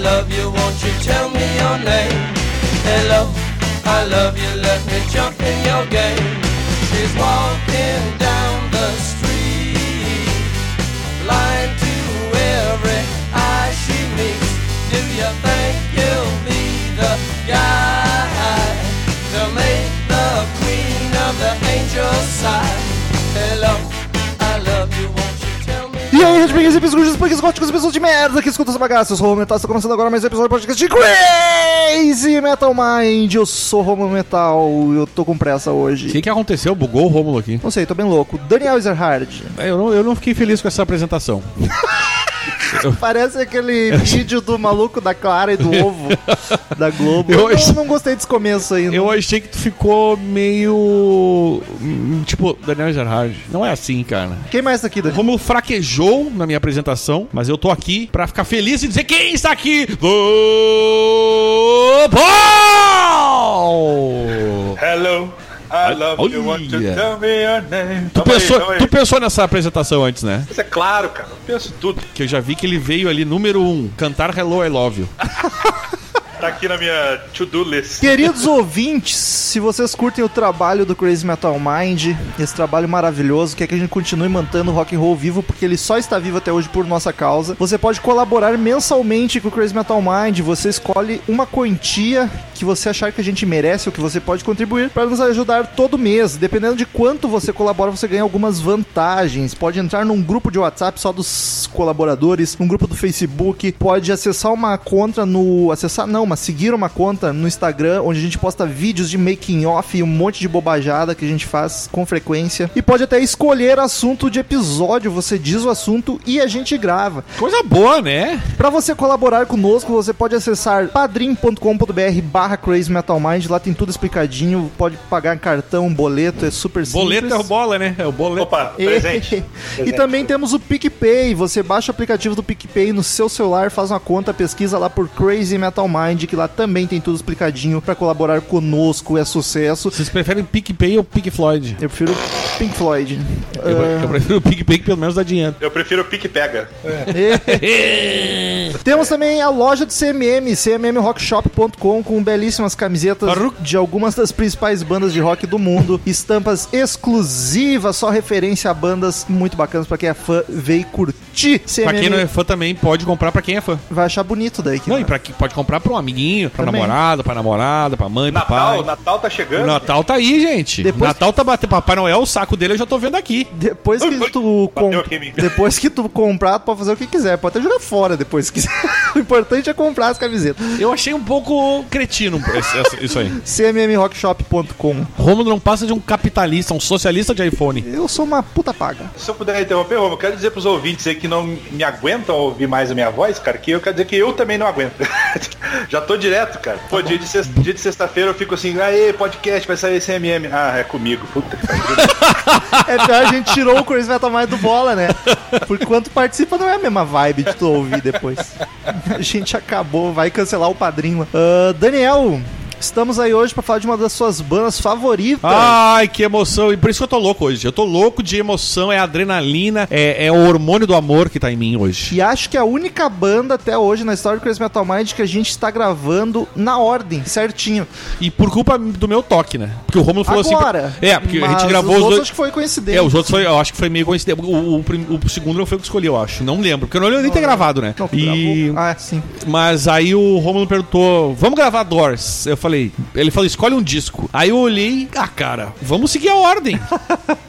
love you, won't you tell me your name? Hello, I love you, let me jump in your game. She's walking down the street, blind to every eye she meets. Do you think you'll be the guy to make the queen of the angels sigh? Hello, I love you, won't you tell me? E aí, Redbangers, Episcujos, Punks, Góticos, pessoas de merda que escuta essa bagaça. Eu sou o Romulo Metal, está começando agora mais um episódio do podcast de Crazy Metal Mind. Eu sou o Romulo Metal, eu tô com pressa O hoje. que, que aconteceu? Bugou o Rômulo aqui. Não sei, tô bem louco. Daniel Ezerhard. É, Eu não, eu não fiquei feliz com essa apresentação. Parece aquele vídeo do maluco da Clara e do ovo da Globo. Eu, Eu não- acho- não gostei desse começo ainda. Eu achei que tu ficou meio. hum, Tipo, Daniel Gerhard. Não é assim, cara. Quem mais tá aqui, O Daniel? Rômulo fraquejou na minha apresentação, mas eu tô aqui pra ficar feliz e dizer quem está aqui! Do Paul! Hello, I love Olha. you, want to tell me your name. Tu Calma aí, pensou, calma aí. tu pensou nessa apresentação antes, né? Isso é claro, cara. Eu penso tudo. Que eu já vi que ele veio ali, número um, cantar Hello I Love You. Tá aqui na minha to-do list. Queridos ouvintes, se vocês curtem o trabalho do Crazy Metal Mind, esse trabalho maravilhoso, quer que a gente continue mantendo o rock and roll vivo, porque ele só está vivo até hoje por nossa causa. Você pode colaborar mensalmente com o Crazy Metal Mind, você escolhe uma quantia que você achar que a gente merece ou que você pode contribuir para nos ajudar todo mês. Dependendo de quanto você colabora, você ganha algumas vantagens. Pode entrar num grupo de WhatsApp só dos colaboradores, num grupo do Facebook, pode acessar uma conta no. acessar não, mas seguir uma conta no Instagram, onde a gente posta vídeos de making off e um monte de bobajada que a gente faz com frequência. E pode até escolher assunto de episódio, você diz o assunto e a gente grava. Coisa boa, né? Para você colaborar conosco, você pode acessar padrim.com.br barra Crazy Metal Mind, lá tem tudo explicadinho, pode pagar em cartão, boleto, é super simples. Boleto é o bola, né? É o boleto. Opa, presente. E também temos o PicPay. Você baixa o aplicativo do PicPay no seu celular, faz uma conta, pesquisa lá por Crazy Metal Mind, que lá também tem tudo explicadinho pra colaborar conosco, é sucesso. Vocês preferem PicPay ou Pic Floyd? Eu prefiro Pink Floyd. Eu, eu prefiro o PicPay que pelo menos dá dinheiro. Eu prefiro o pique-pega. Temos também a loja do CMM, cmmrockshop.com, com belíssimas camisetas Barulho. de algumas das principais bandas de rock do mundo, estampas exclusivas, só referência a bandas muito bacanas pra quem é fã, vê e curtir. CMM Pra quem não é fã também, pode comprar pra quem é fã. vai achar bonito daí. Que Não, e pra quem pode comprar pra um amiguinho, pra Também. namorada, pra namorada, pra mãe, pra Natal, pai. Natal tá chegando. O Natal tá aí, gente. Depois- Natal tá batendo. Papai Noel, o saco dele eu já tô vendo aqui. Depois que Ui, tu com- bateu aqui em mim. depois que tu comprar, tu pode fazer o que quiser, pode até jogar fora depois se quiser. O importante é comprar as camisetas. Eu achei um pouco cretino esse- essa- isso aí. cmmrockshop.com. Romulo não passa de um capitalista, um socialista de iPhone. Eu sou uma puta paga. Se eu puder interromper, Romulo, eu quero dizer pros ouvintes aí que não me aguentam ouvir mais a minha voz, cara, que eu quero dizer que eu também não aguento. Já tô direto, cara. Pô, dia de sexta- dia de sexta-feira eu fico assim, aê, podcast, vai sair esse MM. Ah, é comigo. Puta que pariu. É pior, a gente tirou o Chris Metal mais do bola, né? Por quanto participa, não é a mesma vibe de tu ouvir depois. A gente acabou, vai cancelar o padrinho. lá. Ah, Daniel, estamos aí hoje pra falar de uma das suas bandas favoritas. Ai, que emoção. E por isso que eu tô louco hoje. Eu tô louco de emoção, é adrenalina, é, é o hormônio do amor que tá em mim hoje. E acho que é a única banda até hoje na história do Crazy Metal Mind que a gente está gravando na ordem, certinho. E por culpa do meu toque, né? Porque o Romulo falou Agora. assim. pra- É, porque a Mas gente gravou os outros dois. Acho que foi coincidente. É, os outros foi, eu acho que foi meio coincidente. O, o prim- o segundo não foi o que escolhi, eu acho. Não lembro, porque eu não lembro nem ter gravado, né? Não, tu e... gravou? Ah, é, sim. Mas aí o Romulo perguntou: vamos gravar Doors? Eu falei, ele falou, escolhe um disco. Aí eu olhei, ah, cara, vamos seguir a ordem.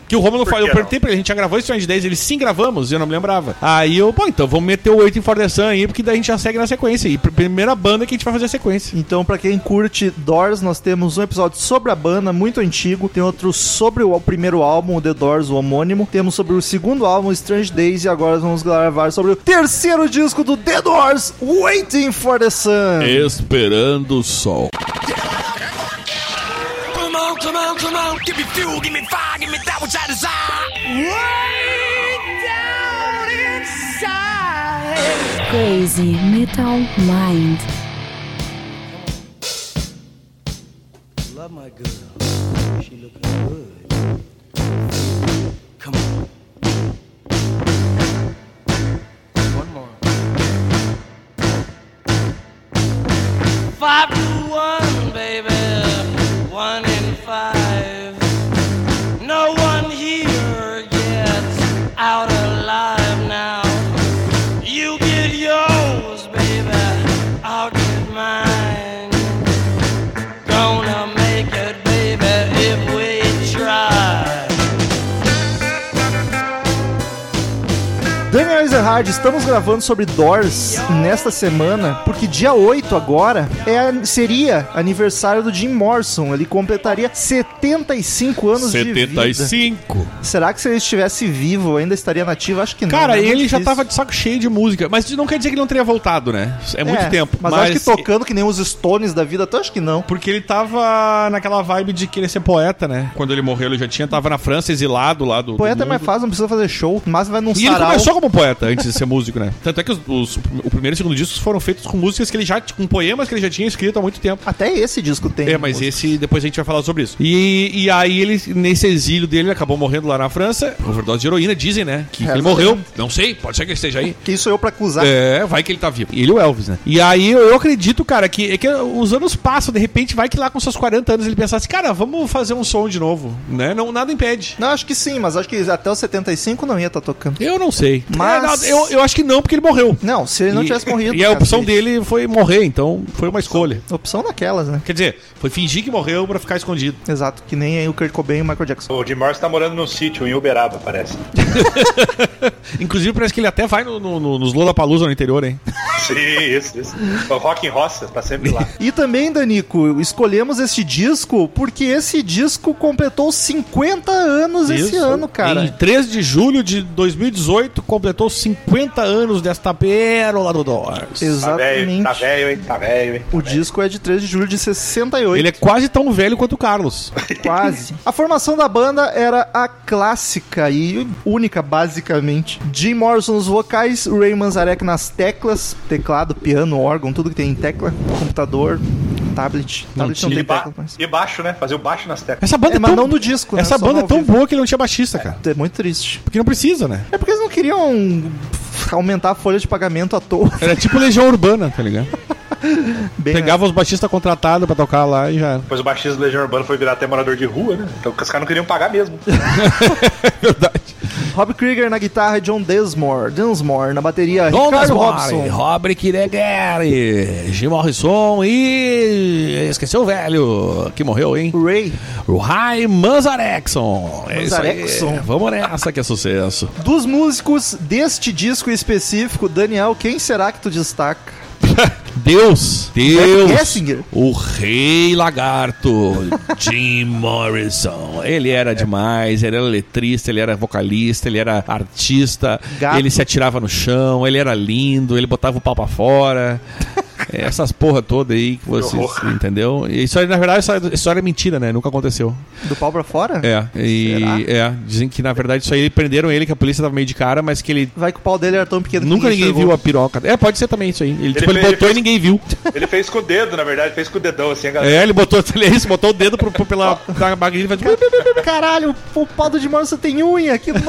Que o Romulo Por falou, que eu perguntei pra ele, a gente já gravou Strange Days, ele sim gravamos, e eu não me lembrava. Aí eu, pô, então vamos meter o 8 em For the Sun aí, porque daí a gente já segue na sequência. E pr- primeira banda que a gente vai fazer a sequência. Então, pra quem curte Doors, nós temos um episódio sobre a banda, muito antigo. Tem outro sobre o primeiro álbum, o The Doors, o homônimo. Temos sobre o segundo álbum, Strange Days. E agora vamos gravar sobre o terceiro disco do The Doors, Waiting for the Sun. Esperando o sol. Come on, come on, come on. Give me fuel, give me fire, give me that which I desire. Crazy Metal Mind. Love my girl. She looking good. Come on. One more. five to one, baby. One in five. No one here gets out alive now. You get yours, baby. I'll get mine. Gonna make it, baby, if we try. Daniel Ezerhard, estamos gravando sobre Doors nesta semana, porque dia 8 agora é, a- seria aniversário do Jim Morrison. Ele completaria 75 anos de vida. 75. Será que se ele estivesse vivo, ainda estaria nativo? Acho que não. Cara, né? Muito ele já difícil. tava de saco cheio de música, mas isso não quer dizer que ele não teria voltado, né? É muito É, tempo. Mas, acho que tocando que nem os Stones da vida, até acho que não. Porque ele tava naquela vibe de querer ser poeta, né? Quando ele morreu, ele já tinha, tava na França, exilado lá do. do Poeta é mundo. mais fácil, não precisa fazer show, mas vai num E ele sarau. começou como poeta antes de ser músico, né? Tanto é que os- os- o primeiro e o segundo discos foram feitos com músicas que ele já. com poemas que ele já tinha escrito há muito tempo. Até esse disco tem. É, mas esse depois a gente vai falar sobre isso. E, e aí ele, nesse exílio dele, ele acabou morrendo lá na França. Overdose de heroína, dizem, né? Que É, ele mas- morreu. Não sei, pode ser que ele esteja aí. Quem sou eu pra acusar? É, vai que ele tá vivo. Ele e o Elvis, né? E aí eu eu acredito, cara, que, é que os anos passam, de repente vai que lá com seus 40 anos ele pensasse, cara, vamos fazer um som de novo, né? Não, nada impede. Não, acho que sim, mas acho que até os 75 não ia estar tocando. Eu não sei. Mas- É, não, eu, eu acho que não, porque ele morreu. Não, se ele não E- tivesse morrido. E é a cara, opção se- dele foi morrer, então foi uma escolha. Opção daquelas, né? Quer dizer, foi fingir que morreu pra ficar escondido. Exato, que nem aí o Kurt Cobain e o Michael Jackson. O Jim Morrison tá morando num sítio em Uberaba, parece. Inclusive, parece que ele até vai no, no, no, nos Lollapalooza no interior, hein? Sim, isso, isso. O Rock em Roça tá sempre lá. E também, Danico, escolhemos este disco porque esse disco completou 50 anos esse Isso. ano, cara. Em 3 de julho de 2018, completou 50 anos desta pérola do Doors. Tá velho, Exatamente. tá velho, hein? Tá velho, hein? o disco é de 3 de julho de 68. Ele é quase tão velho quanto o Carlos. Quase. A formação da banda era a clássica e única, basicamente. Jim Morrison nos vocais, Ray Manzarek nas teclas, teclado, piano, órgão, tudo que tem em tecla, computador, tablet. Não Tablet não, tinha. E, tem ba tecla, mas... e baixo, né? Fazer o baixo nas teclas. Essa banda É, é, mas tão... não no disco, né? Essa Só banda no é tão vivo. boa que ele não tinha baixista, cara. É muito triste. Porque não precisa, né? É porque eles não queriam pff, aumentar a folha de pagamento à toa. Era tipo Legião Urbana, tá ligado? Bem, Pegava os baixistas contratados pra tocar lá e já era. Depois o baixista do Legião Urbana foi virar até morador de rua, né? Então os caras não queriam pagar mesmo. Verdade. né? Rob Krieger na guitarra e John Densmore. Densmore na bateria, Ricardo Robson. Robert Kiregari, Jim Morrison e... Esqueceu o velho que morreu, hein? Ray. O Ray Manzarekson. É isso aí. Manzarekson. Vamos nessa que é sucesso. Dos músicos deste disco específico, Daniel, quem será que tu destaca? Deus, É assim. Deus, Gessinger. o rei lagarto, Jim Morrison. Ele era demais, ele era letrista, ele era vocalista, ele era artista, Gato. ele se atirava no chão, ele era lindo, ele botava o pau pra fora. É, Essas porra toda aí que vocês, horror. entendeu? E Isso aí, na verdade, essa história é mentira, né? Nunca aconteceu. Do pau pra fora? É, e é, dizem que na verdade isso aí prenderam ele, que a polícia tava meio de cara, mas que ele Vai que o pau dele era tão pequeno nunca que ninguém viu a piroca. É, pode ser também isso aí. Ele, tipo, ele fez- ele botou e fez- ninguém viu. Ele fez com o dedo, na verdade, fez com o dedão, assim, a galera. É, ele botou, ele é isso, botou o dedo pro, pro- pela da magrinha e vai tipo, viu. Caralho, o pau do Dimorso tem um É unha, que nojo.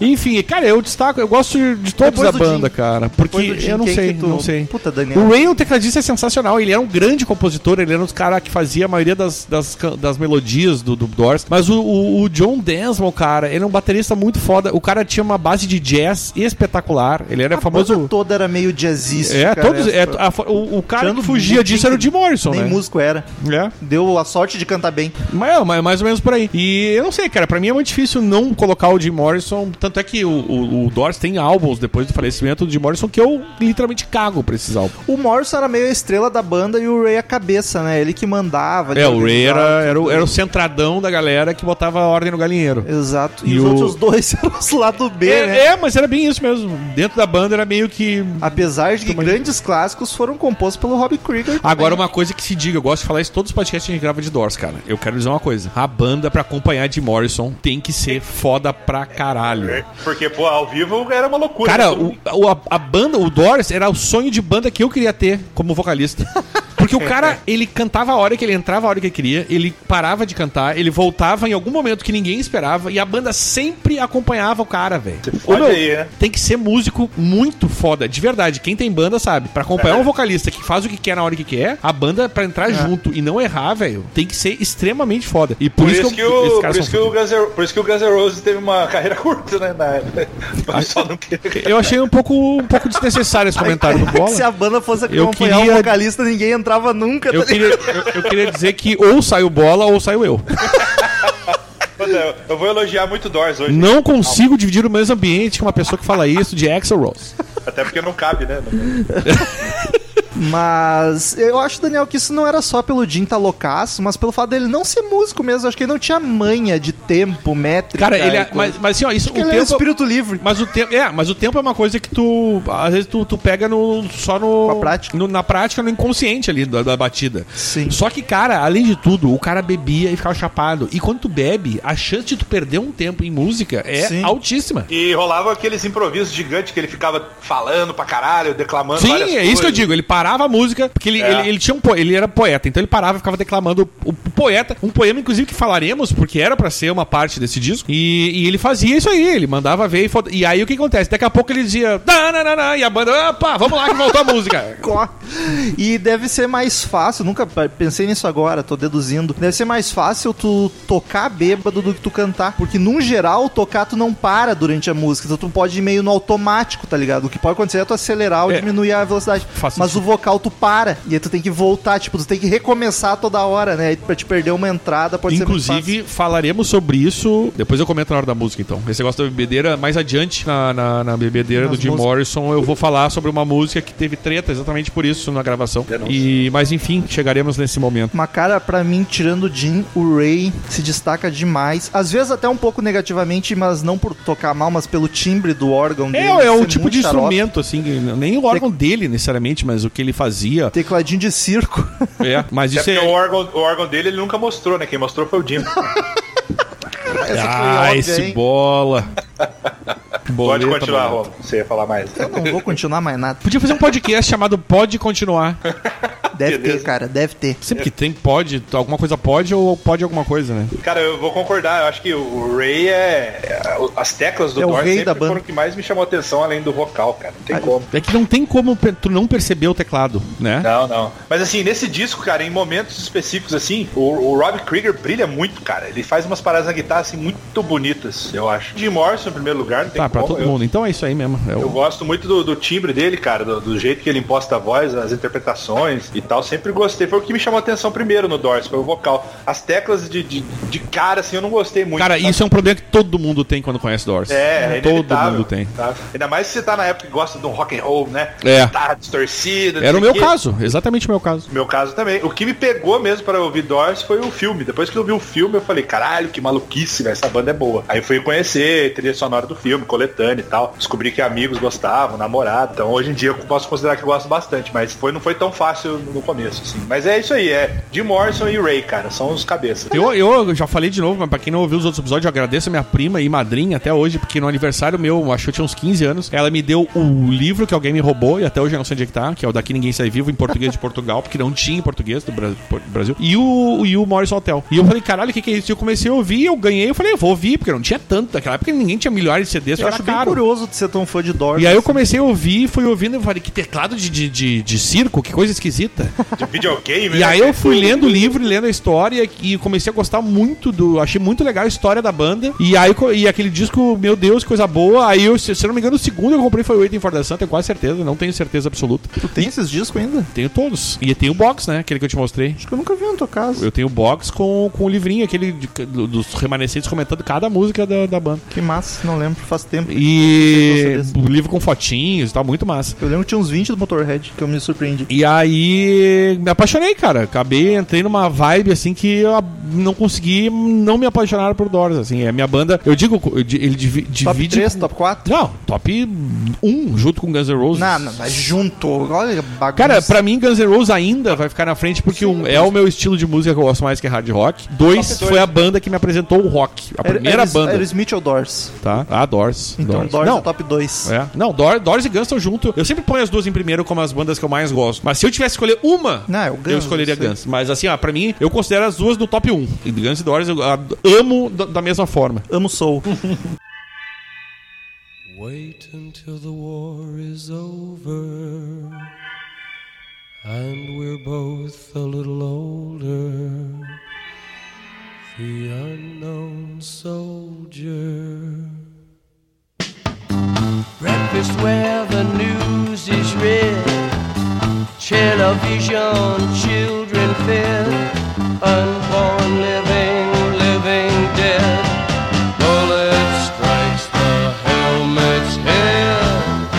Enfim, cara, eu destaco, eu gosto de- de todos Depois do da Jim. banda, cara. Depois Porque do Jim, eu não quem sei, que tu- não sei. Puta, Daniel. O Ray, o tecladista, é sensacional. Ele era um grande compositor, ele era um cara que fazia a maioria das, das, can- das melodias do, do Doors. Mas o, o- o John Densmore, cara, ele é um baterista muito foda. O cara tinha uma base de jazz espetacular. Ele era A famoso. banda toda era meio jazzística. né? É, é cara, todos. é, essa- a- o, o cara Tirando que fugia o disso Jim, era o Jim Morrison, nem né? músico era. É. Deu a sorte de cantar bem. Mas, é, mas mais ou menos por aí. E eu não sei, cara, pra mim é muito difícil não colocar o Jim Morrison. Tanto é que o, o, o Doors tem álbuns depois do falecimento do Jim Morrison que eu literalmente cago pra esses álbuns. O Morrison era meio a estrela da banda e o Ray a cabeça, né? Ele que mandava. ele É, o Ray era, organizava era, o- tudo. era o centradão da galera que botava a ordem no galinheiro. Exato. E, E os o- outros dois eram os lado B, né? É, é, mas era bem isso mesmo. Dentro da banda era meio que. Apesar de que grandes clássicos foram compostos pelo Rob Krieger. Agora, uma coisa que se diga, eu gosto de falar isso em todos os podcasts que a gente grava de Doors, cara. Eu quero dizer uma coisa: a banda pra acompanhar Jim Morrison tem que ser foda pra caralho. Porque, pô, ao vivo era uma loucura. É. né? Cara, Todo o, o- a, a banda, o Doors, era o sonho de banda que eu queria ter como vocalista. Porque o cara, ele cantava a hora que ele entrava, a hora que ele queria, ele parava de cantar, ele voltava em algum momento que ninguém esperava e a banda sempre acompanhava o cara, velho. Você fode Ô, meu, aí, né? Tem que ser músico muito foda, de verdade. Quem tem banda sabe. Pra É. acompanhar um vocalista que faz o que quer na hora que quer, a banda pra entrar junto e não errar, velho, tem que ser extremamente foda. E por, Por isso, isso, que eu, esses o, por caras isso, que são o Guns N'- por isso que o Guns N' Roses teve uma carreira curta, né? Na época. O pessoal não queria. Eu achei um pouco, um pouco desnecessário esse comentário do Bola. Se a banda fosse Eu acompanhar queria- o vocalista, ninguém entrava nunca. Eu tá ligado? queria, eu, eu queria dizer que ou saiu bola ou saiu eu. Mas eu- Eu vou elogiar muito Doors hoje, Não consigo dividir o mesmo ambiente com uma pessoa que fala isso de Axel Rose. até porque não cabe, né? Mas eu acho, Daniel, que isso não era só pelo Jim tá loucaço, mas pelo fato dele não ser músico mesmo. Acho que ele não tinha manha de tempo, métrica. Cara, ele e é, coisa. mas, mas assim, ó, isso o Acho que ele é tempo. espírito livre. Mas o tempo, é, mas o tempo é uma coisa que tu às vezes tu, tu pega no só no, Com a prática. no- na prática no inconsciente ali da, da batida. Sim. Só que cara, além de tudo, o cara bebia e ficava chapado. E quando tu bebe, a chance de tu perder um tempo em música é Sim. altíssima. E rolava aqueles improvisos gigantes que ele ficava falando pra caralho, declamando Sim, várias é isso que eu coisas. digo. Ele parava a música, porque ele, É. ele, ele tinha um po- ele era poeta, então ele parava e ficava declamando o, o poeta, um poema, inclusive, que falaremos, porque era pra ser uma parte desse disco. E, e ele fazia isso aí, ele mandava ver e foda- E aí o que acontece? Daqui a pouco ele dizia. "Dananana", E a banda, opa, vamos lá que voltou a música. Corre. E deve ser mais fácil, nunca pa- pensei nisso agora, tô deduzindo. Deve ser mais fácil tu tocar bêbado do que tu cantar. Porque, num geral, tocar tu não para durante a música. Então tu pode ir meio no automático, tá ligado? O que pode acontecer é tu acelerar ou É. diminuir a velocidade. Faz Mas o vocal tu para. E aí tu tem que voltar, tipo, tu tem que recomeçar toda hora, né? Aí Pra te perder uma entrada, pode ser muito fácil. Inclusive, falaremos sobre isso. Depois eu comento na hora da música, então. Esse negócio da bebedeira, mais adiante na, na, na bebedeira Nas do Jim músicas. Morrison, eu vou falar sobre uma música que teve treta exatamente por isso na gravação. E, mas enfim, chegaremos nesse momento. Mas, cara, pra mim, tirando o Jim, o Ray se destaca demais. Às vezes até um pouco negativamente, mas não por tocar mal, mas pelo timbre do órgão dele. É, é o ser tipo muito de xarope. instrumento, assim, que nem o órgão dele necessariamente, mas o que ele fazia. Tecladinho de circo. É, mas Até isso porque o, é. um órgão, o órgão dele ele nunca mostrou, né? Quem mostrou foi o Jim. Essa é foi Ah, óbvia, esse hein? bola. um Pode Boleta, continuar, boleta. Roma. Você ia falar mais. Eu não vou continuar mais nada. Podia fazer um podcast chamado Pode Continuar. Deve Beleza. ter, cara, deve ter. Sempre que tem pode, alguma coisa pode ou pode alguma coisa, né? Cara, eu vou concordar. Eu acho que o Ray é. é- As teclas do É o Doors rei sempre da banda. foram o que mais me chamou a atenção, além do vocal, cara. Não tem como. É que não tem como pe- tu não perceber o teclado, né? Não, não. Mas assim, nesse disco, cara, em momentos específicos assim, o, o Rob Krieger brilha muito, cara. Ele faz umas paradas na guitarra assim muito bonitas, eu acho. Jim Morrison, em primeiro lugar, não tem Tá, pra como. todo eu, mundo. Então é isso aí mesmo. É o- eu gosto muito do, do timbre dele, cara, do, do jeito que ele imposta a voz, as interpretações e tal. Sempre gostei. Foi o que me chamou a atenção primeiro no Doors, foi o vocal. As teclas de, de, de cara, assim, eu não gostei muito. Cara, sabe? isso é um problema que todo mundo tem quando conhece Doors. É, é todo inevitável, mundo tem. tá? Ainda mais se você tá na época que gosta de um rock and roll, né? É. Guitarra distorcida. não Era o sei meu quê. caso, exatamente o meu caso. Meu caso também. O que me pegou mesmo para ouvir Doors foi o filme. Depois que eu vi o filme, eu falei, caralho, que maluquice, velho, essa banda é boa. Aí fui conhecer trilha sonora do filme, coletânea e tal. Descobri que amigos gostavam, namorado. Então hoje em dia eu posso considerar que eu gosto bastante, mas foi, não foi tão fácil no começo, assim. Mas é isso aí, é Jim Morrison e Ray, cara, são os cabeças. Eu, eu já falei de novo, mas pra quem não ouviu os outros episódios, eu agradeço a minha prima e madrinha até hoje, porque no aniversário meu, acho que eu tinha uns 15 anos, ela me deu o livro que alguém me roubou, e até hoje eu não sei onde é que tá, que é o Daqui Ninguém Sai Vivo, em português de Portugal, porque não tinha em português do Bra- por- Brasil, e o, e o Morrison Hotel. E eu falei, caralho, o que, que é isso? E eu comecei a ouvir, eu ganhei, eu falei, eu vou ouvir, porque não tinha tanto naquela época, ninguém tinha milhares de CDs, Eu era acho bem caro. curioso assim. de ser tão fã de Doors. E aí eu comecei a ouvir, fui ouvindo, eu falei, que teclado de, de, de, de circo, que coisa esquisita. De videogame, E aí eu fui lendo o livro, e lendo a história e comecei a gostar muito do. Achei muito legal a história da banda. E aí co- e aquele disco, meu Deus, que coisa boa. Aí eu, se se eu não me engano, o segundo que eu comprei foi o Waiting for the Sun, tenho quase certeza, não tenho certeza absoluta. Tu tem esses discos ainda? Tenho todos. E tem o box, né? Aquele que eu te mostrei. Acho que eu nunca vi um na tua casa. Eu tenho o box com, com o livrinho, aquele de ca- do- dos remanescentes comentando cada música da, da banda. Que massa, não lembro, faz tempo. E Nossa, o livro com fotinhos e tal, muito massa. Eu lembro que tinha uns 20 do Motorhead, que eu me surpreendi. E aí me apaixonei, cara. Acabei, entrei numa vibe assim que eu ab- não consegui não me apaixonar por Doors, assim. É a minha banda. Eu digo, eu di- ele divi- Top divide. 3, top 4? Não, top 1, junto com Guns N' Roses. Não, não, mas junto. Olha, bagunça. Cara, pra mim Guns N' Roses ainda vai ficar na frente porque um, é o meu estilo de música que eu gosto mais que é hard rock. Dois, Top foi a banda que me apresentou o rock, a Era- primeira era, banda, Era Smith ou Doors? tá? Ah, Doors. Então Doors, Não, é top 2. é. Não, Doors, Doors e Guns estão junto. Eu sempre ponho as duas em primeiro como as bandas que eu mais gosto. Mas se eu tivesse que escolher uma, Não, é o Guns, eu escolheria eu sei. Guns. Mas assim, ó, pra mim, eu considero as duas no top 1. E Guns e Doors eu ad- amo da, da mesma forma. Amo Soul. Wait until the war is over and we're both a little older. The unknown soldier. Breakfast where the news is read, television, children fed, unborn living, living dead. Bullet strikes the helmet's head.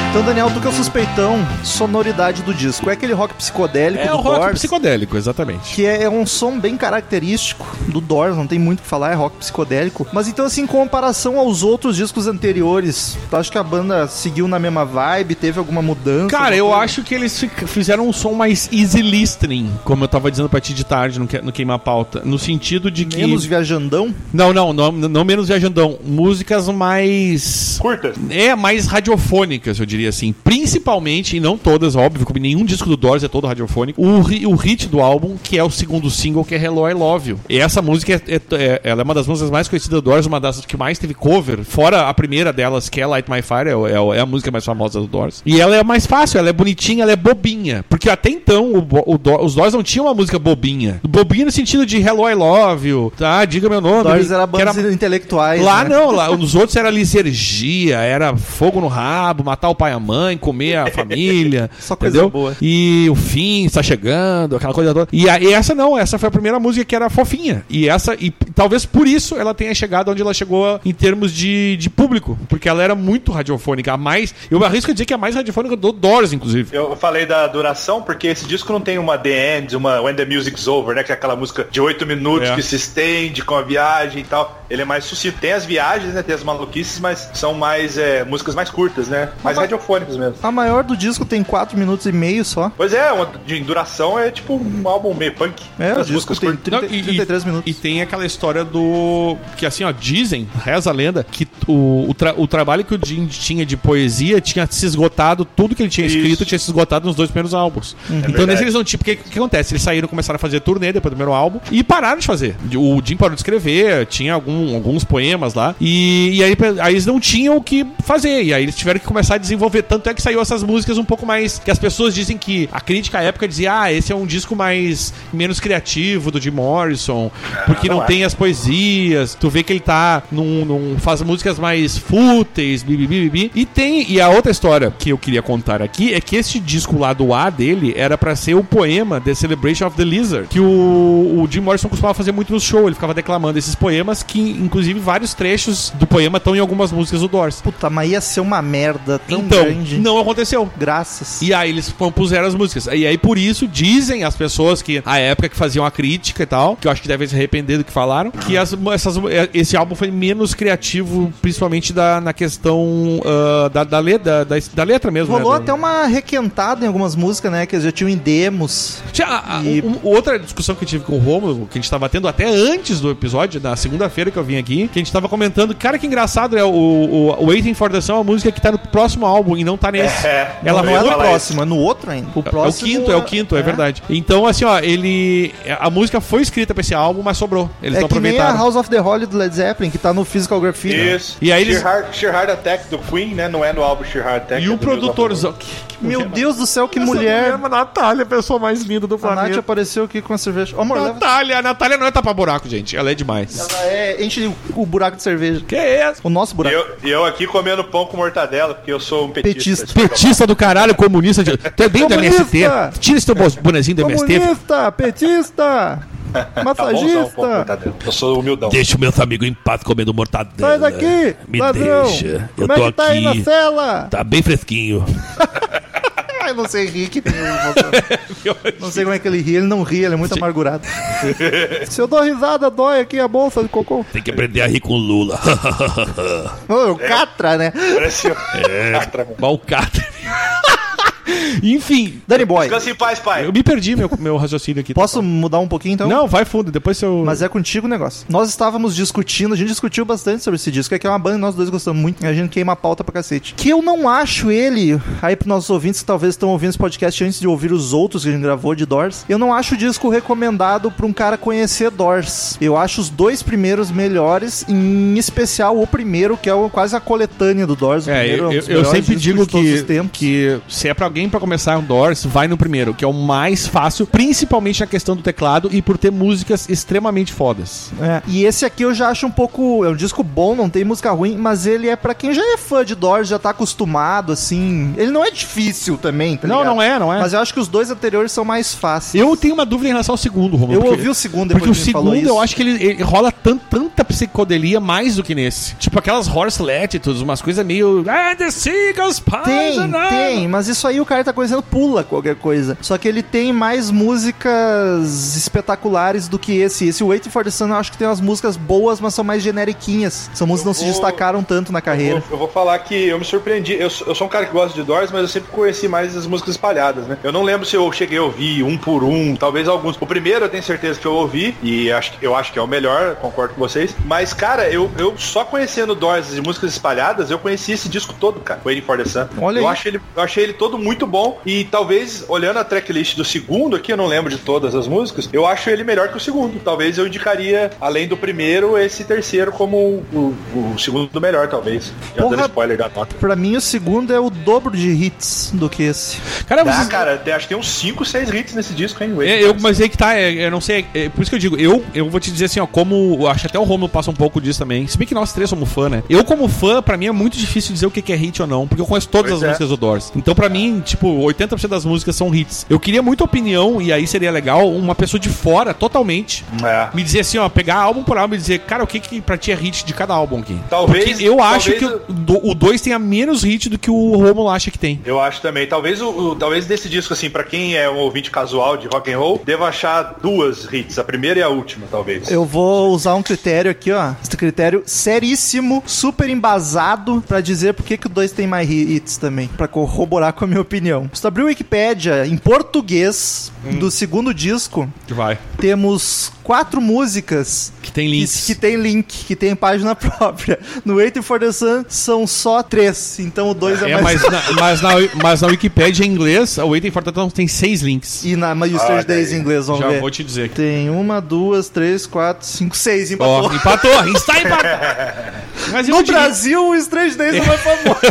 Então, Daniel, tu que é o suspeitão, sonoridade do disco. É aquele rock psicodélico É do o rock Doors, psicodélico, exatamente. que é é um som bem característico do Doors, não tem muito o que falar, é rock psicodélico. Mas então, assim, em comparação aos outros discos anteriores, tu acha que a banda seguiu na mesma vibe, teve alguma mudança? Cara, eu acho que eles fic- fizeram um som mais easy listening, como eu tava dizendo pra ti de tarde no, que, no Queima Pauta. No sentido de que. Menos viajandão? Não, não, não, não menos viajandão. Músicas mais. Curtas. É, mais radiofônicas, eu diria assim. Principalmente, e não todas, óbvio, como nenhum disco do Doors é todo radiofônico, o, ri- o hit do álbum, que é o segundo single, que é Hello, I Love You. E essa música, é, é- é- ela é uma das músicas mais conhecidas do Doors, uma das que mais teve cover, fora a primeira delas, que é Light My Fire, é, o- é o- é a música mais famosa do Doors. E ela é mais fácil, ela é bonitinha, ela é bobinha. Porque até então, o bo- o Do- os Doors não tinham uma música bobinha. Bobinha no sentido de Hello, I Love You, tá? Diga meu nome. Doors era que bandas intelectuais, Lá né? não, lá, nos outros era lisergia, era fogo no rabo, matar o pai e a mãe, comer a família. Só coisa entendeu? boa. E o fim está chegando, aquela coisa toda. E, a- e essa não, essa foi a primeira música que era fofinha. E essa, e p- talvez por isso ela tenha chegado onde ela chegou em termos de, de público, porque ela era muito radiofônica. A mais, eu arrisco dizer que é a mais radiofônica do Doors, inclusive. Eu falei da duração porque esse disco não tem uma The End, uma When the Music's Over, né? Que é aquela música de oito minutos É. que se estende com a viagem e tal. Ele é mais sucinto. Tem as viagens, né? Tem as maluquices, mas são mais é, músicas mais curtas, né? Mais radiofônicas mesmo. A maior do disco tem 4 minutos e meio só. Pois é, uma, de duração é tipo um álbum meio punk. É, o As disco músicas tem curtas. 30, Não, e- 33 e- minutos. E tem aquela história do. Que assim, ó, dizem, reza a lenda, que o, o, tra- o trabalho que o Jim tinha de poesia tinha se esgotado, tudo que ele tinha escrito tinha se esgotado nos dois primeiros álbuns. então, Uhum. É verdade. nesse eles não tinham. Porque o que acontece? Eles saíram, começaram a fazer turnê depois do primeiro álbum e pararam de fazer. O Jim parou de escrever, tinha algum- alguns poemas lá. E, e aí, pe- aí eles não tinham o que fazer. E aí eles tiveram que começar a desenvolver. Tanto é que saiu essas músicas um pouco mais. Que as pessoas dizem que a crítica à época dizia: ah, esse é um disco mais. menos criativo do Jim Morrison. Porque não, não é. tem as poesias. Tu vê que ele tá num. num- faz músicas mais fúteis, bibibi. bibi. E tem. E a outra história que eu queria contar aqui é que esse disco lá do A dele era pra ser o poema The Celebration of the Lizard. Que o, o Jim Morrison costumava fazer muito no show. Ele ficava declamando esses poemas, que inclusive vários trechos do poema estão em algumas músicas do Doors. Puta, mas ia ser uma merda tão Então, grande. não aconteceu. Graças. E aí eles compuseram as músicas. E aí por isso dizem as pessoas que a época que faziam a crítica e tal, que eu acho que devem se arrepender do que falaram, que as- essas- eh, esse álbum foi menos criativo, principalmente da, na questão ah, da, da, le- da- da- da letra mesmo. Rolou né? Do- até um uma requentada em algumas músicas, né? Que eles já tinham em demos. Tinha a- a- E- um- outra discussão que eu tive com o Romulo, que a gente tava tendo até antes do episódio, na segunda-feira que eu vim aqui, que a gente tava comentando, cara, que engraçado é o, o Waiting for the Sun, é uma música que tá no próximo álbum e não tá nesse. É, Ela não não ia é no falar próximo, é no outro ainda. O É o quinto, é o quinto, é, verdade. Então, assim, ó, ele. A música foi escrita pra esse álbum, mas sobrou. Eles não é que nem a aproveitaram. House of the Holy do Led Zeppelin, que tá no Physical Graffiti. Isso. E aí eles- Sheer Heart, Sheer Heart Attack do Queen, né? Não é no álbum Sheer Heart Attack. E é o do News of the produtor. World. Meu Deus do céu, que mulher. A Natália, a pessoa mais linda do A Nath planeta. apareceu aqui com a cerveja. Ô, Tá amor, leva... Natália, a Natália não é tapar buraco, gente. Ela é demais. Ela é, enche o, o buraco de cerveja. Que é isso? O nosso E buraco. eu, e eu aqui comendo pão com mortadela, porque eu sou um petista. Petista. Petista do caralho, comunista. De... Tu é bem do Comunista! MST. Tira esse teu bo- bonezinho do MST. Comunista, petista, Tá bonzão, pão com massagista. mortadela. Eu sou humildão. Deixa o meu amigo em paz comendo mortadela. Sai daqui, Me ladrão. deixa. Eu Como é tô que tá aí na aqui. cela? Tá bem fresquinho. Ai, você ri que tem o Bolsonaro. Não sei como é que ele ri, ele não ri, ele é muito amargurado. Se eu dou risada, dói aqui a bolsa de cocô. Tem que aprender a rir com o Lula. Ô, o Catra, né? Parece é. Balcata. Enfim, Danny Boy, Descanse em paz, pai. eu me perdi meu, meu raciocínio aqui. Tá posso mudar um pouquinho então? Não, vai fundo, depois eu. Mas é contigo o negócio. Nós estávamos discutindo, a gente discutiu bastante sobre esse disco, é que é uma banda que nós dois gostamos muito, e a gente queima a pauta pra cacete. Que eu não acho ele, aí pros nossos ouvintes que talvez estão ouvindo esse podcast antes de ouvir os outros que a gente gravou de Doors, eu não acho o disco recomendado pra um cara conhecer Doors. Eu acho os dois primeiros melhores, em especial o primeiro, que é o- quase a coletânea do Doors. O É, primeiro eu, um dos eu melhores sempre discos digo de todos que, os tempos. que se é pra alguém pra começar um Doors, vai no primeiro, que é o mais fácil, principalmente na questão do teclado e por ter músicas extremamente fodas. É, E esse aqui eu já acho um pouco. É um disco bom, não tem música ruim, mas ele é pra quem já é fã de Doors, já tá acostumado, assim. Ele não é difícil também, tá não, ligado? não é, não é. Mas eu acho que os dois anteriores são mais fáceis. eu tenho uma dúvida em relação ao segundo, Romulo. Eu porque- ouvi o segundo depois Porque o que me falou segundo eu isso. acho que ele, ele rola tan- tanta psicodelia mais do que nesse. Tipo aquelas horse latitudes, umas coisas meio. Ah, the seagulls Tem, poison us." tem, mas isso aí o cara tá conhecendo pula qualquer coisa. Só que ele tem mais músicas espetaculares do que esse. Esse Waiting for the Sun eu acho que tem umas músicas boas, mas são mais generiquinhas. São músicas que não se vou- destacaram tanto na Eu, carreira. eu vou falar que eu me surpreendi. Eu, sou- eu sou um cara que gosta de Doors, mas eu sempre conheci mais as músicas espalhadas, né? Eu não lembro se eu cheguei a ouvir um por um, talvez alguns. O primeiro eu tenho certeza que eu ouvi, e acho, que- eu acho que é o melhor, concordo com vocês. Mas, cara, eu, eu só conhecendo Doors e músicas espalhadas, eu conheci esse disco todo, cara. Waiting for the Sun. Olha eu aí. acho ele, eu achei ele todo muito bom. E talvez, olhando a tracklist do segundo aqui, eu não lembro de todas as músicas, eu acho ele melhor que o segundo. Talvez eu indicaria, além do primeiro, esse terceiro como o, o- o segundo do melhor, talvez. Já Porra. dando spoiler da nota. Pra mim, o segundo é o dobro de hits do que esse. Cara, Dá, vocês, cara, tem- acho que tem uns 5, 6 hits nesse disco, hein? É, eu, mas aí que tá, é, eu não sei, é, por isso que eu digo, eu, eu vou te dizer assim, ó, como, eu acho que até o Romulo passa um pouco disso também, se bem que nós três somos fã, né? Eu como fã, pra mim é muito difícil dizer o que que é hit ou não, porque eu conheço todas Pois as é. músicas do Doors. Então pra mim, tipo, 80% das músicas são hits. Eu queria muita opinião, e aí seria legal, uma pessoa de fora, totalmente, É. me dizer assim, ó, pegar álbum por álbum e dizer, cara, o que que pra ti é hit de cada álbum aqui? Talvez- Porque eu acho talvez que o eu- do- o 2 tenha menos hit do que o Romulo acha que tem. Eu acho também. Talvez o, o- talvez desse disco, assim, pra quem é um ouvinte casual de rock and roll, deva achar duas hits, a primeira e a última, talvez. Eu vou usar um critério aqui, ó. Esse critério seríssimo, super embasado, pra dizer por que que o 2 tem mais hits também. Pra corroborar com a minha opinião. Se tu abrir o Wikipédia em português Hum. do segundo disco, Vai. temos quatro músicas Que tem que, links. que tem link, que tem página própria. No Waiting for the Sun são só três, então o 2 é, É, mais. mas na, mas, na, mas na Wikipédia em inglês, a Waiting for Tatão tem seis links. E na mas e os Olha três days aí. em inglês, vamos Já ver. vou te dizer. aqui. Tem uma, duas, três, quatro, cinco, seis. Empatou. Ó, empatou, está empatado. Mas eu No diria- Brasil, os três days não é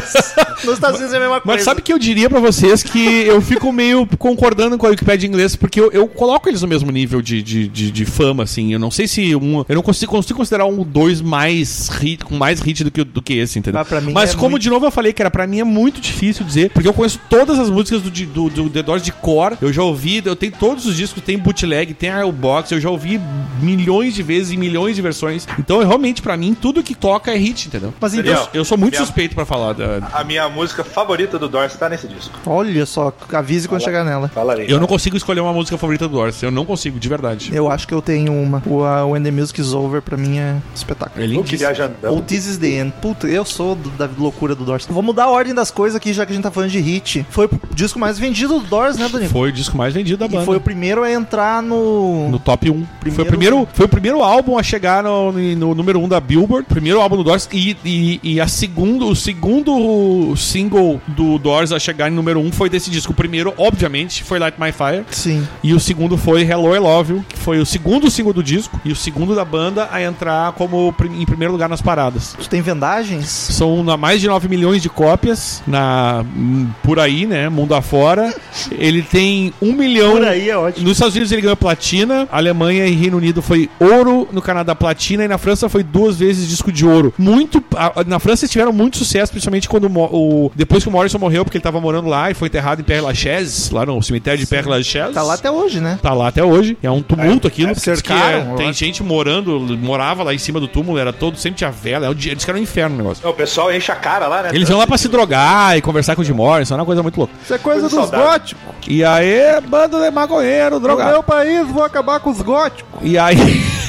famoso. Nos Estados Unidos é a mesma coisa. Mas sabe que eu diria pra vocês que eu fico meio concordando com a Wikipédia em inglês, porque eu, eu coloco eles no mesmo nível de, de, de, de fama, assim. Eu não sei se um. Eu não consigo, consigo considerar um dois mais hit, com mais hit do que, do que esse, entendeu? Ah, pra mim Mas é como muito. de novo eu falei, cara, pra mim é muito difícil dizer, porque eu conheço todas as músicas do, de- do, do The Doors de cor, eu já ouvi, eu tenho todos os discos, tem bootleg, tem a box, eu já ouvi milhões de vezes e milhões de versões. Então, eu, realmente, pra mim, tudo que toca é hit, entendeu? Mas Eu, então. Seria- eu sou muito Minha- suspeito pra falar da, A minha música favorita do Doors tá nesse disco. Olha só, avise quando chegar nela. Falarei. Eu não consigo escolher uma música favorita do Doors. Eu não consigo, de verdade. Eu acho que eu tenho uma. O a When the Music is Over, pra mim, é espetáculo. É Eu lindíssimo. queria jantão. Ou This is the End. Puta, eu sou do- da loucura do Doors. Vou mudar a ordem das coisas aqui, já que a gente tá falando de hit. Foi o disco mais vendido do Doors, né, Dani? Foi o disco mais vendido da E banda. foi o primeiro a entrar no... né? No top 1. Foi, o Primeiro- primeiro, foi o primeiro álbum a chegar no, no número 1 da Billboard. Primeiro álbum do Doors. E, e, e a segundo, o segundo single do Doors a chegar em número 1 foi desse disco. O primeiro, obviamente, foi Light My Fire. Sim. E o segundo foi Hello I Love You, que foi o segundo single do disco. E o segundo da banda a entrar como prim- em primeiro lugar nas paradas. Tu tem vendagens? São na- mais de 9 milhões de cópias na, hum, por aí, né? Mundo afora. Ele tem 1 milhão. é ótimo. Nos Estados Unidos ele ganhou platina, Alemanha e Reino Unido foi ouro, no Canadá platina e na França foi duas vezes disco de ouro. Muito a- a- na França eles tiveram muito sucesso, principalmente quando o, Mo- o o. Depois que o Morrison morreu, porque ele tava morando lá e foi enterrado em Père Lachaise, lá no cemitério de Père Lachaise. Tá lá até hoje, né? Tá lá até hoje. É um tumulto aquilo. é, porque diz que cercaram, é- eu tem acho. gente morando, morava lá em cima do túmulo, era todo, sempre tinha vela. é um dia- Eles querem um inferno o negócio. Não, É, o pessoal enche a cara lá, né? Eles vão lá pra se drogar e conversar com o Jim Morrison, é uma coisa muito louca. Isso é coisa, Coisa dos saudável. góticos. E aí, bando de maconheiro, No drogado. meu país, vou acabar com os góticos. E aí.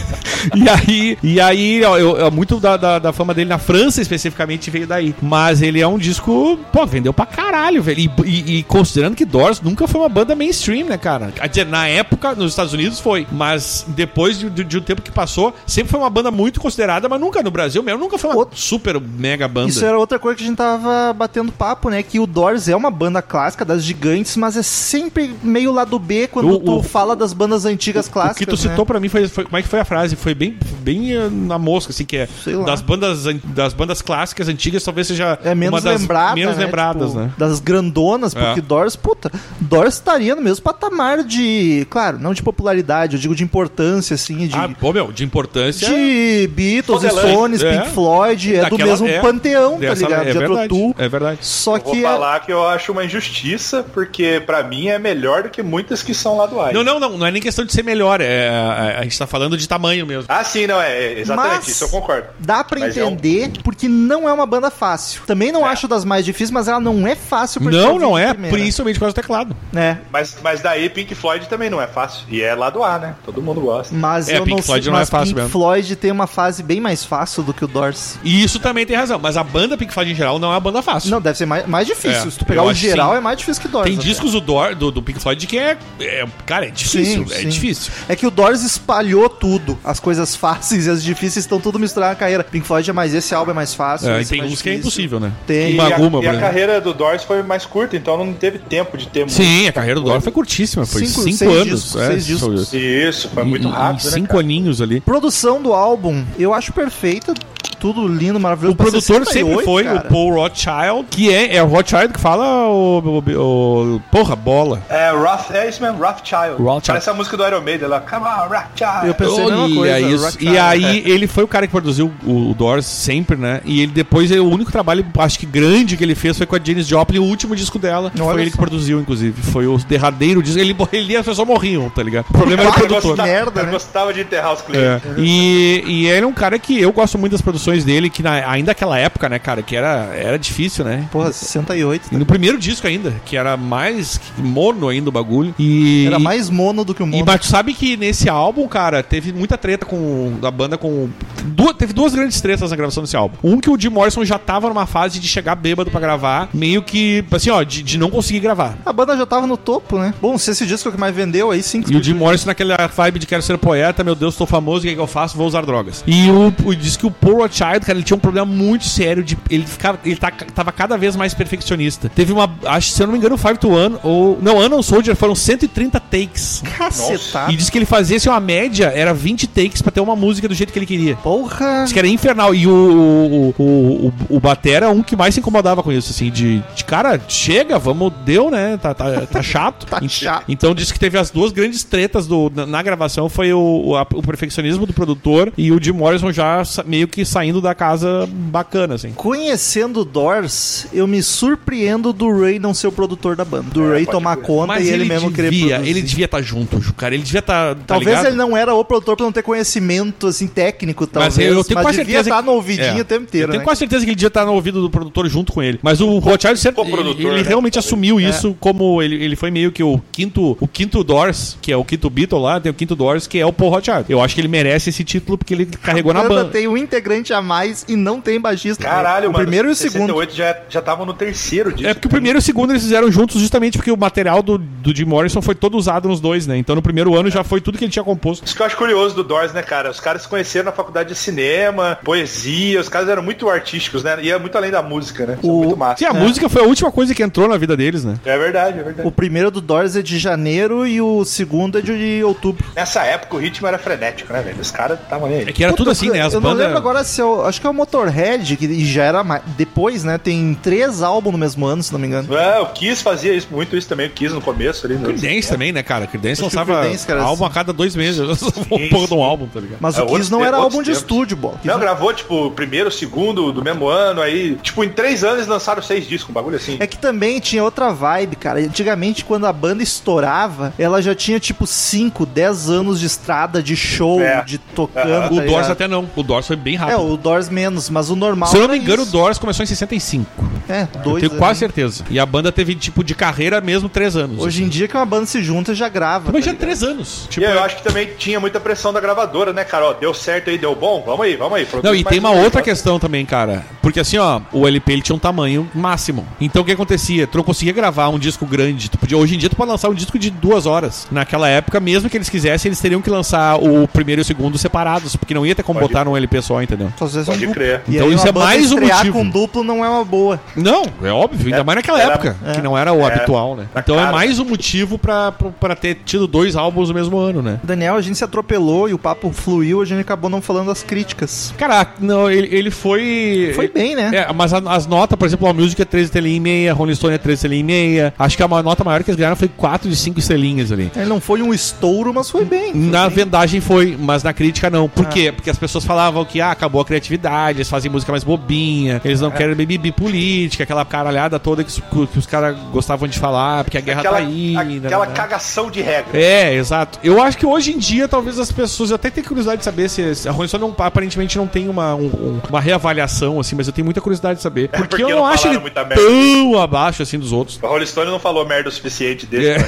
E aí, e aí ó, eu- eu- muito da, da, da fama dele na França especificamente veio daí. Mas ele é um disco, pô, vendeu pra caralho, velho. E, e- e considerando que Doors nunca foi uma banda mainstream, né, cara? Quer dizer, Na época, nos Estados Unidos foi. Mas depois de, de, de um tempo que passou, sempre foi uma banda muito considerada, mas nunca no Brasil mesmo, nunca foi uma Outro- super mega banda. Isso era outra coisa que a gente tava batendo papo, né? Que o Doors é uma banda clássica das gigantes, mas é sempre meio lado B quando O- tu o- fala das bandas antigas O que clássicas. né? tu citou pra mim foi, foi- Como é que foi a frase? Foi bem, bem eh, na mosca, assim, que é. Sei lá. Das bandas, an- das bandas clássicas antigas, talvez seja né? É menos uma das lembrada. menos né? lembradas, Tipo, né? Das grandonas, porque É. Doors, puta, Doors estaria no mesmo patamar de. Claro, não de popularidade, eu digo de importância, assim, de. Ah, pô, meu, de importância. de Beatles, e Fodelândia, Stones, é. Pink Floyd, é do daquela- mesmo é, panteão, tá dessa- ligado? É de verdade, Atrotu. é verdade. Só Eu vou que. é- falar que eu acho uma injustiça, porque pra mim é melhor do que muitas que são lá do Ai. Não, não, não, não é nem questão de ser melhor. é, a, a gente tá falando de tamanho mesmo. Ah, sim, não, é, é, exatamente, Mas- isso eu concordo. Dá pra Mas é um- É. entender, porque não é uma banda fácil. Também não acho das mais difíceis, mas ela não é fácil pra Não, ser não ouvida é, primeira. principalmente por causa do teclado. É. Mas, mas daí Pink Floyd também não é fácil. E é lá do A, né? Todo mundo gosta. Mas É, eu Pink não Floyd sei, não é mas fácil Pink mesmo. Floyd tem uma fase bem mais fácil do que o Doors. E isso também tem razão, mas a banda Pink Floyd em geral não é uma banda fácil. Não, deve ser mais, mais difícil. É, Se tu pegar eu o acho geral, sim. é mais difícil que o Doors. Tem até. discos do, Dor, do, do Pink Floyd que é, é- Cara, é difícil. Sim, é sim. difícil. É que o Doors espalhou tudo. As coisas fáceis e as difíceis estão tudo misturadas na carreira. Pink Floyd é mais esse álbum é mais fácil. É, e esse tem mais uns que é difícil. impossível, né? Tem. E, Uma a, goma, e a Bruno. carreira do Doors foi mais curta, então não teve tempo de ter Sim, a carreira do Dor foi curtíssima, foi Cinco- cinco, seis anos. é, discos, seis discos. muito. Isso, foi muito E- e rápido, né? cinco cara? aninhos ali. Produção do álbum, eu acho perfeita. Tudo lindo, maravilhoso. O Pra produtor 68, sempre foi cara. o Paul Rothschild, que é, é o Rothschild que fala o, o- o- porra, bola. É, Roth, é isso mesmo, Rothschild. Rothschild. Parece a música do Iron Maiden lá. Come on, Rothschild. Eu pensei a mesma coisa. é. Rock E Star. aí ele foi o cara que produziu o, o Doors sempre, né? E ele depois, ele- o único trabalho, acho que grande que ele fez foi com a Janis Joplin, o último disco dela. Olha foi ele só. que produziu, inclusive. Foi o derradeiro disco. Ele, ele e as pessoas morriam, tá ligado? O problema era o Claro, Eu produtor. Que gostava, merda, eu né? gostava de enterrar os clientes. É. Uhum. E, e ele é um cara que eu gosto muito das produções dele, que na- ainda naquela época, né, cara, que era, era difícil, né? Porra, 68. E no primeiro disco ainda, que era mais mono ainda o bagulho. E, Era mais mono do que o E, mono. mas tu sabe que nesse álbum, cara, teve muita treta com da banda com. Duas, teve duas grandes tretas na gravação desse álbum. Um que o Jim Morrison já tava numa fase de chegar bêbado pra gravar, meio que, assim, ó, de, de não conseguir gravar. A banda já tava no topo, né? Bom, se esse disco é o que mais vendeu, aí sim. E o Jim Morrison naquela vibe de quero ser poeta, meu Deus, tô famoso, o que, é que eu faço? Vou usar drogas. E o, o- diz que o Paul Rothschild, cara, ele tinha um problema muito sério de. Ele ficava. Ele tá- tava cada vez mais perfeccionista. Teve uma. Acho, se eu não me engano, Five to One ou. Não, Anna Soldier foram 130 takes. Cacetado. E diz que ele fazia assim, uma média, era 20 takes pra ter uma música do jeito que ele queria. Porra. Diz que era infernal. E o, o, o, o, o Batera é um que mais se incomodava com isso, assim, de, de cara, chega, vamos, deu, né? Tá, tá, tá chato. Tá Ent- chato. Então diz que teve as duas grandes tretas do, na, na gravação, foi o, o, a- o perfeccionismo do produtor e o Jim Morrison já sa- meio que saindo da casa bacana, assim. Conhecendo o Doors, eu me surpreendo do Ray não ser o produtor da banda. Do Ray É, pode tomar crer. conta e ele, mesmo querer devia, produzir. ele devia estar junto, cara. Ele devia estar. Tá, Talvez ligado? ele não era o produtor por não ter conhecimento assim técnico, talvez. Mas eu tenho quase devia certeza. estar que- no ouvidinho É. o tempo inteiro, Eu tenho né? quase certeza que ele devia estar no ouvido do produtor junto com ele. Mas o Rothschild, certo, coprodutor, ele, ele né? realmente É. assumiu isso como. Ele, ele foi meio que o quinto o quinto Doors, que é o quinto Beatle lá, tem o quinto Doors, que é o Paul Rothschild. Eu acho que ele merece esse título porque ele carregou na A banda banda. tem um integrante a mais e não tem baixista. Caralho, o mano. primeiro e o 68 segundo. já já estavam no terceiro disco. É porque o primeiro e o segundo eles fizeram juntos justamente porque o material do, do Jim Morrison foi todo usado nos dois, né? Então no primeiro ano já foi tudo que ele tinha composto. Isso que eu acho curioso do Doors, né, cara? Os caras se conheceram na faculdade de cinema, poesia, os caras eram muito artísticos, né? E é muito além da música, né? Isso é O- muito E massa. a música foi a última coisa que entrou na vida deles, né? É verdade, é verdade. O primeiro do Doors é de janeiro e o segundo é de outubro. Nessa época o ritmo era frenético, né, velho? Os caras estavam nem É aí. que era tudo assim, né? As eu não bandas. lembro agora se eu. Acho que é o Motorhead, que já era mais. Depois, né? Tem três álbuns no mesmo ano, se não me engano. É, o Kiss fazia isso, muito isso também, o Kiss no começo ali. né? Creedence também, né, cara? Creedence Acho que o lançava Creedence, cara, álbum a cada dois meses. Eu lançava um pouco de um álbum, tá ligado? Mas É, o Kiss outros não te- era outros álbum de tempos, estúdio, bola. Não, gravou, tipo, primeiro, segundo do mesmo ano, aí, tipo, em três anos lançaram seis discos, um bagulho assim. É que também tinha outra vibe, cara. Antigamente, quando a banda estourava, ela já tinha tipo 5, 10 anos de estrada, de show, É. de tocando. O tá Doors ligado? até não. O Doors foi bem É, rápido. o Doors menos, mas o normal. Se eu não era me engano, o isso. Doors começou em 65. É, dois. Tenho quase anos. certeza. E a banda teve, tipo, de carreira mesmo, três anos. Hoje em dia que uma banda se junta já grava. Mas tá já é três anos. Tipo, e eu acho que também tinha muita pressão da gravadora, né, cara? Ó, deu certo aí, deu bom, vamos aí, vamos aí. Não, produz e mais tem uma um, outra tá? questão também, cara. Porque assim, ó, o LP ele tinha um tamanho máximo. Então o que acontecia? Tu não conseguia gravar um disco grande. Tu podia, hoje em dia tu pode lançar um disco de duas horas. Naquela época, mesmo que eles quisessem, eles teriam que lançar o primeiro e o segundo separados, porque não ia ter como Pode- botar num LP só, entendeu? Só se fosse Pode um duplo. crer. E Então aí isso uma é banda mais um estrear motivo. com duplo não é uma boa. Não, é óbvio, ainda É, mais naquela era- época, é. que não era o É, habitual, né? tá Então é caro. mais um motivo pra, pra, pra ter tido dois álbuns no mesmo ano, né? Daniel, a gente se atropelou e o papo fluiu, a gente acabou não falando das críticas. Cara, não, ele, ele foi. Foi bem, né? É, mas a- as notas, por exemplo, a Music é 3 estrelinhas e meia, Rolling Stone é 3 estrelinhas e meia. Acho que a ma- nota maior que eles ganharam foi 4 de 5 estrelinhas ali. Ele não foi um estouro, mas foi bem. Foi Na bem. vendagem foi, mas na crítica não. Ah. Por quê? Porque as pessoas falavam que ah, acabou a criatividade, eles fazem música mais bobinha, eles É. não querem BBB política, aquela caralhada toda que, os- que os caras gostavam de falar, porque a guerra Aquela, tá aí. aquela né? cagação de regra. É, exato. Eu acho que hoje em dia, talvez as pessoas. Eu até tenho curiosidade de saber se. se a Rolling Stone não, aparentemente não tem uma, um- um- uma reavaliação, assim, mas eu tenho muita curiosidade de saber. É, Porque, porque eu não não acho falaram ele muita merda. tão abaixo, assim, dos outros. O Rolling Stone não falou merda o suficiente dele É. pra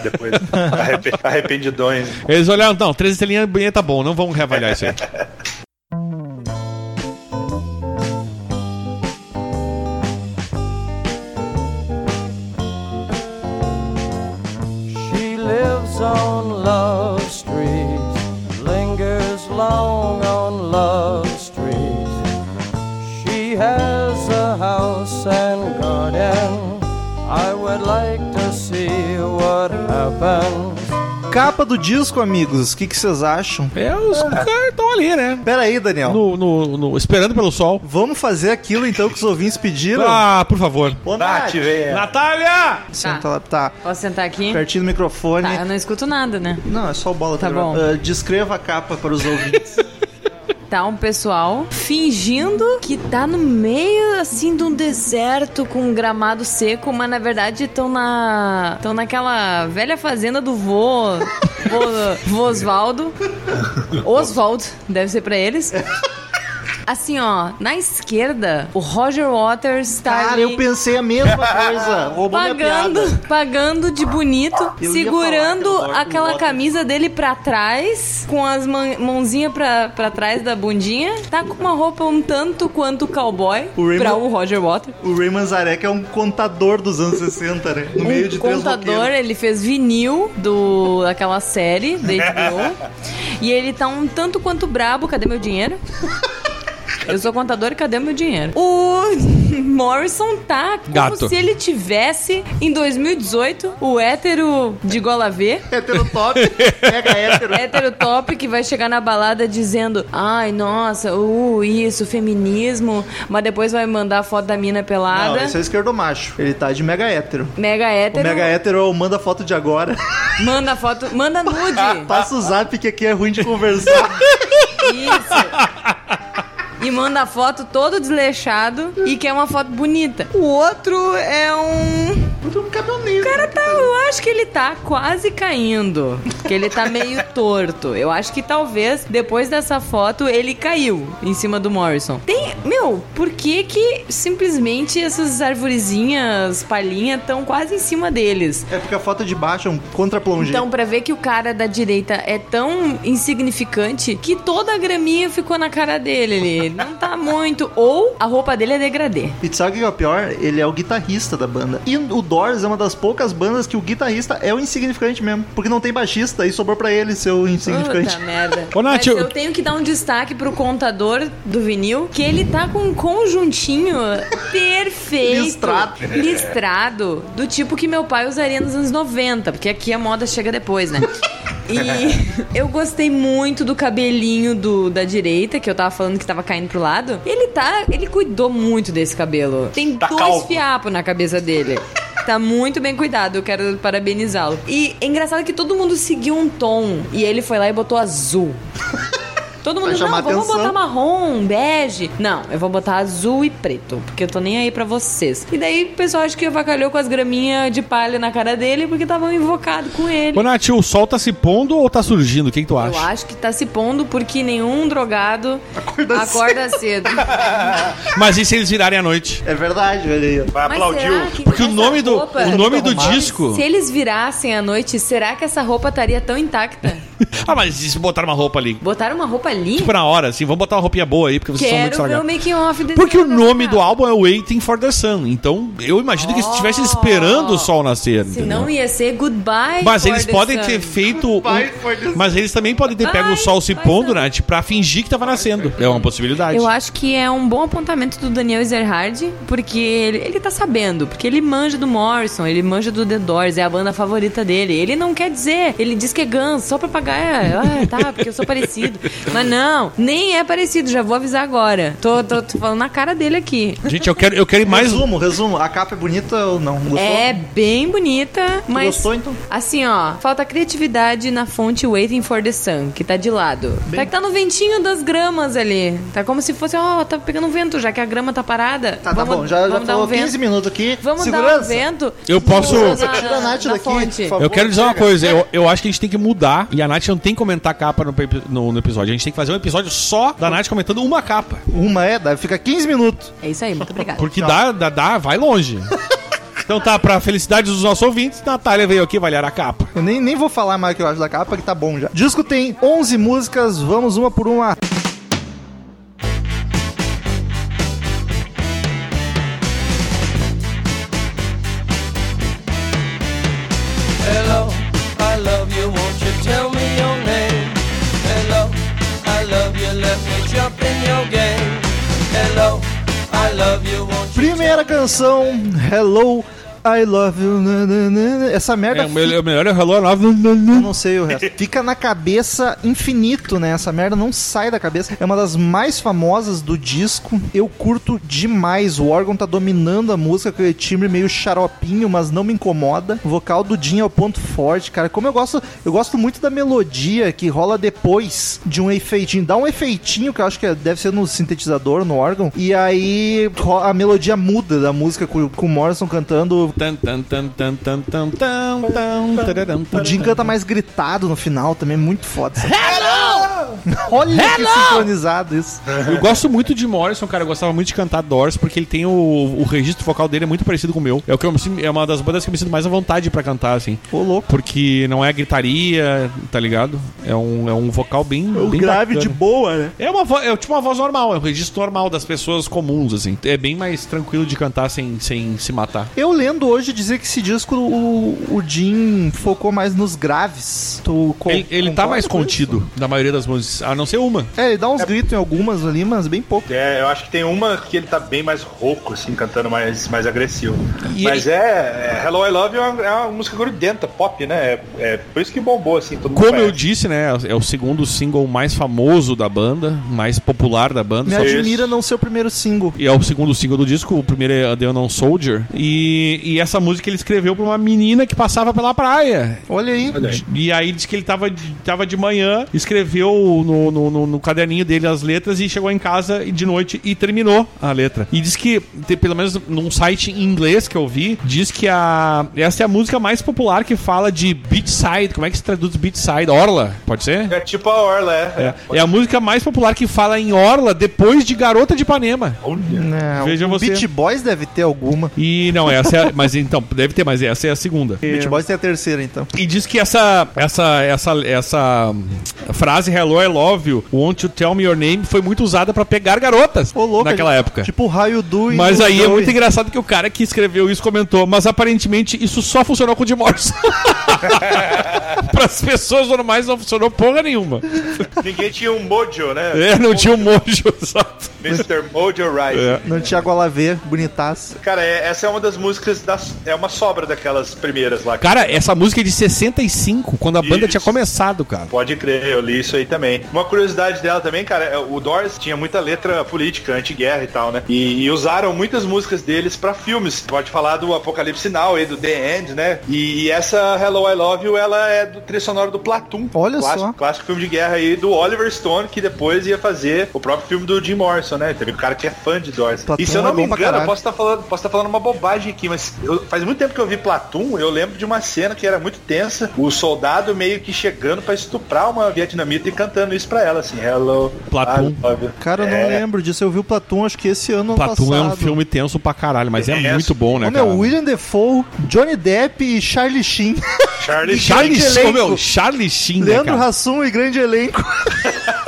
depois. Arrepe- Arrependidões. Eles olharam, não, três estrelinhas bem tá bom, não vamos reavaliar isso aí. She lives on Love Street, lingers long on Love Street. She has a house and garden. I would like to see what happens. Capa do disco, amigos, o que que vocês acham? é, os caras estão ali, né? Pera aí, Daniel. No, no- no- esperando pelo sol. Vamos fazer aquilo então que os ouvintes pediram? Ah, por favor. Ô, Nath, Nath, vem. É. Natália! senta lá, tá. Posso sentar aqui? Pertinho do microfone. Tá, eu não escuto nada, né? Não, é só o bola. Tá bom. Ah, descreva a capa para os ouvintes. Tá um pessoal fingindo que tá no meio, assim, de um deserto com um gramado seco, mas na verdade estão na... estão naquela velha fazenda do vô... vô... vô Osvaldo. Oswald, deve ser pra eles. Assim, ó, na esquerda, o Roger Waters tá Cara, ali... eu pensei a mesma coisa. Roubou minha Pagando, piada. Ah, pagando de bonito, Eu ia segurando falar que eu gosto aquela do camisa dele pra trás, com as man- mãozinhas pra, pra trás da bundinha. Tá com uma roupa um tanto quanto cowboy O Raymond- pra o Roger Water. O Ray Manzarek é um contador dos anos 60, né? No meio de um contador, três ele fez vinil do, daquela série da HBO. e ele tá um tanto quanto brabo. Cadê meu dinheiro? Eu sou contador, cadê meu dinheiro? O Morrison tá como Gato. se ele tivesse, em 2018, o hétero de gola V, Hétero top, mega hétero. hétero top, que vai chegar na balada dizendo ai, nossa, uh, isso, feminismo, mas depois vai mandar a foto da mina Não, pelada. esse é o esquerdo macho. Ele tá de mega hétero. Mega O hétero, mega hétero é o manda foto de agora. manda foto, manda nude. Passa o zap que aqui é ruim de conversar. Isso. E manda a foto todo desleixado e quer uma foto bonita. O outro é um. um caminhoneiro. O cara tá. Eu acho que ele tá quase caindo. Que ele tá meio torto. Eu acho que talvez depois dessa foto ele caiu em cima do Morrison. Tem. Meu, por que que simplesmente essas arvorezinhas, palhinhas, estão quase em cima deles? É porque a foto de baixo é um contraplonge. Então, pra ver que o cara da direita é tão insignificante que toda a graminha ficou na cara dele. Ele não tá muito. Ou a roupa dele é degradê. E tu sabe o que é o pior? Ele é o guitarrista da banda. E o Doors é uma das poucas bandas que o guitarrista é o insignificante mesmo. Porque não tem baixista e sobrou pra ele ser o insignificante. Puta merda. Ô, Nath, Mas eu- eu tenho que dar um destaque pro contador do vinil, que ele tá com um conjuntinho perfeito. Listrado. Listrado, do tipo que meu pai usaria nos anos 90, porque aqui a moda chega depois, né? E eu gostei muito do cabelinho do, da direita, que eu tava falando que tava caindo pro lado. Ele tá. Ele cuidou muito desse cabelo. Tem Tá dois calvo. fiapos na cabeça dele. Tá muito bem cuidado, eu quero parabenizá-lo. E é engraçado que todo mundo seguiu um tom e ele foi lá e botou azul. Todo Vai mundo, não, chamar vamos atenção." botar marrom, bege. Não, eu vou botar azul e preto, porque eu tô nem aí pra vocês. E daí o pessoal acho que avacalhou com as graminhas de palha na cara dele, porque estavam invocados com ele. Ô, Nath, o sol tá se pondo ou tá surgindo? O que, que tu Eu acha? acho que tá se pondo porque nenhum drogado acorda, cedo. Mas e se eles virarem à noite? É verdade, velho. aí, ó. Vai Mas aplaudir será o- que Porque o essa nome do, roupa- o nome do arrumado. disco. Se eles virassem à noite, será que essa roupa estaria tão intacta? Ah, mas e se botar uma roupa ali? Botaram uma roupa Tipo limpa? na hora, assim, vamos botar uma roupinha boa aí, porque vocês são muito Quero ver o estragados. making off desse Porque o negócio, nome do cara. álbum é Waiting for the Sun. Então, eu imagino que eles estivessem esperando o sol nascer. Oh, Se entendeu? não ia ser goodbye. Mas for eles the podem sun. ter feito. um- Vai, foi desse- Mas eles também podem ter pego Vai, o sol se vai, pondo, vai. Nath, pra fingir que tava nascendo. É uma possibilidade. Eu acho que é um bom apontamento do Daniel Ezerhard, porque ele, ele tá sabendo, porque ele manja do Morrison, ele manja do The Doors, é a banda favorita dele. Ele não quer dizer, ele diz que é Guns, só pra pagar, é, ah, tá, porque eu sou parecido. Mas não, nem é parecido, já vou avisar agora. Tô, tô, tô falando na cara dele aqui. Gente, eu quero, eu quero ir mais um. Resumo, resumo. A capa é bonita ou não? Gostou? É bem bonita, mas. gostou, então? Assim, ó, falta criatividade na fonte Waiting for the Sun, que tá de lado. Tá que tá no ventinho das gramas ali. Tá como se fosse, ó, tá pegando vento, já que a grama tá parada. Tá, tá bom. Já, já vamos dar falou um 15 vento. minutos aqui. Vamos dar um Segurança. vento. Eu posso- Segurança, Tira a Nath na daqui, fonte. por favor. Eu quero dizer uma chega. coisa, eu, eu acho que a gente tem que mudar, e a Nath não tem que comentar capa no, pe- no- no episódio. A gente tem que fazer um episódio só da Nath comentando uma capa. Uma é, daí fica 15 minutos. É isso aí, muito obrigada. Porque dá, dá, dá, vai longe. Então tá, pra felicidade dos nossos ouvintes, Natália veio aqui avaliar a capa. Eu nem, nem vou falar mais o que eu acho da capa, que tá bom já. Disco tem 11 músicas, vamos uma por uma. Hello, I love you, won't you tell me your name? Hello, I love you, let me jump in your game. Hello, I love you, won't you? Primeira canção, Hello, I Love You. na, na, na, na. Essa merda. É, o melhor, o melhor é o relógio nove. Eu não sei o resto. Fica na cabeça infinito, né? Essa merda não sai da cabeça. É uma das mais famosas do disco. Eu curto demais. O órgão tá dominando a música com aquele timbre meio xaropinho, mas não me incomoda. O vocal do Jim é o ponto forte, cara. Como eu gosto, eu gosto muito da melodia que rola depois de um efeitinho. Dá um efeitinho que eu acho que é- deve ser no sintetizador, no órgão. E aí ro- a melodia muda da música com, com o Morrison cantando Tan, tan, tan, tan, tan, tan, tan, tan, tararam, o Jim tararam. canta mais gritado no final também, é muito foda. Hello! Olha que sincronizado isso. Eu gosto muito de Morrison, cara. Eu gostava muito de cantar Doors, porque ele tem o, o registro vocal dele é muito parecido com o meu. É, o que eu me sinto- é uma das bandas que eu me sinto mais à vontade pra cantar, assim. Ô, louco. Porque não é gritaria, tá ligado? É um, é um vocal bem. O bem grave de bacana. boa, né? É uma voz, é tipo uma voz normal, é um registro normal das pessoas comuns, assim. É bem mais tranquilo de cantar sem, sem se matar. Eu lendo hoje dizer que esse disco o, o Jim focou mais nos graves. Tu co- ele ele tá concorda mais com isso? contido na maioria das músicas, a não ser uma. É, ele dá uns gritos em algumas ali, mas bem pouco. É, eu acho que tem uma que ele tá bem mais rouco, assim, cantando mais, mais agressivo. E Mas é, é, Hello I Love You é uma, é uma música grudenta, pop, né? É, é por isso que bombou, assim, todo mundo Como eu conhece. disse, né? É o segundo single mais famoso da banda, mais popular da banda. Me só- admira não ser o primeiro single. E é o segundo single do disco, o primeiro é The Unknown Soldier. E, e essa música ele escreveu pra uma menina que passava pela praia. Olha aí. Olha aí. E aí diz que ele tava de, tava de manhã, escreveu no, no, no- no caderninho dele as letras e chegou em casa e de noite e terminou a letra. E diz que, te- pelo menos num site em inglês que eu vi, diz que a, essa é a música mais popular que fala de beachside. Como é que se traduz beachside? Orla? Pode ser? É tipo a Orla, é. É, é a música mais popular que fala em Orla depois de Garota de Ipanema. Olha. Não, Veja É, o você. Beat Boys deve ter alguma. E não, essa é. a- Mas então, deve ter, mas essa é a segunda. Beat Boys tem a terceira, então. E diz que essa, essa, essa, essa hum, frase Hello, I love you, won't you tell me your name, foi muito usada pra pegar garotas Ô, louco. naquela gente. época. Tipo o Raio do e mas o aí é Joey. muito engraçado que o cara que escreveu isso comentou, mas aparentemente isso só funcionou com o Jim Morrison. Pras pessoas normais não funcionou porra nenhuma. Ninguém tinha um mojo, né? É, não tinha um mojo, exato. Mr. Mojo Rising. É. Não tinha gola V, bonitaça. Cara, é- essa é uma das músicas, das, é uma sobra daquelas primeiras lá. Cara, essa música é de 65, quando a banda Isso. tinha começado, cara. Pode crer, eu li isso aí também. Uma curiosidade dela também, cara, é, o Doors tinha muita letra política, anti-guerra e tal, né? E, e usaram muitas músicas deles pra filmes. Pode falar do Apocalipse Now e do The End, né? E, e essa Hello I Love You, ela é do trilha sonora do Platoon. Olha clássico, só. Clássico filme de guerra aí do Oliver Stone, que depois ia fazer o próprio filme do Jim Morrison, né? Teve um cara que é fã de Doors. Platoon e se eu é não me bom pra engano, eu caralho. posso estar falando, posso tá falando uma bobagem aqui, mas eu- faz muito tempo que eu vi Platoon, eu lembro de uma cena que era muito tensa, o soldado meio que chegando pra estuprar uma vietnamita e cantando isso pra ela, assim, hello. Platoon. I love you. Cara, eu não É. lembro disso. Eu vi o Platum, acho que esse ano, ano Platum é passado. um filme tenso pra caralho, mas é, É, muito bom, né, Ô, meu, cara? William Defoe, Johnny Depp e Charlie Sheen. Charlie Charlie grande Sheen, ô, elenco. meu, Charlie Sheen, né, Leandro cara? Hassum e grande elenco.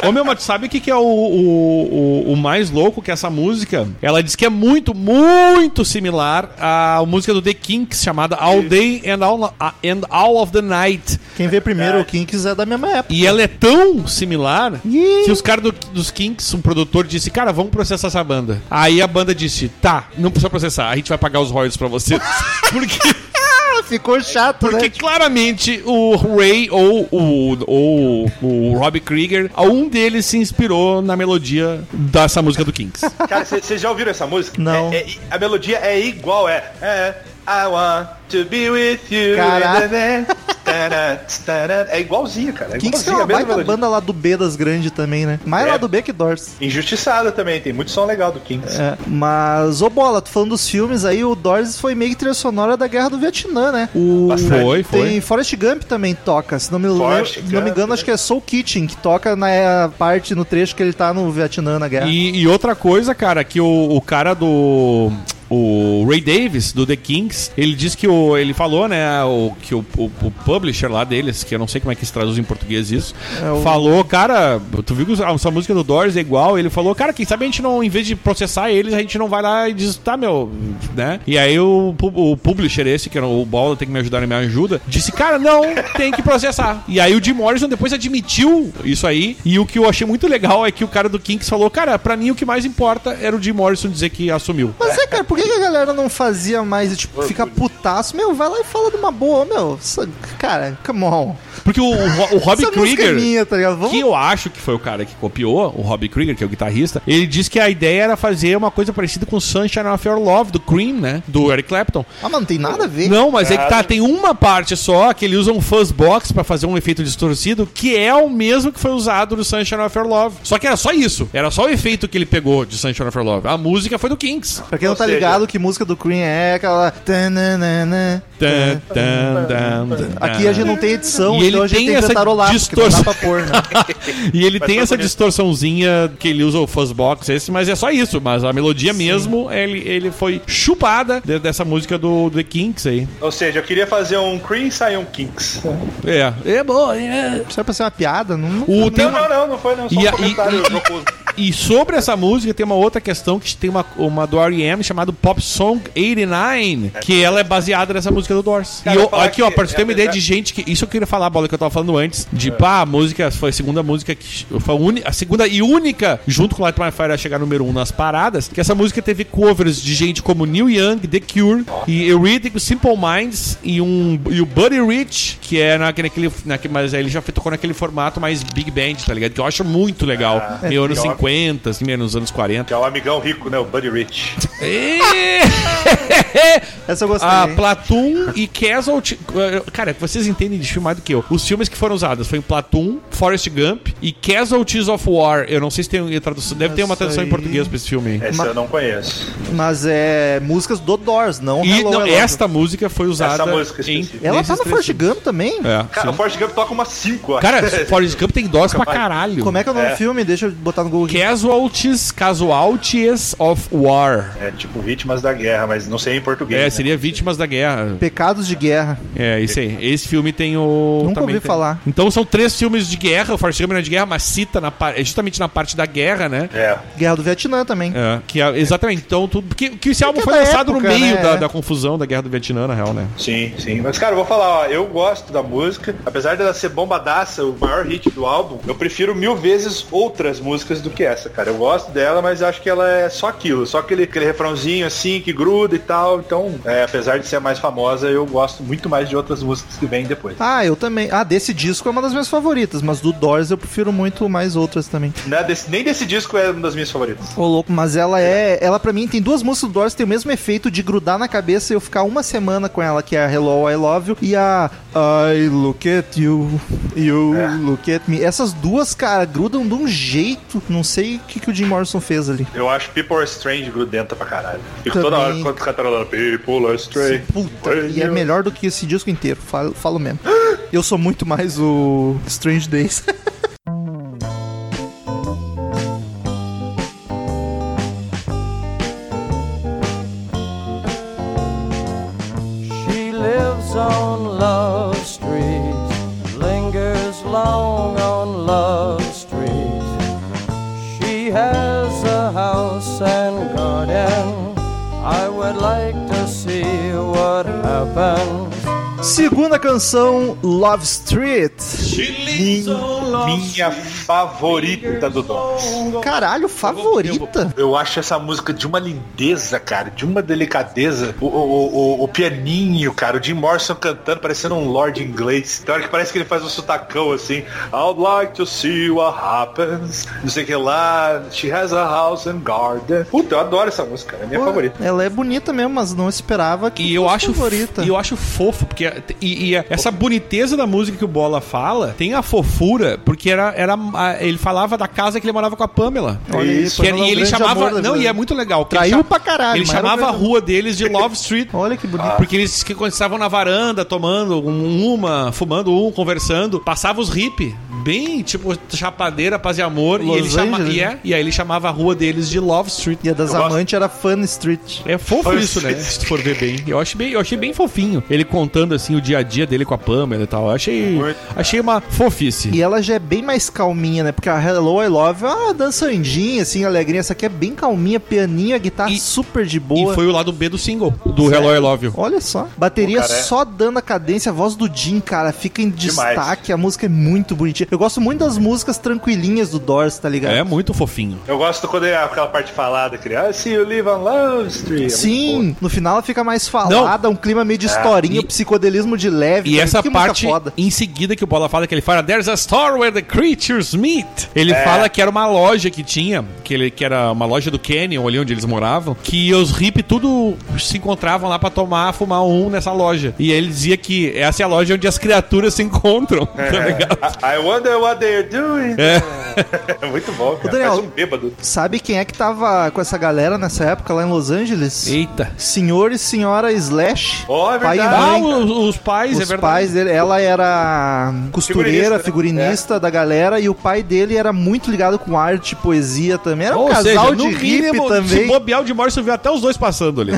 Ô, meu, mas tu sabe o que, que é o, o, o- o mais louco que essa música? Ela diz que é muito, muito similar à música do The Kinks, chamada All Day and All, ah, and All of the Night. Quem vê primeiro o Kinks é da mesma época. E ela é tão similar que os caras do- dos Kinks, um produtor, disse: Cara, vamos processar essa banda. Aí a banda disse: Tá, não precisa processar, a gente vai pagar os royalties pra vocês. Porque. Ah, Ficou chato, Porque né? claramente o Ray ou o, ou o Rob Krieger, um deles se inspirou na melodia dessa música do Kinks. Cara, vocês já ouviram essa música? Não. É- é- a melodia é igual, é. é, I want to be with you. Caraca. Tará, tará. É igualzinho, cara. É Kinks é igualzinho, uma a mesma baita melodia. banda lá do B das grandes também, né? Mais É. lá do B que Doors. Injustiçada também, tem muito som legal do Kings. É, mas, ô bola, tu falando dos filmes aí, o Doors foi meio que trilha sonora da Guerra do Vietnã, né? O Bastante. Foi, Tem foi. Forrest Gump também toca, se não me, lembro, Forrest se não me Gump, engano, né? acho que é Soul Kitchen, que toca na eh, parte, no trecho que ele tá no Vietnã na guerra. E, e outra coisa, cara, que o, o cara do. O Ray Davis, do The Kinks, ele disse que o. Ele falou, né? O, que o, o- o publisher lá deles, que eu não sei como é que se traduz em português isso, É, o- falou, cara, tu viu que os- essa música do Doors é igual? Ele falou, cara, quem sabe a gente não, em vez de processar eles, a gente não vai lá e diz, tá, meu, né? E aí o, pu- o publisher esse, que era o Bola, tem que me ajudar, me ajuda, disse, cara, não, tem que processar. E aí o Jim Morrison depois admitiu isso aí, e o que eu achei muito legal é que o cara do Kinks falou, cara, pra mim o que mais importa era o Jim Morrison dizer que assumiu. Mas é, cara, por que, que a galera não fazia mais e, tipo, fica putaço? Meu, vai lá e fala de uma boa, meu. Isso- Cara, come on. Porque o, o, Ro- o Rob Essa música é Krieger... minha, tá ligado? Vamos Que eu acho que foi o cara que copiou, o Rob Krieger, que é o guitarrista. Ele disse que a ideia era fazer uma coisa parecida com Sunshine of Your Love, do Cream, né? Do Eric Clapton. Ah, mas não tem nada a ver. Não, mas é que tá, tem uma parte só que ele usa um fuzz box pra fazer um efeito distorcido, que é o mesmo que foi usado no Sunshine of Your Love. Só que era só isso. Era só o efeito que ele pegou de Sunshine of Your Love. A música foi do Kings. Pra quem não Ou tá seja- ligado, que música do Cream é aquela. Tananana. Tan, tan, tan, tan. Aqui é- a gente não tem edição, Ah. E ele então a gente tem tem que essa tentar rolar, porque não dá distorção. pra pôr, né? E ele tem foi essa bonito. distorçãozinha que ele usa o fuzzbox esse, mas é só isso. Mas a melodia mesmo, ele, ele foi chupada de- dessa música do The Kinks aí. Ou seja, eu queria fazer um Cream e sair um Kings. É. É bom, é. Será pra ser uma piada? Não, não- O, tem Não, uma- não, não, não foi não. Só E um a- e- comentário e- jocoso. E sobre essa música tem uma outra questão que tem uma, uma do R.E.M. chamada Pop Song 89, que ela é baseada nessa música do Doors. Cara, e eu- eu falar aqui, ó, que- pra você ter uma é ideia de verdade. gente que... Isso eu queria falar, Bola, que eu tava falando antes, de pá, a música foi a segunda música que... Foi a, uni- a segunda e única, junto com Light My Fire, a chegar número um nas paradas, que essa música teve covers de gente como Neil Young, The Cure, e Eurythmics, Simple Minds, e, um, e o Buddy Rich, que é naquele... naquele, naquele mas aí ele já tocou naquele formato mais big band, tá ligado? Que eu acho muito legal. É, meio anos pior. 50, assim, meio nos anos 40. Que é o amigão rico, né? O Buddy Rich. Essa eu gostei. Ah, hein? Platoon e Casualty. Cara, vocês entendem de filme mais do que eu. Os filmes que foram usados foi Platoon, Forrest Gump e Casualties of War. Eu não sei se tem tradução. Deve ter uma Essa tradução aí. É, em português pra esse filme aí. Essa Ma- eu não conheço. Mas é músicas do Doors, não E Hello, não, Hello. esta música foi usada. música em específica. Ela tá nesses no três Forte filmes. Gump também? É, Cara, o sim. Forrest Gump toca umas 5, acho. Cara, Forrest Gump tem dose pra caralho. Como é que é o nome do filme? Deixa eu botar no Google. é- aqui. Casualties, Casualties of War. É tipo Vítimas da Guerra, mas não sei em português. É, né? seria Vítimas da Guerra. Pecados de Guerra. É, isso aí. Esse filme tem o. Nunca também ouvi tem- falar. Então são três filmes de guerra. O Forrest Gump não é de guerra, mas cita na par... é justamente na parte da guerra, né? É. Guerra do Vietnã também. É, que é- exatamente. Então, tudo. Que, que esse álbum é foi da lançado época, no meio né? da, da confusão da guerra do Vietnã, na real, né? Sim, sim. Mas, cara, eu vou falar, ó, eu gosto da música. Apesar dela ser bombadaça, o maior hit do álbum, eu prefiro mil vezes outras músicas do que essa, cara. Eu gosto dela, mas acho que ela é só aquilo, só aquele, aquele refrãozinho assim que gruda e tal. Então, é, apesar de ser a mais famosa, eu gosto muito mais de outras músicas que vêm depois. Ah, eu também. Ah, desse disco é uma das minhas favoritas, mas Mas do Doors eu prefiro muito mais outras também. Né, desse- nem desse disco é uma das minhas favoritas. Ô, louco, mas ela é. Ela pra mim tem duas músicas do Doors que tem o mesmo efeito de grudar na cabeça e eu ficar uma semana com ela, que é a Hello, I Love You e a I Look at You, You Look at Me. Essas duas, cara, grudam de um jeito. Não sei o que, que o Jim Morrison fez ali. Eu acho People Are Strange grudenta pra caralho. Fico toda hora Também. quando cantarolando People Are Strange. Puta, e é melhor do que esse disco inteiro, falo, falo mesmo. Eu sou muito mais o Strange Days. She lives on Love Street, lingers long on Love Street. She has a house and garden. I would like to see what happens. Segunda canção, Love Street. Minha favorita do Dogs. Caralho, favorita. Eu acho essa música de uma lindeza, cara, de uma delicadeza. O, o, o, o pianinho, cara, o Jim Morrison cantando, parecendo um Lord inglês. Tem hora que parece que ele faz um sotacão assim. I'd like to see what happens. Não sei o que lá. She has a house and garden. Puta, eu adoro essa música, é minha Pô, favorita. Ela é bonita mesmo, mas não esperava que E eu fosse acho favorita. E eu acho fofo, porque é, e, e essa boniteza da música que o Bola fala tem a fofura, porque era, era a- ele falava da casa que ele morava com a Pamela. Olha aí, Que Pamela é era- e um ele grande amor chamava. da Não, vida. e é muito legal. porque Traiu ele cha- pra caralho, Ele mas era um chamava a grande rua deles de Love Street. Olha que bonito. Porque eles que- quando estavam na varanda, tomando um- uma, fumando um, conversando, passava os hip, bem tipo chapadeira, paz e amor, Los e, ele chama- Angeles, e, é- né? e aí ele chamava a rua deles de Love Street. E a das Eu gosto. amantes era Fun Street. É fofo Foi isso, né? feito. Se tu for ver bem. Eu achei bem, eu achei bem fofinho. Ele contando assim o dia a dia dele com a Pamela e tal. Eu achei, Muito. achei uma fofice. E ela já é bem mais calminha, né? Porque a Hello I Love é uma dançandinha, assim, alegrinha. Essa aqui é bem calminha, pianinho, a guitarra E- super de E boa. foi o lado B do single, do Hello I Love You. Olha só. Bateria Pô, cara, é- só dando a cadência, a voz do Jim, cara, fica em Demais. destaque. A música é muito bonitinha. Eu gosto muito das músicas tranquilinhas do Doors, tá ligado? É muito fofinho. Eu gosto quando é aquela parte falada, que ele, ah, see you live on Love Street. É muito Sim, no final ela fica mais falada, um clima meio de historinha, e- psicodelismo de leve. E cara, essa que música parte, foda. em seguida que o Bola fala, que ele fala There's a store where the creatures meet. Ele É. fala que era uma loja que tinha, que, ele, que era uma loja do Canyon, ali onde eles moravam, que os hippies tudo se encontravam lá pra tomar, fumar um nessa loja. E ele dizia que essa é a loja onde as criaturas se encontram, É. tá ligado? bom. I I wonder what they're doing. É. É muito bom, cara. Daniel- Faz um bêbado. Sabe quem é que tava com essa galera nessa época lá em Los Angeles? Eita. Senhor e senhora Slash. Ó, é pai e verdade. Ah, mãe. os, os pais, é Os verdade. pais dele, ela era costureira, Figurinista, né? figurinista da galera, e o pai dele era muito ligado com arte, poesia também. Era um Ou casal seja, de no hippie mínimo, se também. bobear o de Morrison, viu até os dois passando ali.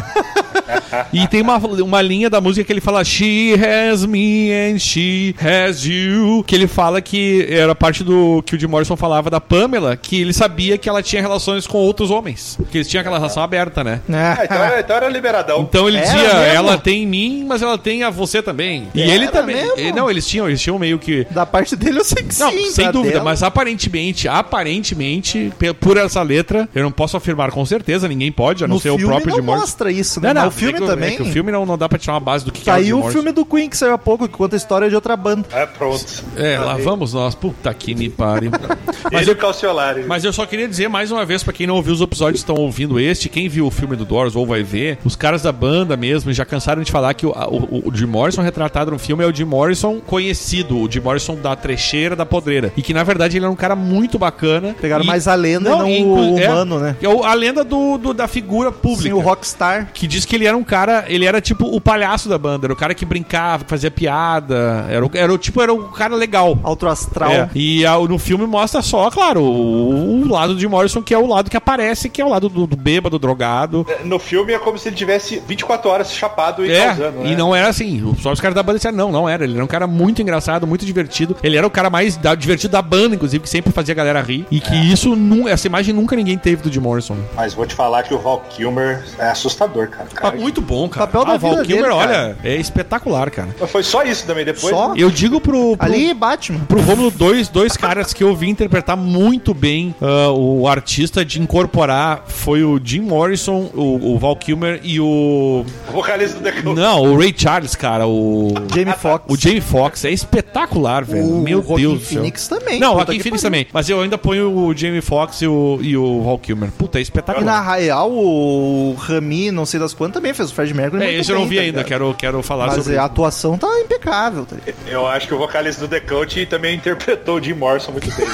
e tem uma, uma linha da música que ele fala She has me and she has you Que ele fala que era parte do que o Jim Morrison falava da Pamela Que ele sabia que ela tinha relações com outros homens Que eles tinham aquela relação aberta, né? É. Ah, então, era- então era liberadão. Então ele Era dizia, mesmo? ela tem em mim, mas ela tem a você também E Era ele também mesmo? e- Não, eles tinham, eles tinham meio que Da parte dele eu sei que não, sim. sem da dúvida, dela- mas aparentemente, aparentemente, pe- por essa letra, eu não posso afirmar com certeza, ninguém pode, a não no ser filme o próprio não de Morrison. mostra isso, né? Mas o mas filme é que, também. É que o filme não, não dá pra tirar uma base do que, que Tá aí é o Jim filme do Queen que saiu há pouco, que conta a história de outra banda. É, pronto. É, Tá lá vamos nós. Puta que me pariu. Mas mas, Ele e eu, o Calciolari. mas eu só queria dizer mais uma vez, pra quem não ouviu os episódios, estão ouvindo este, quem viu o filme do Doors ou vai ver, os caras da banda mesmo já cansaram de falar que o, a- o, o Jim Morrison retratado no filme é o Jim Morrison conhecido, o Jim Morrison da trecheira, da podreira. E que, na verdade, ele era um cara muito bacana. Pegaram E- mais a lenda e não inclu- o é, humano, né? É o- a lenda do, do- da figura pública. Sim, o Rockstar. Que diz que ele era um cara, ele era tipo o palhaço da banda, era o cara que brincava, que fazia piada, era o, era o tipo, era o cara legal. Altro Astral. É, E a- no filme mostra só, claro, o, o lado de Morrison, que é o lado que aparece, que é o lado do, do bêbado, drogado. No filme é como se ele tivesse 24 horas chapado e tá É, causando, né? e não era assim. Só os caras da banda disseram, não, não era. Ele era um cara muito engraçado, muito divertido. Ele era o cara mais da- divertido da banda, inclusive, que sempre fazia a galera rir. E que isso, nu- essa imagem nunca ninguém teve do Jim Morrison. Mas vou te falar que o Val Kilmer é assustador, cara. O Pra cara Tá muito bom, cara. Papel da Ah, o Val vida dele, Kilmer, cara. olha, é espetacular, cara. Mas Foi só isso também, depois. Só? Eu digo pro. pro Ali, Batman. Pro Romulo, dois, dois caras que eu vi interpretar muito bem ah, o artista de incorporar foi o Jim Morrison, o, o Val Kilmer e o. O vocalista do The Cult. Não, o Ray Charles, cara. O. Jamie Foxx. Ah, tá. O Jamie Foxx é espetacular, velho. O Meu Joaquin Deus do céu. Phoenix também, Não, o puta Joaquin que Phoenix pariu. também. Mas eu ainda ponho o Jamie Foxx e o, e o Val Kilmer. Puta, é E espetacular. na Real, o Rami, não sei das quantas, também fez o Fred Mercury. É, muito esse eu não bem, vi tá ainda, ligado? quero, quero falar Mas sobre a isso. atuação tá impecável, tá ligado? Eu acho que o vocalista do The Cult também interpretou o Jim Morrison muito bem.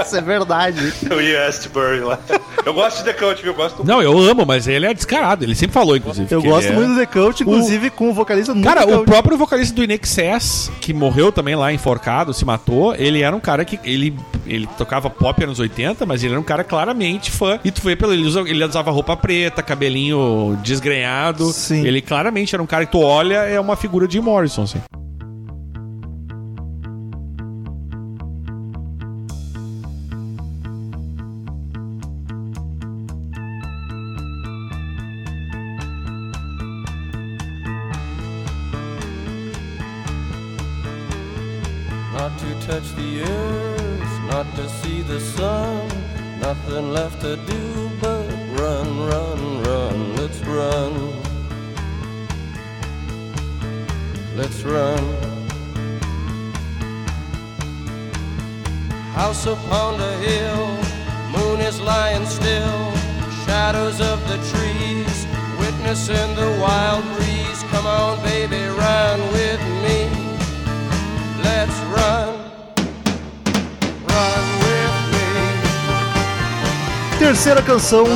Isso é verdade. o Ian Astbury lá. Eu gosto de The Cult, viu? Eu gosto Não, eu amo, mas ele é descarado. Ele sempre falou, inclusive. Eu que gosto ele é- muito do The Cult, inclusive com o vocalista no Cara, The o Cult. próprio vocalista do Inexcess, que morreu também lá enforcado, se matou, ele era um cara que ele, ele tocava pop anos 80, mas ele era um cara claramente fã. E tu vê pelo ele, usa- ele usava roupa preta, cabelinho desgrenhado. Sim. Ele claramente era um cara que tu olha é uma figura de Morrison, assim. Not to touch the earth, not to see the sun. Nothing left to do but run, run, run. Let's run. Let's run. House upon the hill, moon is lying still. Shadows of the trees, witnessing the wild breeze. Come on, baby, run with me. Let's run. Run with me. Terceira canção,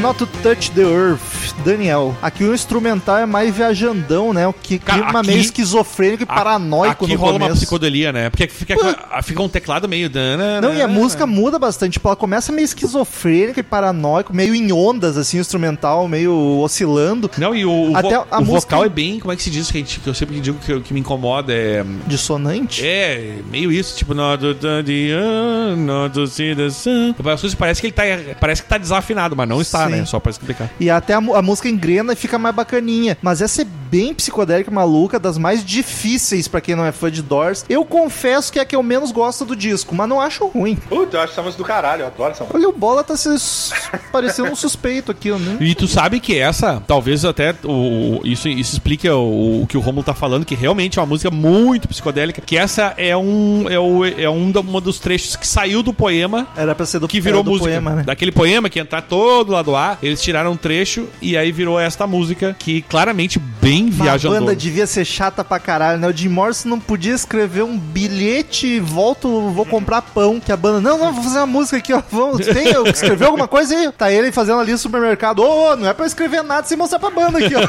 Not to Touch the Earth, Daniel. Aqui o instrumental é mais viajandão, né? O que Cara, clima aqui- meio esquizofrênico e paranoico Aqui no rola uma começo. psicodelia, né? Porque fica, fica um teclado meio... né, Não, e a música muda bastante. Tipo, ela começa meio esquizofrênica e paranoico, meio em ondas, assim, o instrumental, meio oscilando. Não, e o, o Até vo- a o música- vocal é bem... Como é que se diz que, a gente- que eu sempre digo que, que me incomoda? É... Dissonante. É, meio isso, tipo, not to turn the on, not to see the sun. As coisas parece que ele tá. Parece que tá desafinado, mas não está, Sim. né? Só pra explicar. E até a, mu- a música engrena e fica mais bacaninha. Mas essa é bem psicodélica, maluca, das mais difíceis pra quem não é fã de Doors. Eu confesso que é a que eu menos gosto do disco, mas não acho ruim. de. Puta, eu acho essa música do caralho, eu adoro essa música. Olha, o Bola tá se s- parecendo um suspeito aqui, né? E tu sabe que essa, talvez até o, o- isso, isso explica o, o que o Romulo tá falando, que realmente é uma música muito psicodélica, que essa é um é, o, é um, da, uma dos trechos que saiu do poema Era pra ser do, que virou era do música. poema, né? Daquele poema que ia entrar todo lá do ar, eles tiraram um trecho e aí virou esta música que claramente bem A viajandona. banda devia ser chata pra caralho, né? O Jim Morrison não podia escrever um bilhete e volto, vou comprar pão. Que a banda, não, não, vou fazer uma música aqui, ó. Vamos, tem, eu escrevi alguma coisa aí. Tá ele fazendo ali no supermercado. Ô, ô, não é pra escrever nada sem mostrar pra banda aqui, ó.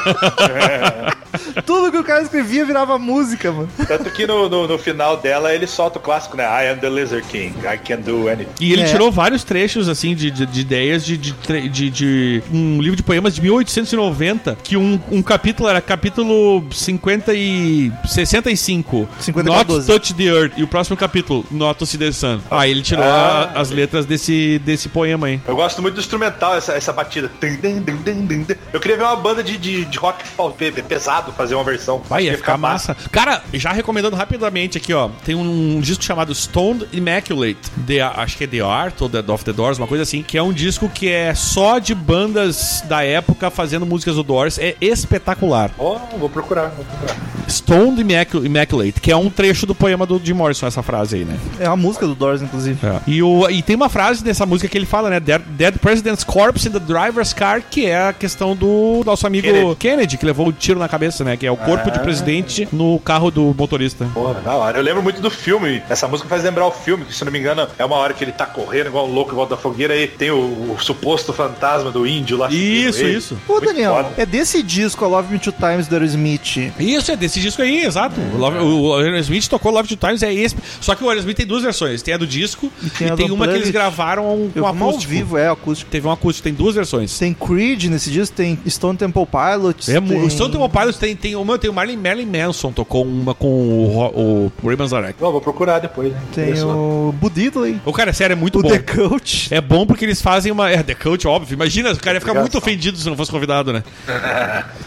Tudo que o cara escrevia virava música, mano. Tanto que no, no, no final dela ele solta o clássico, né? I am the Lizard King, I can do anything. E ele É. tirou vários trechos, assim, de, de- de ideias de, de, tre- de- de um livro de poemas de 1890, que um, um capítulo era capítulo 50 e 65. 50 Not com 12. Touch the Earth. E o próximo capítulo, Not to See the Sun. Aí ele tirou Ah. a- as letras desse, desse poema aí. Eu gosto muito do instrumental, essa, essa batida. Tum, dum, dum, dum, dum, dum. Eu queria ver uma banda de, de, de rock pau- pe- pe- pesado fazer uma versão. Vai, ia Ia ficar massa. Cara, já recomendando rapidamente aqui, ó. Tem um disco chamado Stoned Immaculate. The, acho que é The Art ou The of the Doors, uma coisa assim. Que é um disco que é só de bandas da época fazendo músicas do Doors. É espetacular. Ó, vou procurar, vou procurar. Stoned Immacu- Immaculate, que é um trecho do poema do Jim Morrison, essa frase aí, né? É uma música do Doors, inclusive. E, o, e tem uma frase nessa música que ele fala, né? Dead, Dead President's Corpse in the Driver's Car, que é a questão do nosso amigo Kennedy, Kennedy. que levou o tiro na cabeça, né? Que é o corpo de presidente no carro do motorista. Porra, da hora. Eu lembro muito do filme. Essa música faz lembrar o filme, que se eu não me engano, é uma hora que ele tá correndo igual um louco em volta da fogueira e tem o, o suposto fantasma do índio lá. seguindo Isso, ele. isso. Ô, Muito Daniel, foda. é desse disco, a Love Me To Times do Aerosmith. Isso, é desse disco aí, exato. O, Love, o Aerosmith tocou Love to Times, é esse. Só que o Aerosmith tem duas versões. Tem a do disco e tem tem, a do uma que eles Unplugged. gravaram um com Eu vi ao acústico. vivo, é, acústico. Teve um acústico, tem duas versões. Tem Creed nesse disco, tem Stone Temple Pilots. É, mu- O Stone Temple Pilots tem, tem uma, tem o Marlon Marilyn Manson tocou uma com o, Ro- o Ray Manzarek. Bom, vou procurar depois, né? Tem Isso. o Bo Diddley, O cara, sério, é muito o bom. The Cult. É bom porque eles fazem uma. É, The Cult, óbvio. Imagina, o cara ia ficar muito Obrigado. ofendido se não fosse convidado, né?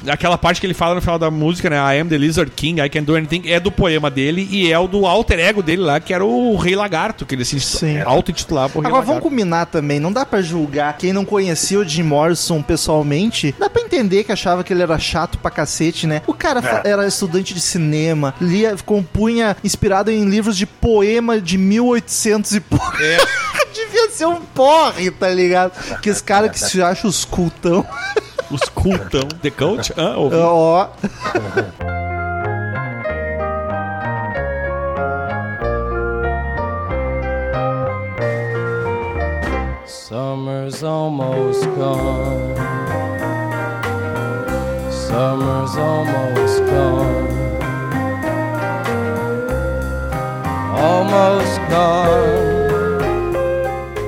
Aquela parte que ele fala no final da música, né? I am the Lizard King, I can do anything, é do poema dele e é o do alter ego dele lá, que era o Rei Lagarto, que ele se Sim. auto-intitulava o Rei Agora vamos Lagarto. combinar também, não dá pra julgar quem não conhecia o Jim Morrison pessoalmente. Dá pra entender que achava que ele era chato pra cacete, né? O cara fa- era estudante de cinema, lia, compunha inspirado em livros de poema de 1800 e pouco. Devia ser um porre, tá ligado? Que esse cara que se acha os cultão, Os cultão. The Cult? Ah, ouvi. ó, Summer's almost gone. Summer's almost gone. Almost gone.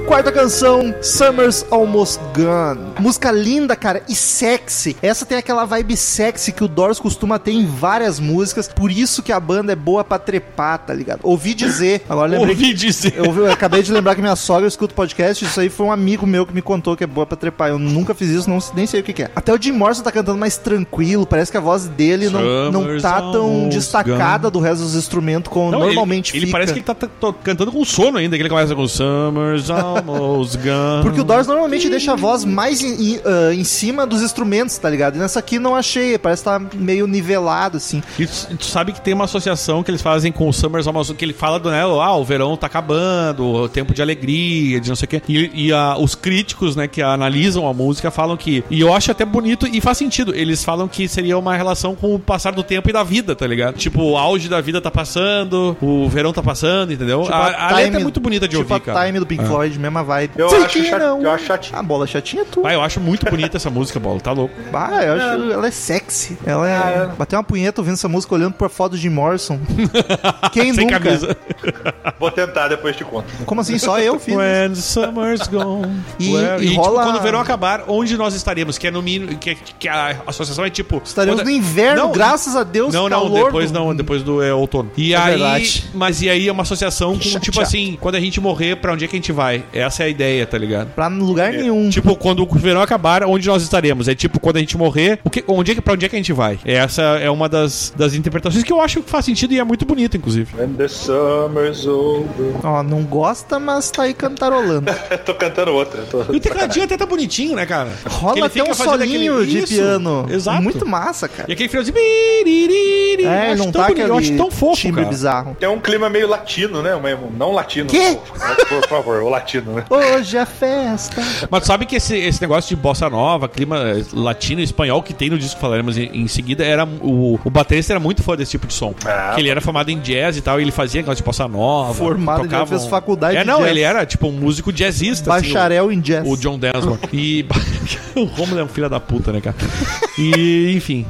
Quarta canção, Summer's Almost Gone. Música linda, cara, e sexy. Essa tem aquela vibe sexy que o Doors costuma ter em várias músicas, por isso que a banda é boa pra trepar, tá ligado? Ouvi dizer, agora lembrei que- Ouvi dizer. eu, ouvi- eu acabei de lembrar que minha sogra escuta podcast, isso aí foi um amigo meu que me contou que é boa pra trepar. Eu nunca fiz isso, não, nem sei o que, que é. Até o Jim Morrison tá cantando mais tranquilo, parece que a voz dele não, não Summer's tá tão almost destacada do resto dos instrumentos como Não, normalmente ele, ele fica. parece que ele tá t- to- cantando com sono ainda, que ele começa com Summer's Almost Gone. Porque o Doors normalmente deixa a voz mais em, em- ah, em cima dos instrumentos, tá ligado? E nessa aqui não achei, parece que tá meio nivelado, assim. E tu tu sabe que tem uma associação que eles fazem com o Summers Almost que ele fala do, né, ah, o verão tá acabando, o tempo de alegria, de não sei o quê. E, e a- os críticos, né, que analisam a música falam que, e eu acho até bonito e faz sentido, eles falam que seria uma relação com o passar do tempo e da vida, tá ligado? Tipo, o auge da vida tá passando, o verão tá passando, entendeu? Tipo, a a time- letra é muito bonita de tipo ouvir, a cara. time do Pink É. Floyd, mesma vibe. Eu Sei acho que chati- não. eu acho chatinho. A bola chatinha é tu. Ah, eu acho muito bonita essa música, bola, tá louco. Ah, eu acho, ela é sexy. Ela Ah, é. Bateu uma punheta ouvindo essa música olhando pra foto de Morrison. Quem Sem nunca? camisa. Vou tentar, depois te conto. Como assim? Só eu fiz. When summer's gone. E- Where- e rola- tipo, quando o verão acabar, onde nós estaremos? Que é no mínimo. Que, que a associação é tipo. Estaremos quando- no inverno, Não, graças a Deus. Não, não, calor depois do- não, depois do é, outono. E É aí, verdade. mas e aí é uma associação com, Chateado. tipo assim, quando a gente morrer, pra onde é que a gente vai? Essa é a ideia, tá ligado? Pra lugar nenhum. Tipo, quando o verão acabar, onde nós estaremos? É tipo, quando a gente morrer, o que, onde é, que- pra onde é que a gente vai? Essa é uma das, das interpretações que eu acho que faz sentido e é muito bonito, inclusive. When the summer's over. tipo- Ó, não gosta, mas tá aí cantarolando. tô cantando outra. tô- E o tecladinho até tá bonitinho, né, cara? Que Rola ele até fica um fazendo solinho aquele- de Isso, piano. Exato. Muito massa, cara. E aquele friozinho. biriri, eu É, acho não tão tá bonito, aquele Eu acho tão fofo, timbre cara. bizarro. Tem um clima meio latino, né? Mesmo. Não latino. Quê? Por, por favor, o latino, né? Hoje é festa. Mas tu sabe que esse, esse negócio de bossa nova, clima eh, latino e espanhol que tem no disco que falaremos em, em seguida, era o, o baterista era muito fã desse tipo de som. Ah. que ele era formado em jazz e tal, e ele fazia negócio de bossa nova. Formado, ele já tocava fez um- faculdade É, de não, jazz. ele era tipo um músico jazzista. assim, o- Bacharel em jazz. o John Densmore. E o Romulo é um filho da puta, né, cara? E enfim.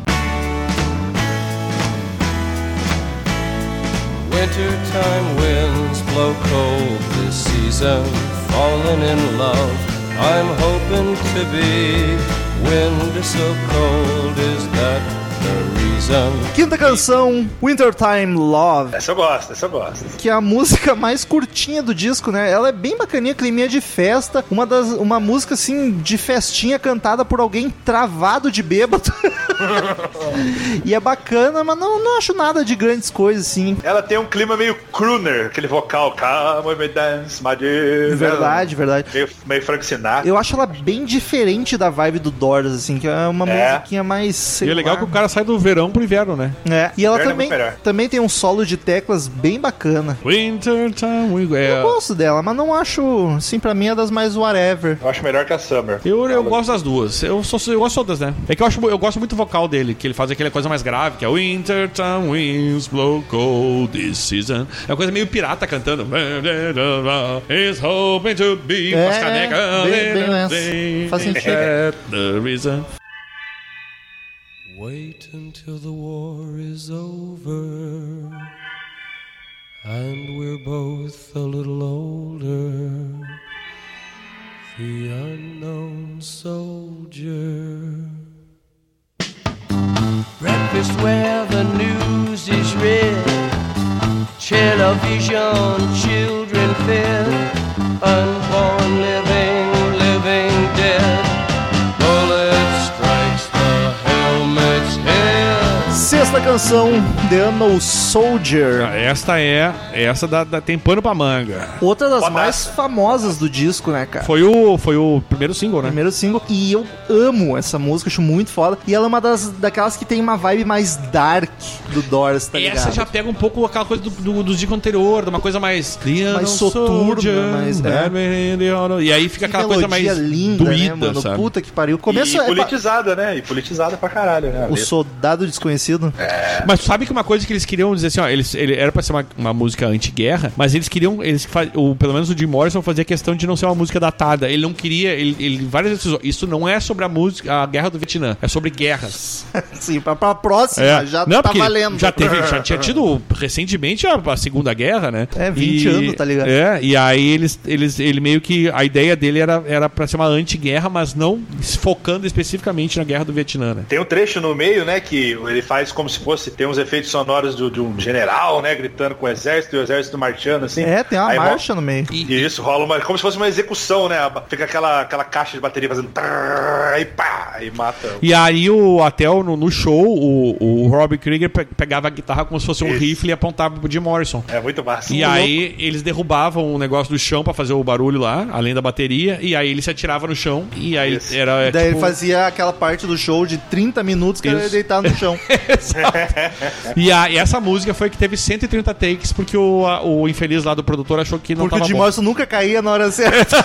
Wintertime winds blow cold this season. Falling in love, I'm hoping to be. Wind is so cold, is that the reason? Quinta canção, Wintertime Love, Essa eu gosto, essa eu gosto. que é a música mais curtinha do disco, né? Ela é bem bacaninha, climinha de festa. Uma, das, uma música, assim, de festinha cantada por alguém travado de bêbado. e é bacana, mas não, não acho nada de grandes coisas, assim. Ela tem um clima meio crooner, aquele vocal. Calma, me dance, my É dear. Verdade, verdade. Meio, meio Frank Sinatra. Eu acho ela bem diferente da vibe do Doors, assim, que é uma É. musiquinha mais. sei e é legal lá. que o cara sai do verão pro inverno, né? É. E ela Inverno é também, muito melhor. também tem um solo de teclas bem bacana. Winter time we go. É, Eu gosto dela, mas não acho, assim, pra mim é das mais whatever. Eu acho melhor que a Summer. Eu, eu gosto das duas. Eu, sou, eu gosto de todas, né? É que eu, acho, eu gosto muito do vocal dele, que ele faz aquela coisa mais grave, que é Winter time winds blow cold this season. É uma coisa meio pirata cantando. Is hoping to be com as É, canecas. bem- bem essa. Faz sentido. That the reason. Wait until the war is over and we're both a little older. The unknown soldier. Breakfast where the news is read, television, children fed, unborn living, living dead. Bullet strikes the helmet's head. Sexta canção, The Unknown Soldier. Esta é. Essa dá, dá- tem pano pra manga. Outra das Bodaça. mais famosas do disco, né, cara? Foi o, foi o primeiro single, né? Primeiro single, e eu amo essa música, acho muito foda. E ela é uma das daquelas que tem uma vibe mais dark do Doors, tá ligado? Essa já pega um pouco aquela coisa do, do, do disco anterior, de uma coisa mais. um Mais soturna, mais- é. E aí fica aquela coisa mais. melodia linda, doída, né, mano? sabe? Puta que pariu. O Começo e é pa- politizada, né? E politizada pra caralho, né? a o letra. soldado desconhecido. É. Mas sabe que uma coisa que eles queriam dizer assim, ó, eles, ele era pra ser uma, uma música anti-guerra, mas eles queriam, eles fa- o, pelo menos o Jim Morrison fazia questão de não ser uma música datada. Ele não queria, ele, ele várias vezes usou, isso não é sobre a música, a guerra do Vietnã, é sobre guerras. É. Sim, pra, pra próxima já É. Não, tá porque valendo. Já, teve, já tinha tido recentemente a, a Segunda Guerra, né? É, 20 anos, tá ligado? É, e aí eles, eles, ele meio que. A ideia dele era, era pra ser uma anti-guerra, mas não se focando especificamente na guerra do Vietnã, né? Tem um trecho no meio, né, que ele faz como se fosse, tem uns efeitos sonoros do- de um general, né, gritando com o exército e o exército marchando, assim. É, tem uma Aí ro- marcha no meio. E isso rola uma, como se fosse uma execução, né? a- Fica aquela, aquela caixa de bateria fazendo. trrr, E pá! E mata. E aí o até o- no, no show o, o Rob Krieger pe- pegava a guitarra como se fosse um Isso. rifle e apontava pro Jim Morrison. É muito massa. E aí eles derrubavam o negócio do chão pra fazer o barulho lá, além da bateria, e aí ele se atirava no chão e aí Isso. era é, Daí ele tipo- fazia aquela parte do show de 30 minutos que ele Isso. ia deitar no chão. e, a- e essa música foi que teve 130 takes porque o, a- o infeliz lá do produtor achou que não porque o tava Jim bom. Morrison nunca caía na hora certa.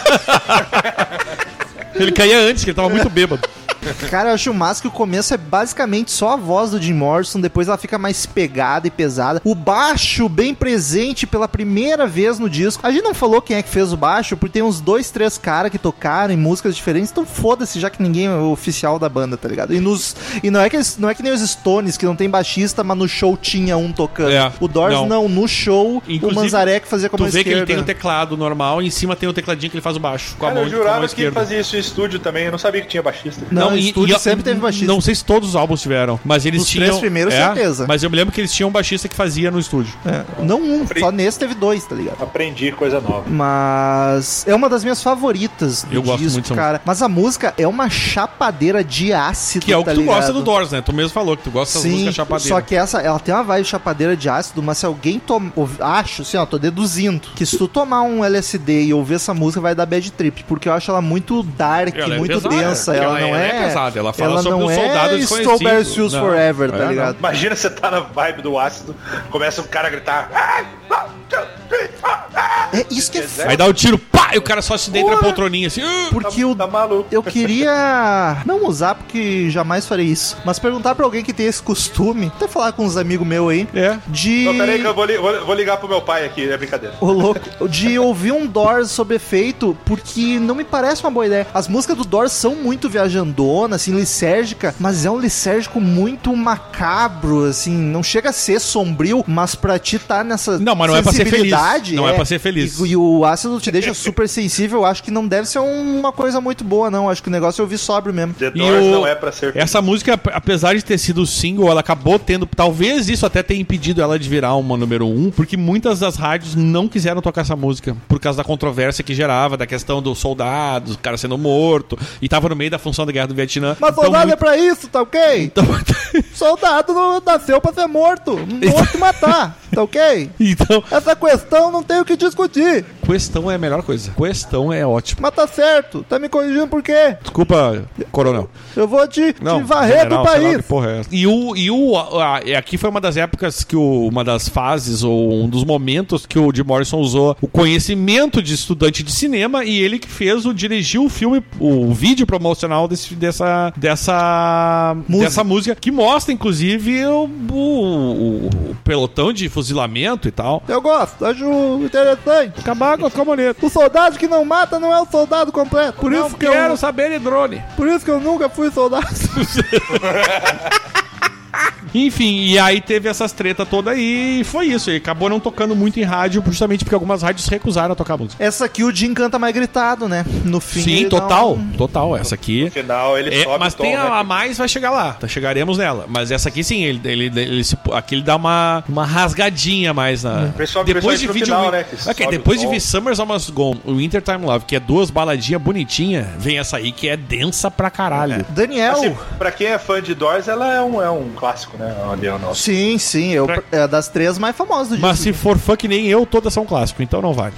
Ele caía antes, que ele tava É. muito bêbado. Cara, eu acho massa que o começo é basicamente só a voz do Jim Morrison, depois ela fica mais pegada e pesada. O baixo bem presente pela primeira vez no disco. A gente não falou quem é que fez o baixo, porque tem uns dois, três caras que tocaram em músicas diferentes, então foda-se, já que ninguém é o oficial da banda, tá ligado? E, nos, e não, é que, eles- não é que nem os Stones, que não tem baixista, mas no show tinha um tocando. É, o Doors não. não. no show Inclusive, o Manzarek fazia como tu vê que ele esquerda. tem o teclado normal e em cima tem o tecladinho que ele faz o baixo com a Cara, mão, eu com a mão jurava que ele esquerda. fazia isso em estúdio também. Eu não sabia que tinha baixista. Não, em e- estúdio e- sempre teve baixista. Não sei se todos os álbuns tiveram, mas eles Os tinham. É, três primeiros, certeza. Mas eu me lembro que eles tinham um baixista que fazia no estúdio. É, não um, só nesse teve dois, tá ligado? Aprendi coisa nova. Mas é uma das minhas favoritas do Eu gosto disco, muito um. dessa cara. Mas a música é uma chapadeira de ácido, Que é o que tá tu gosta ligado? do Doors, né? Tu mesmo falou que tu gosta das Sim, músicas chapadeiras. só que essa, ela tem uma vibe chapadeira de ácido, mas se alguém tomar, acho, assim, ó, tô deduzindo, que se tu tomar um LSD e ouvir essa música vai dar bad trip, porque eu acho ela muito dark, Ela é muito pesada. densa, Ela ela, não é é... pesada, ela fala sobre não um soldado é desconhecido. Strawberry Fields Não, Forever, é, tá não. ligado? Imagina você tá na vibe do ácido, começa um cara a gritar. "Ah, ah, ah, ah, ah". É isso que é Aí dá o tiro, pá, e o cara só se deita na poltroninha assim. "Ah!" Porque o. Tá maluco. Eu queria não usar, porque jamais farei isso. Mas perguntar pra alguém que tem esse costume, até falar com uns amigos meus aí, É. de. Não, peraí que eu vou, li- vou- vou ligar pro meu pai aqui, é brincadeira. Ô, louco, de ouvir um Doors sob efeito, porque não me parece uma boa ideia. As músicas do Doors são muito viajandona, assim, lisérgica, mas é um lisérgico muito macabro, assim, não chega a ser sombrio, mas pra ti tá nessa Não, mas não é pra ser feliz. sensibilidade, Não é pra ser feliz. E, e o ácido te deixa super sensível, eu acho que não deve ser uma coisa muito boa, não. Acho que o negócio é ouvir sóbrio mesmo. The E Doors o- não é pra ser. Essa música, ap- apesar de ter sido single, ela acabou tendo. Talvez isso até tenha impedido ela de virar uma número um, porque muitas das rádios não quiseram tocar essa música por causa da controvérsia que gerava, da questão dos soldados, o cara sendo morto, e tava no meio da função da guerra do Vietnã. Mas Então, soldado é muito- pra isso, tá ok? então- Soldado não nasceu pra ser morto. Morto e matar, tá ok? então, Essa questão não tem o que discutir. questão é a melhor coisa. Questão é ótimo. Mas tá certo, tá me corrigindo por quê? Desculpa, coronel. Eu vou te, te varrer general, do sei lá que país. porra é essa. E, o, e o, a- a- aqui foi uma das épocas que o- uma das fases ou um dos momentos que o Jim Morrison usou o conhecimento de estudante de cinema e ele que fez o dirigiu o filme, o vídeo promocional desse, dessa dessa Música. dessa música que mostra inclusive o, o- o pelotão de fuzilamento e tal. Eu gosto, acho interessante. Acabar com a camoneta. O soldado que não mata não é o soldado completo. Por Não isso que quero eu, saber de drone. por isso que eu nunca fui soldado. Enfim, e aí teve essas treta toda aí e foi isso. E acabou não tocando muito em rádio, justamente porque algumas rádios recusaram a tocar a música. Essa aqui o Jim canta mais gritado, né? No fim. ele Sim, dá total, um- total. Essa aqui. Final, ele É, sobe mas o tom, tem né? a, a mais, vai chegar lá. Tá, chegaremos nela. Mas essa aqui sim, ele, ele, ele se- aqui ele dá uma, uma rasgadinha mais na. Ele sobe- depois de ele sobe Hum. pro vídeo. final, né, que sobe o depois de som. V Summers Almost Gone, o Wintertime Love, que é duas baladinhas bonitinhas, vem essa aí que é densa pra caralho. um- Daniel. Assim, pra quem é fã de Doors, ela é um, é um clássico, né? Olha o nosso. Sim, sim. Eu, É das três mais famosas do disco. Mas se for fã que nem eu, todas são clássico, então não vale.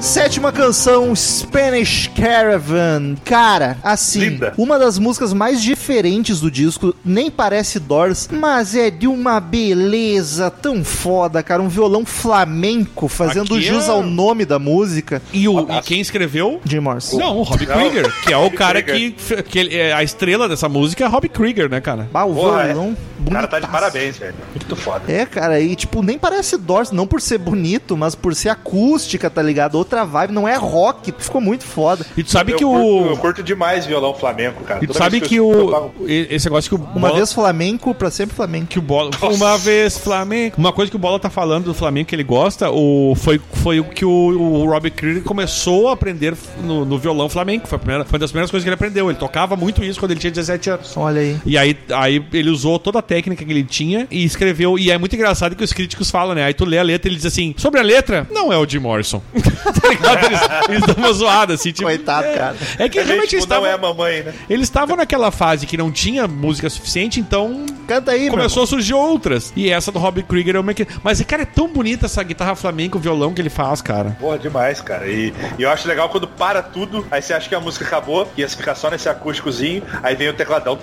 Sétima canção, Spanish Caravan. Cara, assim, Linda. uma das músicas mais diferentes do disco, nem parece Doors, mas é de uma beleza tão foda, cara. Um violão flamenco fazendo Aqui é- jus um- ao nome da música. E, o, e quem escreveu? Jim Morrison. Não, o Rob Não. Krieger, que é o Robbie cara que, Krieger. que ele- é a estrela dessa música é Rob Krieger, né, cara? Bah, o Porra, é. violão. O cara tá de bonitaço. parabéns, velho. Muito foda. É, cara, e tipo, nem parece Doors, não por ser bonito, mas por ser acústica, tá ligado? Outra vibe, não é rock, ficou muito foda. E tu sabe eu, que curto, eu o curto demais violão flamenco, cara. e tu Toda sabe vez que eu escuto, eu o pago- e- esse negócio que o Uma Bola- vez flamenco, pra sempre flamenco. que o Bola uma vez Flamengo, uma coisa que o Bola tá falando do Flamengo que ele gosta, o foi foi o que o, o Rob Krieger começou a aprender no, no violão flamenco, foi a primeira, foi uma das primeiras coisas que ele aprendeu. Ele tocava muito isso quando ele tinha 17 anos. Olha aí. E aí, aí ele usou toda a técnica que ele tinha e escreveu. E é muito engraçado que os críticos falam, né? Aí tu lê a letra e ele diz assim: sobre a letra, não é o Jim Morrison. tá ligado? Eles, eles dão uma zoada, assim, tipo. Coitado, é, cara. É que É, realmente tipo, eles estavam. não é a mamãe, né? Eles estavam naquela fase que não tinha música suficiente, então Canta aí, meu começou a surgir outras. E essa do Rob Krieger é uma que. Mas, cara, é tão bonita essa guitarra flamenca, o violão que ele faz, cara. Porra, demais, cara. E, e eu acho legal quando para tudo, aí você acha que a música acabou, ia ficar só nesse acústicozinho, aí vem o tecladão.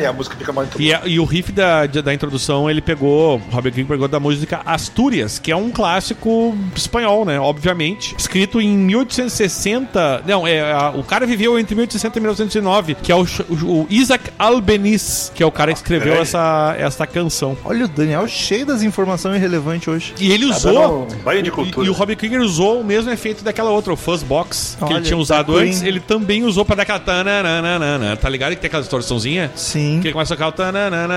e a música fica muito E, a- e o riff da, de- da introdução ele pegou, o Robert Green pegou da música Astúrias, que é um clássico espanhol, né? Obviamente. Escrito em 1860. Não, é, a- o cara viveu entre 1860 e 1909, que é o, Ch- o Isaac Albeniz, que é o cara que escreveu grande. essa, essa canção. Olha o Daniel cheio das informações irrelevantes hoje. E ele usou. dando um banho de e- cultura. E, é o Robbie Krieger usou o mesmo efeito daquela outra, o Fuzzbox, que Olha, ele tinha tá usado Queen. antes. Ele também usou pra dar aquela. tananana, Tá ligado que tem aquela distorçãozinha? Sim. Que ele começa a tocar o tananana,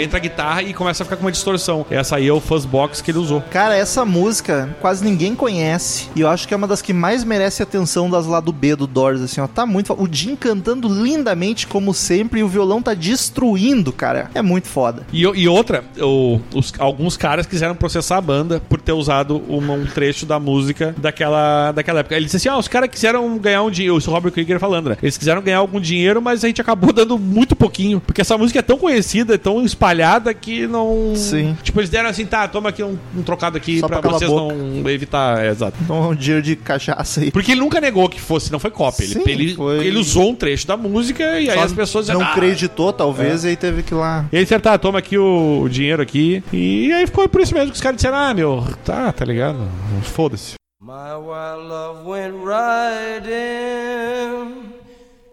entra a guitarra e começa a ficar com uma distorção. Essa aí é o Fuzzbox que ele usou. Cara, essa música quase ninguém conhece. E eu acho que é uma das que mais merece atenção das lá do B do Doors, assim, ó. Tá muito. fo- O Jim cantando lindamente, como sempre, e o violão tá destruindo, cara. É muito foda. E, o- e outra, o- os- alguns caras quiseram processar a banda por ter usado uma- um trecho da música daquela, daquela época. Ele disse assim: ah, os caras quiseram ganhar um dinheiro. Isso é o Robert Krieger falando, né? Eles quiseram ganhar algum dinheiro, mas a gente acabou dando muito pouquinho. Porque essa música é tão conhecida, é tão espalhada que não. Sim. Tipo, eles deram assim: tá, toma aqui um, um trocado aqui Só pra, pra calar a vocês boca. não evitar. é, exato. Então é um dia de cachaça aí. Porque ele nunca negou que fosse, não foi cópia. Ele, Sim, ele, foi- ele usou um trecho da música e aí Só as pessoas Não "Ah, é." creditou, talvez, e aí teve que ir lá. e aí disseram, tá, toma aqui o, o dinheiro aqui. E aí ficou por isso mesmo que os caras disseram, ah, meu, tá, tá ligado? Foda-se. My wild love went riding.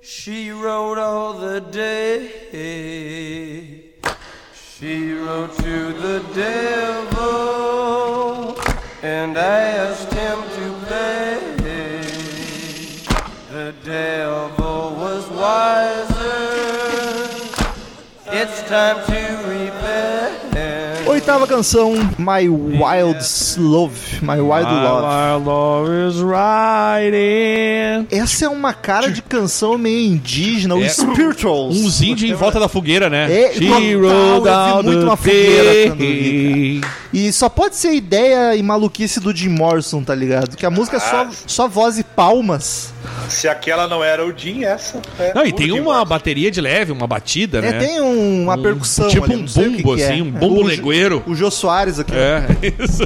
She rode all the day. She rode to the devil and asked him to pay. The devil was wiser. It's time to repent. Oitava canção, My Wild Love. Ah, My Wild Love. My love is riding. Essa é uma cara de canção meio indígena, o É. Spirituals. Uns índios em volta da fogueira, né? É, She total, eu rolled vi down muito the uma fogueira quando day. vi, E só pode ser ideia e maluquice do Jim Morrison, tá ligado? Que a música é só, Ah. só voz e palmas. Se aquela não era o Jim, essa. é Não, e o tem Jim uma Morrison. bateria de leve, uma batida, É, né? tem um- uma percussão. tipo ali, um não sei o que bumbo, que é. assim, um bumbo O Jo- legueiro. O Jô Soares aqui. né? É, isso.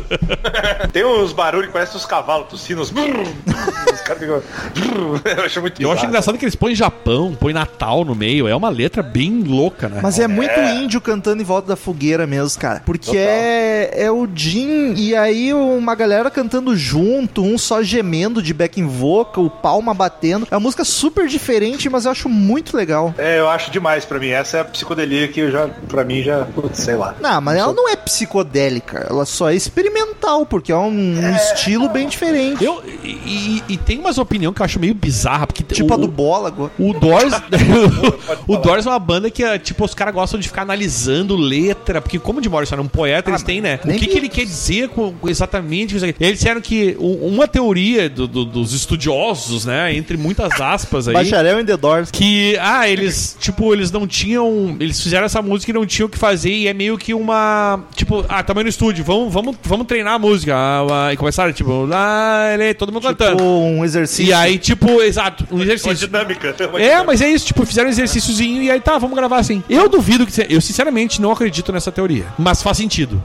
Tem uns barulhos que parecem uns cavalos tossindo. Uns... os caras ficam. Eu acho muito Eu acho bizarro. engraçado que eles põem Japão, põem Natal no meio. É uma letra bem louca, né? Mas é muito índio cantando em volta da fogueira mesmo, cara. Porque Total. é, é o Jim e aí uma galera cantando junto, um só gemendo de backing vocal, palma batendo. É uma música super diferente, mas eu acho muito legal. É, eu acho demais pra mim. Essa é a psicodelia que eu já, pra mim já, putz, sei lá. Não, mas ela não é psicodélica, ela só é experimental, porque é um estilo bem diferente. Eu, e, e- e tem umas opiniões que eu acho meio bizarra, porque Tipo a o, do Bola agora. O Doors. o Doors é uma banda que, é, tipo, os caras gostam de ficar analisando letra, porque como o de Morrison era um poeta, eles têm, né? O Ah, nem que, que que- ele quer dizer com, com exatamente com isso aqui. Eles disseram que u- uma teoria do- do- dos estudiosos, né, entre muitas aspas aí... Bacharel em The Doors. Que, ah, eles, tipo, eles não tinham. Eles fizeram essa música e não tinham o que fazer. E é meio que uma. Tipo, ah, também no estúdio, vamos, vamos, vamos treinar a música. Ah, ah, e começaram, tipo, lá, ele, todo mundo Tipo, cantando. um exercício. Tá. E aí, tipo, exato, um Uma exercício. dinâmica. É, uma dinâmica. mas é isso, tipo, fizeram um exercíciozinho e aí tá, vamos gravar assim. Eu duvido que. Eu sinceramente não acredito nessa teoria. Mas faz sentido.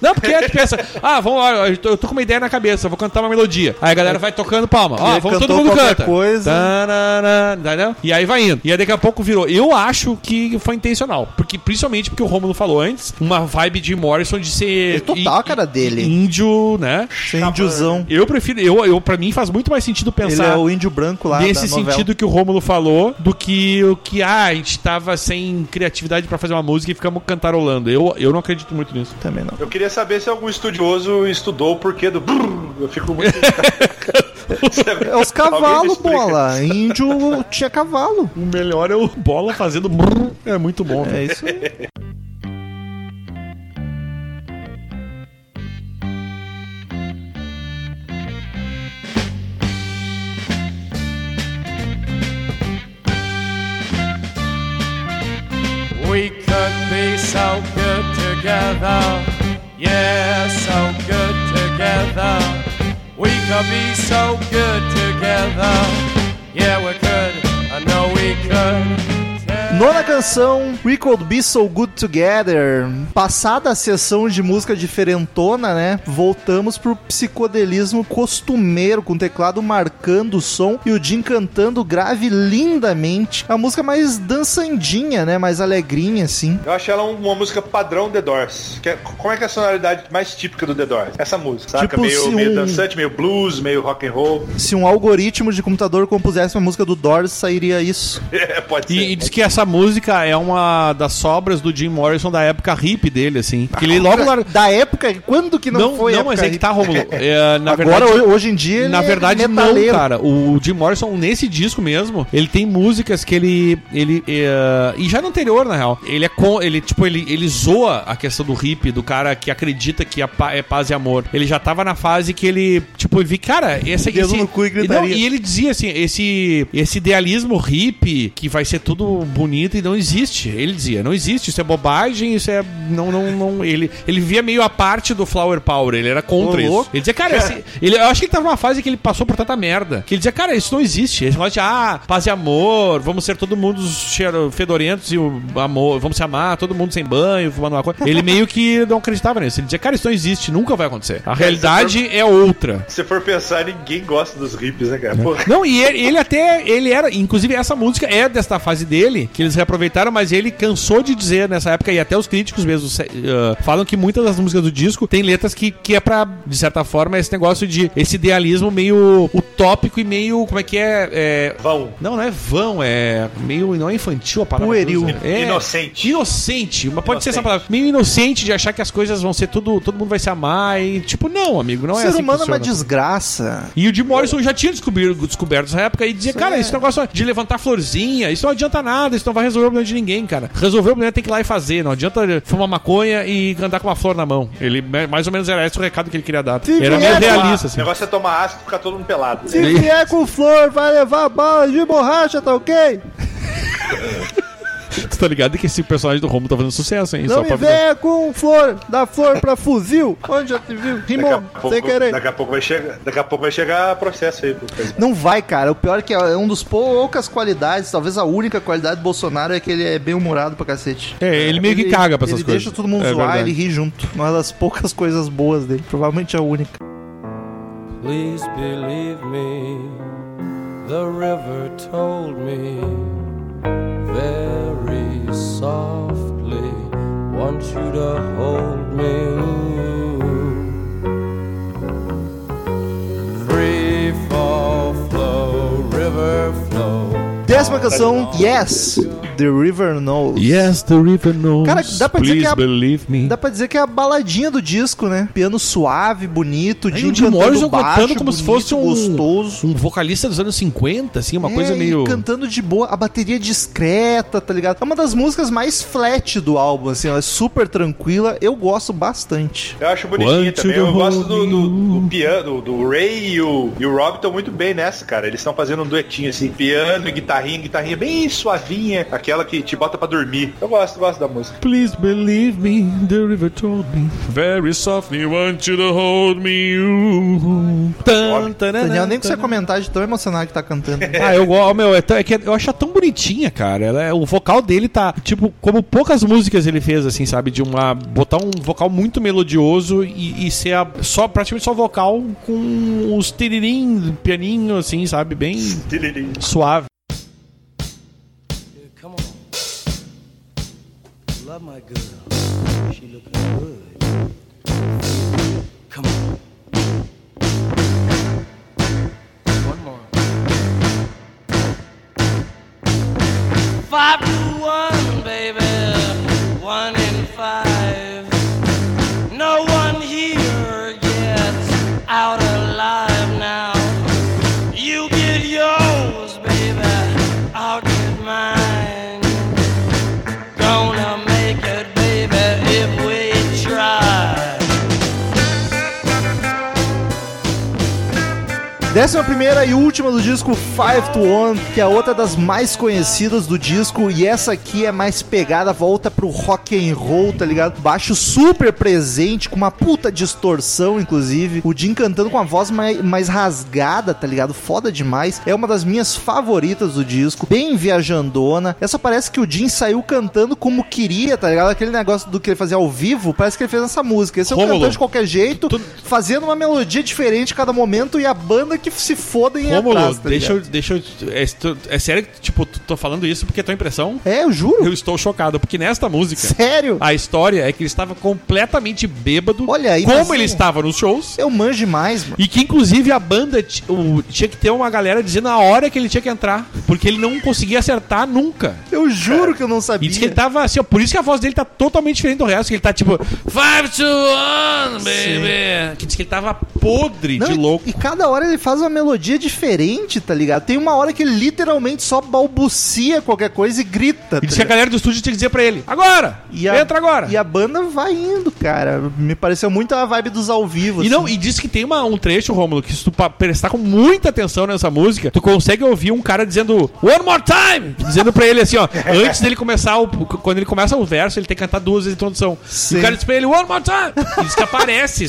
Não, porque aí tu pensa, ah, vamos lá, eu tô, eu tô com uma ideia na cabeça, vou cantar uma melodia. Aí a galera vai tocando palma. E Ó, aí vamos todo É. cantou mundo qualquer canta. coisa. Tanana, entendeu? E aí vai indo. E aí daqui a pouco virou. Eu acho que foi intencional. Porque, principalmente porque o Romulo falou antes, uma vibe de Morrison de ser. É total a cara í- dele. Índio, né? Sem índiozão. Eu prefiro, eu, eu, pra mim faz muito mais sentido Ele pensar é o índio branco lá nesse da novela. sentido que o Rômulo falou, do que o que ah, a gente tava sem criatividade pra fazer uma música e ficamos cantarolando. Eu, eu não acredito muito nisso. Também né? não. Eu queria saber se algum estudioso estudou o porquê do. brrr. Eu fico muito. É os Alguém me cavalos, explica. bola. Índio tinha cavalo. O melhor é o bola fazendo é muito bom. É isso aí. We could be so good together. Yeah, so good together. We could be so good together. Yeah, we could. I know we could. Nona canção, We Could Be So Good Together. Passada a sessão de música diferentona, né? Voltamos pro psicodelismo costumeiro, com o teclado marcando o som e o Jim cantando grave lindamente. A música mais dançandinha, né? Mais alegrinha, assim. Eu acho ela uma música padrão The Doors. Que é- como é que é a sonoridade mais típica do The Doors? Essa música, saca? Tipo meio, se meio um- dançante, meio blues, meio rock and roll. Se um algoritmo de computador compusesse uma música do Doors, sairia isso. É, pode E, e ser. diz que essa música é uma das sobras do Jim Morrison da época hippie dele, assim. Que Ah, ele logo largou. Da época, quando que não, Não, foi? não, época mas é que tá, Romulo. É, na Agora, verdade, ho- hoje em dia, ele Na é verdade, metaleiro. não, cara. O Jim Morrison, nesse disco mesmo, ele tem músicas que ele. ele é, E já no anterior, na real. Ele é com. Ele, tipo, ele, ele zoa a questão do hippie, do cara que acredita que a pa- é paz e amor. Ele já tava na fase que ele. Tipo, ele vi, cara, essa Dedo esse- no cu e e gritaria. e ele dizia assim: esse, esse idealismo hippie que vai ser tudo bonito e não existe. Ele dizia, não existe, isso é bobagem, isso é. Não, não, não. Ele, ele via meio a parte do Flower Power, ele era contra Ô, isso. louco. Ele dizia, cara, esse- ele, eu acho que ele tava numa fase que ele passou por tanta merda. Que ele dizia, cara, isso não existe. Esse negócio de, ah, paz e amor, vamos ser todo mundo cheiro- fedorentos e o amor, vamos se amar, todo mundo sem banho, fumando uma coisa. Ele meio que não acreditava nisso. Ele dizia, cara, isso não existe, nunca vai acontecer. A realidade é outra. Se for pensar, ninguém gosta dos rips, né, cara? Pô, Não, e ele, ele até, ele era, inclusive essa música é desta fase dele, que eles reaproveitaram, mas ele cansou de dizer nessa época, e até os críticos mesmo se- ah, falam que muitas das músicas do disco tem letras que, que é pra, de certa forma, esse negócio de, esse idealismo meio utópico e meio, como é que é, é, vão. não, não é vão, é meio. Não é infantil a palavra. Pueril. que usa. É Inocente. Inocente. Mas pode ser essa Inocente. palavra. Meio inocente de achar que as coisas vão ser tudo. Todo mundo vai se amar e. Tipo, não, amigo, não O é ser assim. que humano é uma funciona. desgraça. E o Jim é. Morrison já tinha descobrido, descoberto essa época e dizia, cara, esse negócio de levantar florzinha, isso não adianta nada, isso não vai resolver o problema de ninguém, cara. Resolver o problema tem que ir lá e fazer. Não adianta fumar maconha e andar com uma flor na mão. Ele mais ou menos era esse o recado que ele queria dar. Se era meio vier tomar- realista, O assim. negócio é tomar ácido e ficar todo mundo pelado. Se vier com flor, vai levar bala de borracha, tá ok? Tu tá ligado que esse personagem do Romulo tá fazendo sucesso, hein? Não Só me pra avisar. venha com flor, da flor pra fuzil. Onde já te viu? Daqui a, Rimou, sem pouco, querer. daqui a pouco vai chegar, daqui a pouco vai chegar processo aí. pro presidente. Não vai, cara. O pior é que é um dos poucas qualidades, talvez a única qualidade do Bolsonaro é que ele é bem humorado pra cacete. É, ele meio que caga pra essas ele coisas. Ele deixa todo mundo É zoar, verdade. ele ri junto. Uma das poucas coisas boas dele, provavelmente a única. Please believe me, the river told me very softly, want you to hold me. Ooh. Free fall, flow, river flow. Décima canção, Yes, The River Knows. Yes, the river knows. Cara, dá pra dizer Please que é a- believe me. Dá pra dizer que é a baladinha do disco, né? Piano suave, bonito, Aí o Jim Jim cantando Morrison baixo, cantando como se bonito, fosse um- gostoso. Um vocalista dos anos 50, assim, uma É, coisa e meio... cantando de boa, a bateria discreta, tá ligado? É uma das músicas mais flat do álbum, assim, ela é super tranquila, eu gosto bastante. Eu acho bonitinho Want também. you to Eu gosto do, hold do- me. do piano, do Ray e o, e o Rob estão muito bem nessa, cara. Eles estão fazendo um duetinho assim, piano e guitarrinha, guitarrinha bem suavinha, aquela que te bota pra dormir. Eu gosto, gosto da música. Please believe me, the river told me. Very softly want you to hold me. Ooh. Tan, tarará, Daniel, nem precisa tarará. comentar de tão emocionado que tá cantando. Ah, eu gosto, meu, é, tão- é que eu acho ela tão bonitinha, cara. Ela, é- o vocal dele tá, tipo, como poucas músicas ele fez, assim, sabe? De uma. botar um vocal muito melodioso e, e ser a- só, praticamente só vocal com os tiririm, pianinho, assim, sabe? Bem Tiririm. suave. Come on. Love my girl. She looking good. Come on. One more. Five to one, baby. One in five. No one here gets out alive now. You get yours, baby. I'll get mine. Gonna make it, baby, if we try. Décima primeira e última do disco Five to One, que é outra das mais conhecidas do disco, e essa aqui é mais pegada, volta pro rock and roll, tá ligado? Baixo super presente, com uma puta distorção, inclusive. O Jim cantando com a voz mais, mais rasgada, tá ligado? Foda demais. É uma das minhas favoritas do disco, bem viajandona. Essa parece que o Jim saiu cantando como queria, tá ligado? Aquele negócio do que ele fazia ao vivo, parece que ele fez essa música. Esse é um Rômulo, cantor de qualquer jeito, tu- fazendo uma melodia diferente a cada momento e a banda que se foda em Rômulo, atrás, tá deixa, eu- ligado? deixa eu. É, tu- é sério que, tipo, tu tô falando isso porque é tua impressão? É, eu juro. Eu estou chocado, porque nesta música. Sério? A história é que ele estava completamente bêbado. Olha aí, como mas ele eu- estava nos shows. Eu manjo demais, mano. E que inclusive a banda ti- o- tinha que ter uma galera dizendo a hora que ele tinha que entrar, porque ele não conseguia acertar nunca. Eu juro que eu não E sabia. diz que ele tava assim, ó, por isso que a voz dele tá totalmente diferente do resto, que ele tá tipo, five to one, baby. Que diz que ele tava podre Não, de e- louco. E cada hora ele faz uma melodia diferente, tá ligado? Tem uma hora que ele literalmente só balbucia qualquer coisa e grita. tá E disse que a ligado? galera do estúdio tinha que dizer pra ele, agora! E a- entra agora! E a banda vai indo, cara. Me pareceu muito a vibe dos ao vivo. E não, assim. e diz que tem uma- um trecho, Rômulo, que se tu pa- prestar com muita atenção nessa música, tu consegue ouvir um cara dizendo One more time! Dizendo pra ele assim, ó, antes dele começar o. Quando ele começa o verso, ele tem que cantar duas vezes a introdução. E Sim. o cara diz pra ele, One more time! E diz que aparece,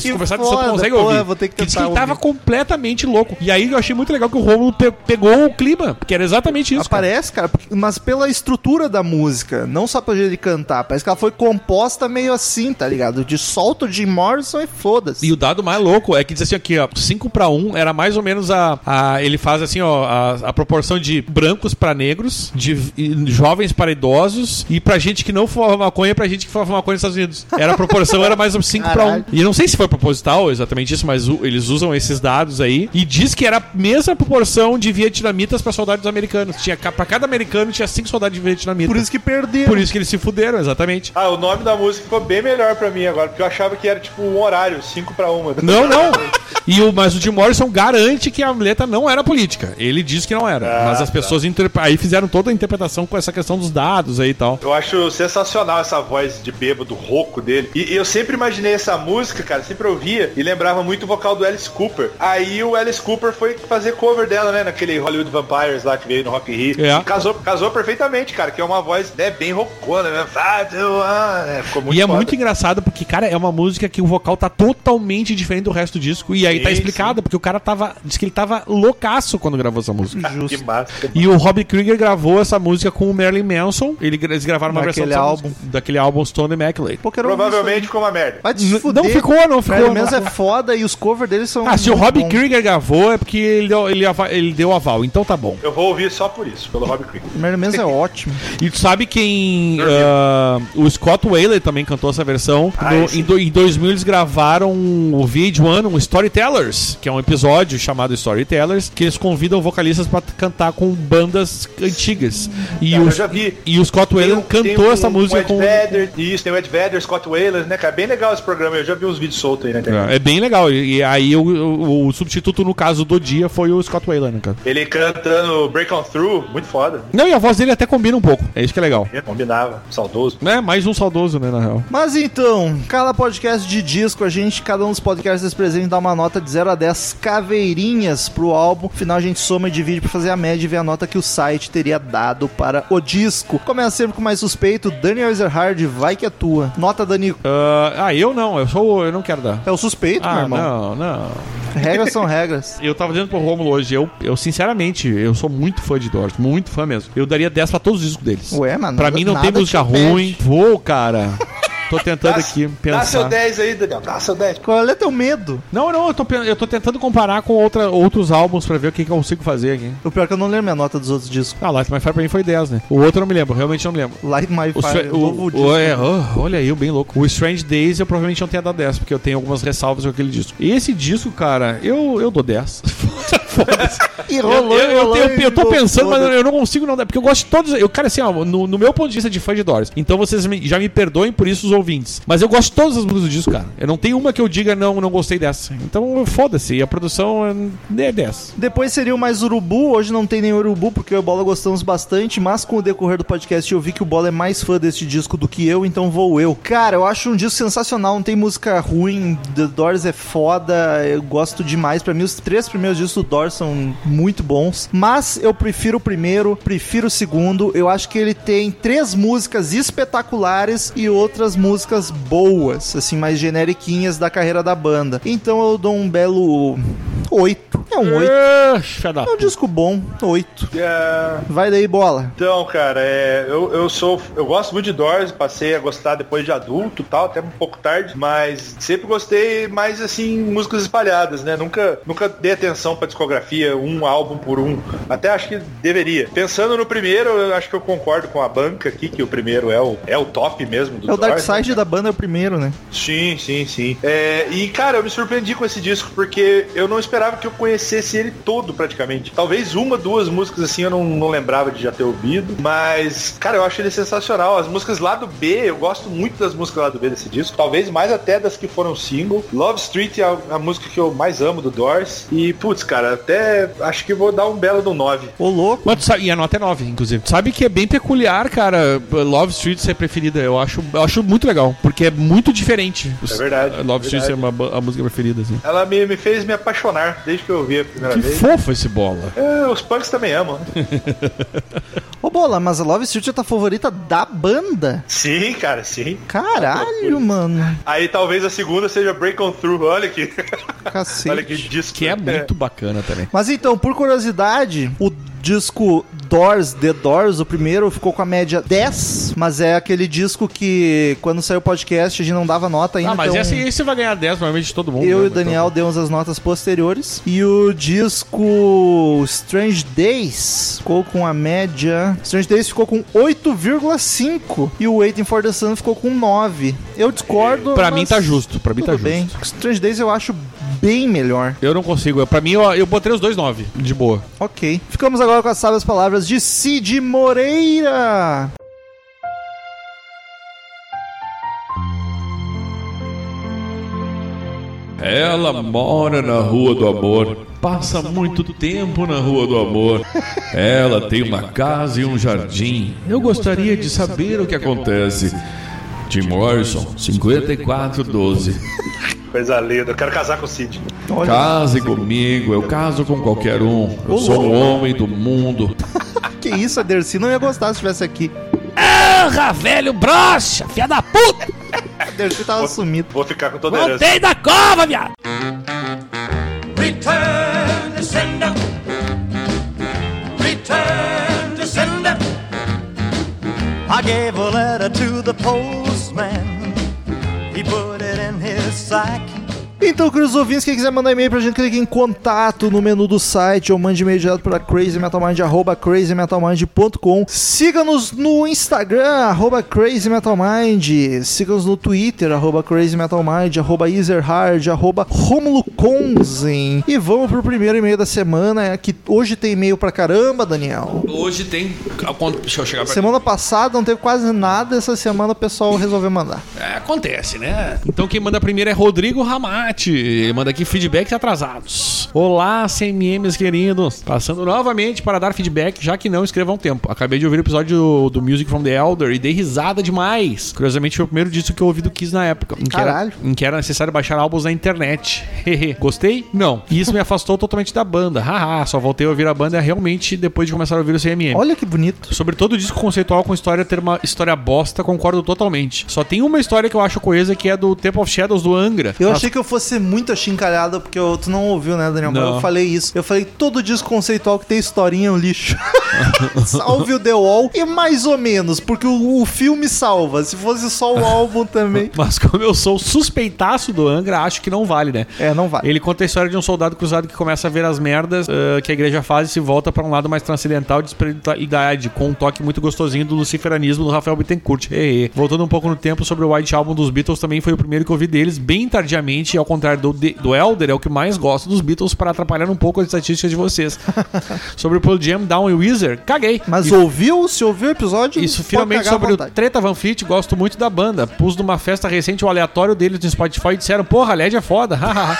se Que tu começar a atenção, tu foda, consegue porra, ouvir. vou ter que diz que tentar ele tava ouvir. completamente louco. E aí eu achei muito legal que o Rômulo pe- pegou o clima, porque era exatamente isso. cara. Aparece, cara, porque- mas pela estrutura da música, não só pelo jeito de cantar. Parece que ela foi composta meio assim, tá ligado? De solto de Morrison e foda-se. E o dado mais louco é que diz assim aqui, ó, 5 pra 1 era mais ou menos a, a- ele faz assim, ó, a, a proporção de brancos pra negros, de v- e jovens para idosos e pra gente que não fumava maconha pra um. gente que fumava maconha nos Estados Unidos. Era a proporção era mais ou menos 5 pra 1. Caralho. E eu não sei se foi proposital exatamente isso, mas o- eles usam esses dados aí e diz que era a mesma proporção de vietnamitas pra soldados americanos. Tinha ca- pra cada americano tinha cinco soldados de vietnamitas. Por isso que perderam. Por isso que eles se fuderam, exatamente. Ah, o nome da música ficou bem melhor pra mim agora, porque eu achava que era tipo um horário, 5 pra 1. Não, não. E o, mas o Jim Morrison garante que a letra não era política. Ele diz que não Ah, era. mas as tá. pessoas interpre- aí fizeram toda a interpretação com essa questão dos dados aí e tal. Eu acho sensacional essa voz de bêbado rouco dele. E, e eu sempre imaginei essa música, cara, sempre ouvia e lembrava muito o vocal do Alice Cooper. Aí o Alice Cooper foi fazer cover dela, né, naquele Hollywood Vampires lá que veio no Rock in Rio. É. E casou, casou perfeitamente, cara, que é uma voz, né, bem rocona, né? Vai, teu, ah, né, Ficou muito e é foda. muito engraçado porque, cara, é uma música que o vocal tá totalmente diferente do resto do disco. E aí tá Sim, explicado, porque o cara tava. Diz que ele tava loucaço quando gravou essa música. Que massa. E o Rob Krieger gravou essa música com o Marilyn Manson. Ele, eles gravaram uma Daquele versão dessa álbum. música, daquele álbum Stone Immaculate. Pô, quero ouvir Provavelmente isso ficou uma merda. aí. Vai te N- fuder. não ficou, não ficou, Pelo não menos é ficou. foda e os covers deles são. Ah, se o muito Rob bons. Krieger gravou é porque ele, ele, ava- ele deu aval, então tá bom. Eu vou ouvir só por isso, pelo Rob Creek. Pelo menos é ótimo. E tu sabe quem. ah, o Scott Whaley também cantou essa versão. Ah, No- esse- em, do- em 2000 eles gravaram o vídeo ano, um Storytellers, que é um episódio chamado Storytellers, que eles convidam vocalistas pra cantar com bandas antigas. E, Cara, o, eu já vi. e o Scott Whaley Tem um- cantou tem um- essa um música Ed com. Vedder, isso, tem o Ed Vedder, Scott Whalen, né, cara? Bem legal esse programa, eu já vi uns vídeos soltos aí, né, cara? É, é bem legal. E, e aí o, o- o substituto no caso do dia foi o Scott Whalen, né, cara. Ele cantando Break On Through, muito foda. Não, e a voz dele até combina um pouco. É isso que é legal. Combinava, saudoso. Né? Mais um saudoso, né, na real. Mas então, cada podcast de disco, a gente, cada um dos podcasts presentes dá uma nota de 0 a 10 caveirinhas pro álbum. No final a gente soma e divide pra fazer a média e ver a nota que o site teria dado para o disco. Começa sempre com o mais suspeito, Daniel Ezerhard, vai que é tua. Nota, Dani. Ah, ah, eu não, eu sou. Eu não quero dar. É o suspeito, meu Ah, irmão. não, não. Regras são regras. Eu tava dizendo pro Romulo hoje, eu, eu sinceramente, eu sou muito fã de Doors, muito fã mesmo. Eu daria 10 pra todos os discos deles. Ué, mano, Pra nada- mim não tem nada música te impede. ruim. Vou, cara. Tô tentando aqui pensar. dá seu 10 aí, Daniel, dá seu 10. Qual é teu medo? Não, não, eu tô, pen- eu tô tentando comparar com outra, outros álbuns pra ver o que, que eu consigo fazer aqui. O pior é que eu não lembro a nota dos outros discos. Ah, Light My Fire pra mim foi 10, né? O outro eu não me lembro, realmente não me lembro. Light My O, Fire, Stra- o, novo o, disco. o- é, oh, olha aí, eu bem louco. O Strange Days eu provavelmente não tenha dado 10, porque eu tenho algumas ressalvas com aquele disco. E esse disco, cara, eu, eu dou 10. Foda-se. E Eu, rolou, eu- eu rolou, tenho- eu tô rolou, pensando, mas foda-se. eu não consigo não dar. Porque eu gosto de todos. Eu, cara, assim, ó, no, no meu ponto de vista de fã de Doors. Então vocês me- já me perdoem por isso, os ouvintes. Mas eu gosto de todas as músicas do disco, cara. Eu não tenho uma que eu diga, não, não gostei dessa. Então foda-se. E a produção é é 10. Depois seria o mais urubu, hoje não tem nem urubu, porque eu e o Bola gostamos bastante, mas com o decorrer do podcast eu vi que o Bola é mais fã deste disco do que eu, então vou eu. Cara, eu acho um disco sensacional, não tem música ruim, The Doors é foda, eu gosto demais. Pra mim, os três primeiros discos do Doors são muito bons, mas eu prefiro o primeiro, prefiro o segundo. Eu acho que ele tem três músicas espetaculares e outras músicas boas, assim, mais generiquinhas da carreira da banda. Então eu dou um belo 8. É um 8. Ah, filha da É um puta. disco bom, 8. É, Vai daí, bola. Então, cara, é, eu, eu sou. Eu gosto muito de Doors, passei a gostar depois de adulto e tal, até um pouco tarde, mas sempre gostei mais assim, músicas espalhadas, né? Nunca, nunca dei atenção pra discografia, um álbum por um. Até acho que deveria. Pensando no primeiro, eu acho que eu concordo com a banca aqui, que o primeiro é o, é o top mesmo do É o Dark Doors, né, Side da banda é o primeiro, né? Sim, sim, sim. É, e, cara, eu me surpreendi com esse disco, porque eu não esperava que eu conhecesse ele todo, praticamente. Talvez uma, duas músicas, assim, eu não, não lembrava de já ter ouvido. Mas, cara, eu acho ele sensacional. As músicas lá do B, eu gosto muito das músicas lá do B desse disco. Talvez mais até das que foram single. Love Street é a, a música que eu mais amo do Doors. E, putz, cara, até acho que vou dar um belo do 9. Ô, louco. Mas tu sabe, e a nota é 9, inclusive. Tu sabe que é bem peculiar, cara, Love Street ser preferida. Eu acho, eu acho muito legal, porque é muito diferente. É verdade, Love é Street verdade. é uma, ba- a música preferida, assim. Ela me, me fez me apaixonar desde que eu ouvi a primeira Que vez. fofo esse bola. É, os punks também amam, né? Ô, bola, mas a Love Street é a tua favorita da banda? sim, cara, sim. Caralho, mano. Aí talvez a segunda seja Break On Through. Olha que, olha que Cacete. disco. é Que é muito bacana também. Mas então, por curiosidade, o disco Doors, The Doors, o primeiro, ficou com a média 10, mas é aquele disco que quando saiu o podcast a gente não dava nota ainda. Ah, mas então- esse, esse vai ganhar 10 normalmente de todo mundo. eu né? e o Daniel demos as notas posteriores. E o disco Strange Days ficou com a média. Strange Days ficou com 8,5 e o Waiting for the Sun ficou com 9. Eu discordo. Então, pra mas mim tá justo, pra mim Tudo tá justo. bem. Strange Days eu acho bem melhor. Eu não consigo. Eu, pra mim, eu, eu botei os dois 9, de boa. Ok. Ficamos agora com as sábias palavras de Cid Moreira. Ela mora na Rua do Amor, passa muito tempo na Rua do Amor. Ela tem uma casa e um jardim. Eu gostaria de saber o que acontece. Tim Morrison, 5412. É, Coisa linda. Eu quero casar com o Cid. Olha, Case comigo, eu caso com qualquer um. Eu sou um homem do mundo. que isso, a Dercy não ia gostar se estivesse aqui. Porra, velho brocha, filha da puta! A Dercy tava sumida. Vou ficar com toda a herança. Voltei da cova, viado! Return to sender. Return to sender. I gave a letter to the postman. He put it in his sack. Então, queridos ouvintes, quem quiser mandar e-mail pra gente, clique em contato no menu do site ou mande e-mail direto pra crazymetalmind, arroba crazymetalmind.com. Siga-nos no Instagram, arroba crazymetalmind. Siga-nos no Twitter, arroba crazymetalmind, arroba easerhard, arroba romuloconzen. E vamos pro primeiro e-mail da semana, é que hoje tem e-mail pra caramba, Daniel. Hoje tem. Deixa eu chegar Semana passada não teve quase nada, essa semana o pessoal resolveu mandar. É, acontece, né? Então quem manda primeiro é Rodrigo Ramate. Ele manda aqui feedbacks atrasados. Olá, CMMs queridos. Passando novamente para dar feedback, já que não escrevo há um tempo. Acabei de ouvir o episódio do, do Music from the Elder e dei risada demais. Curiosamente foi o primeiro disco que eu ouvi do Kiss na época. Em que era- Caralho. em que era necessário baixar álbuns na internet. Hehe. Gostei? Não. E isso me afastou totalmente da banda. Haha, só voltei a ouvir a banda realmente depois de começar a ouvir o CMM. Olha que bonito. Sobre todo disco conceitual com história ter uma história bosta, concordo totalmente. Só tem uma história que eu acho coesa que é do Temple of Shadows do Angra. Eu achei que eu fosse muito achincalhado, porque eu- tu não ouviu, né, Daniel? Mas Não. eu falei isso. Eu falei, todo disco conceitual que tem historinha é um lixo. Salve o The Wall. E mais ou menos, porque o, o filme salva. Se fosse só o álbum também. Mas como eu sou suspeitaço do Angra, acho que não vale, né? É, não vale. Ele conta a história de um soldado cruzado que começa a ver as merdas ah, que a igreja faz e se volta pra um lado mais transcendental de espiritualidade, com um toque muito gostosinho do luciferanismo do Rafael Bittencourt. Hehe. Voltando um pouco no tempo sobre o White Album dos Beatles, também foi o primeiro que eu ouvi deles, bem tardiamente, e ao contrário do, de- do Elder, é o que mais gosto dos Beatles para atrapalhar um pouco as estatísticas de vocês. sobre o Pearl Jam, Down e Weezer, caguei. Mas E- ouviu? Se ouviu o episódio, isso, pode finalmente cagar à sobre o vontade. Treta Van Fleet, gosto muito da banda. Pus numa festa recente o aleatório deles no Spotify e disseram, porra, LED é foda.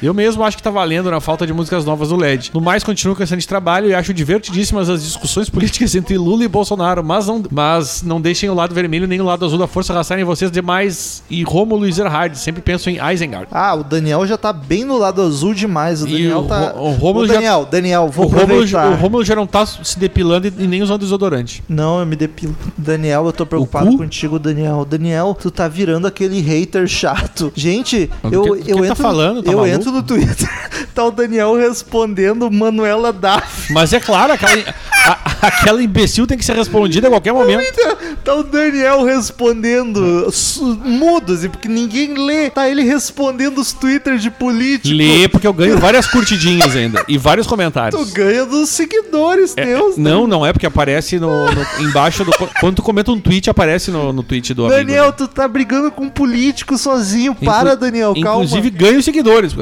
Eu mesmo acho que tá valendo na falta de músicas novas do LED. No mais, continuo com esse ano de trabalho e acho divertidíssimas as discussões políticas entre Lula e Bolsonaro, mas não, mas não deixem o lado vermelho nem o lado azul da força arrastarem vocês demais. E Romulo e Zerhard, sempre penso em Isengard. Ah, o Daniel já tá bem no lado azul demais. O E Daniel o tá. Ro- o Rômulo Ô, já- Daniel, Daniel, vou o, Romulo, aproveitar. o Romulo já não tá se depilando e, e nem usando desodorante. Não, eu me depilo. Daniel, eu tô preocupado cu? contigo, Daniel. Daniel, tu tá virando aquele hater chato. Gente, Mas eu, do que- do eu que tá entro. falando? Tá eu maluco? entro no Twitter. Tá o Daniel respondendo Manuela Daff. Mas é claro, aquela, a- aquela imbecil tem que ser respondida a qualquer momento. Tá o Daniel respondendo. su- Mudo, assim, porque ninguém lê. Tá ele respondendo os Twitter de político. Lê, porque eu ganho várias curtidinhas ainda e vários Tu comentários. ganha dos seguidores, né? É, Deus. não, não é porque aparece no, no- embaixo do. Quando tu comenta um tweet, aparece no, no tweet do amigo. né? Daniel, tu tá brigando com um político sozinho. Para, Inclu- Daniel, calma. Inclusive, ganho seguidores.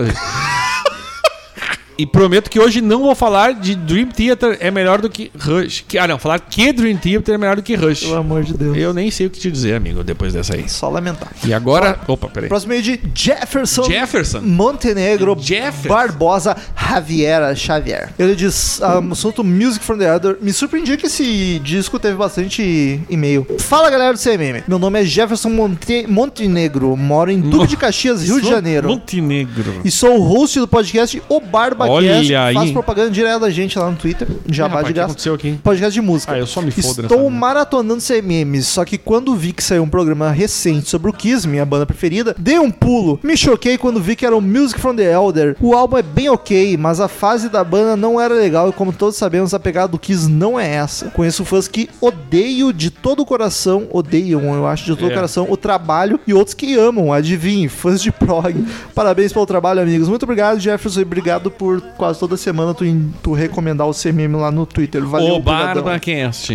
E prometo que hoje não vou falar de Dream Theater é melhor do que Rush. Que, ah, não, falar que Dream Theater é melhor do que Rush. Pelo amor de Deus. Eu nem sei o que te dizer, amigo, depois dessa aí. Só lamentar. E agora. Opa, peraí. Próximo e-mail de Jefferson. Jefferson. Montenegro Jefferson. Barbosa Javiera Xavier. Ele diz: ah, assunto Music from the Elder. Me surpreendi que esse disco teve bastante e-mail. Fala galera do CMM. Meu nome é Jefferson Monte- Montenegro. Moro em Duque de Caxias, Rio de Janeiro. Montenegro. E sou o host do podcast O Barbacast. Olha aí. Faz propaganda direto da gente lá no Twitter. Jabá rapaz, o de que graça. aconteceu aqui? Podcast de música. Ah, eu só me fodo nessa Estou merda. Então, maratonando CMM, só que quando vi que saiu um programa recente sobre o Kiss, minha banda preferida, dei um pulo. Me choquei quando vi que era o Music from the Elder. O álbum é bem ok, ok, mas a fase da banda não era legal e como todos sabemos, a pegada do Kiss não é essa. Conheço fãs que odeio de todo o coração, odeiam, eu acho, de todo o coração o trabalho e outros que amam, adivinhe, fãs de prog. Parabéns pelo trabalho, amigos. Muito obrigado, Jefferson, e obrigado por quase toda semana tu, in- tu recomendar o CMM lá no Twitter. Valeu, o brigadão. BarbaCast.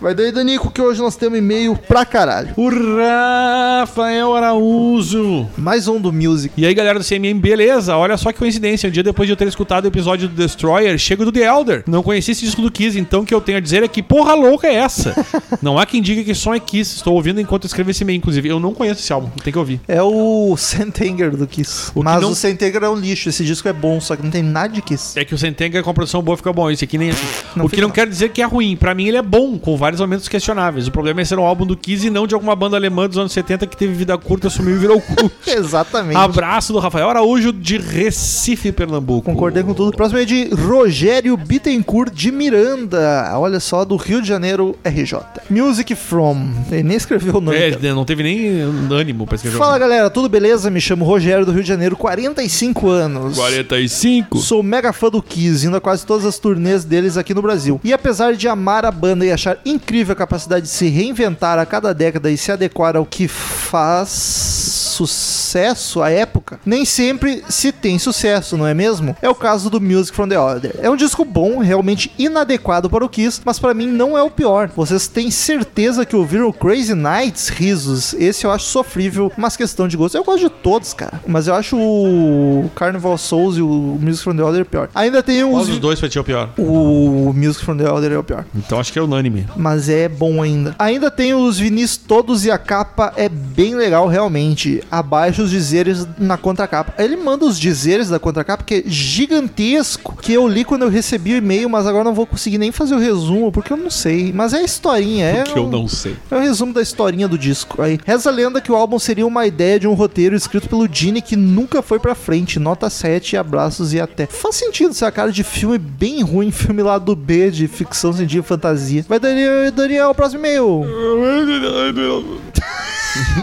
Vai daí, Danico, que hoje nós temos e-mail pra caralho. O Rafael Araújo. Mais um do Music. E aí, galera do CMM, beleza? Olha só que coincidência. Um dia depois de eu ter escutado o episódio do Destroyer, chego do The Elder. Não conheci esse disco do Kiss, então o que eu tenho a dizer é que porra louca é essa? não há quem diga que som é Kiss. Estou ouvindo enquanto escrevo esse e-mail, inclusive. Eu não conheço esse álbum, tem que ouvir. É o Sentenger do Kiss. que Mas não- o Sentenger é um lixo. Esse disco é bom, só que não tem nada de Kiss. É que o Sentenga com a produção boa fica bom, esse aqui nem assim. Não o que fica não não. quer dizer que é ruim. Pra mim ele é bom, com vários momentos questionáveis. O problema é ser um álbum do Kiss e não de alguma banda alemã dos anos 70 que teve vida curta, sumiu e virou cu. Exatamente. Abraço do Rafael Araújo de Recife, Pernambuco. Ah, Concordei com tudo. Próximo é de Rogério Bittencourt de Miranda. Olha só, do Rio de Janeiro, RJ. Music From. Ele nem escreveu o nome. É, cara. não teve nem ânimo pra escrever. né? Fala galera, tudo beleza? Me chamo Rogério do Rio de Janeiro, 45 anos. 45? Sou mega fã do Kiss, indo a quase todas as turnês deles aqui no Brasil. E apesar de amar a banda e achar incrível a capacidade de se reinventar a cada década e se adequar ao que faz sucesso à época, nem sempre se tem sucesso, não é mesmo? É o caso do Music from the Order. É um disco bom, realmente inadequado para o Kiss, mas para mim não é o pior. Vocês têm certeza que ouviram o Crazy Nights? Risos. Esse eu acho sofrível, mas questão de gosto. Eu gosto de todos, cara. Mas eu acho o Carnival Souls e o Music from the Order pior. Ainda tem Qual uns. dos dois pra ti é o pior? O Music from the Order é o pior Então acho que é unânime. mas é bom ainda. Ainda tem os vinis todos e a capa é bem legal realmente. Abaixo os dizeres na contracapa. Ele manda os dizeres da contracapa que é gigantesco, que eu li quando eu recebi o e-mail, mas agora não vou conseguir nem fazer o resumo, porque eu não sei. Mas é a historinha, é que eu um- não sei. é o resumo da historinha do disco. Aí, reza a lenda que o álbum seria uma ideia de um roteiro escrito pelo Gene que nunca foi pra frente. Nota 7, abraços e até. Faz sentido ser a cara de filme bem ruim, filme lá do B, de ficção científica e fantasia. Vai, Daniel, Daniel, próximo e-mail.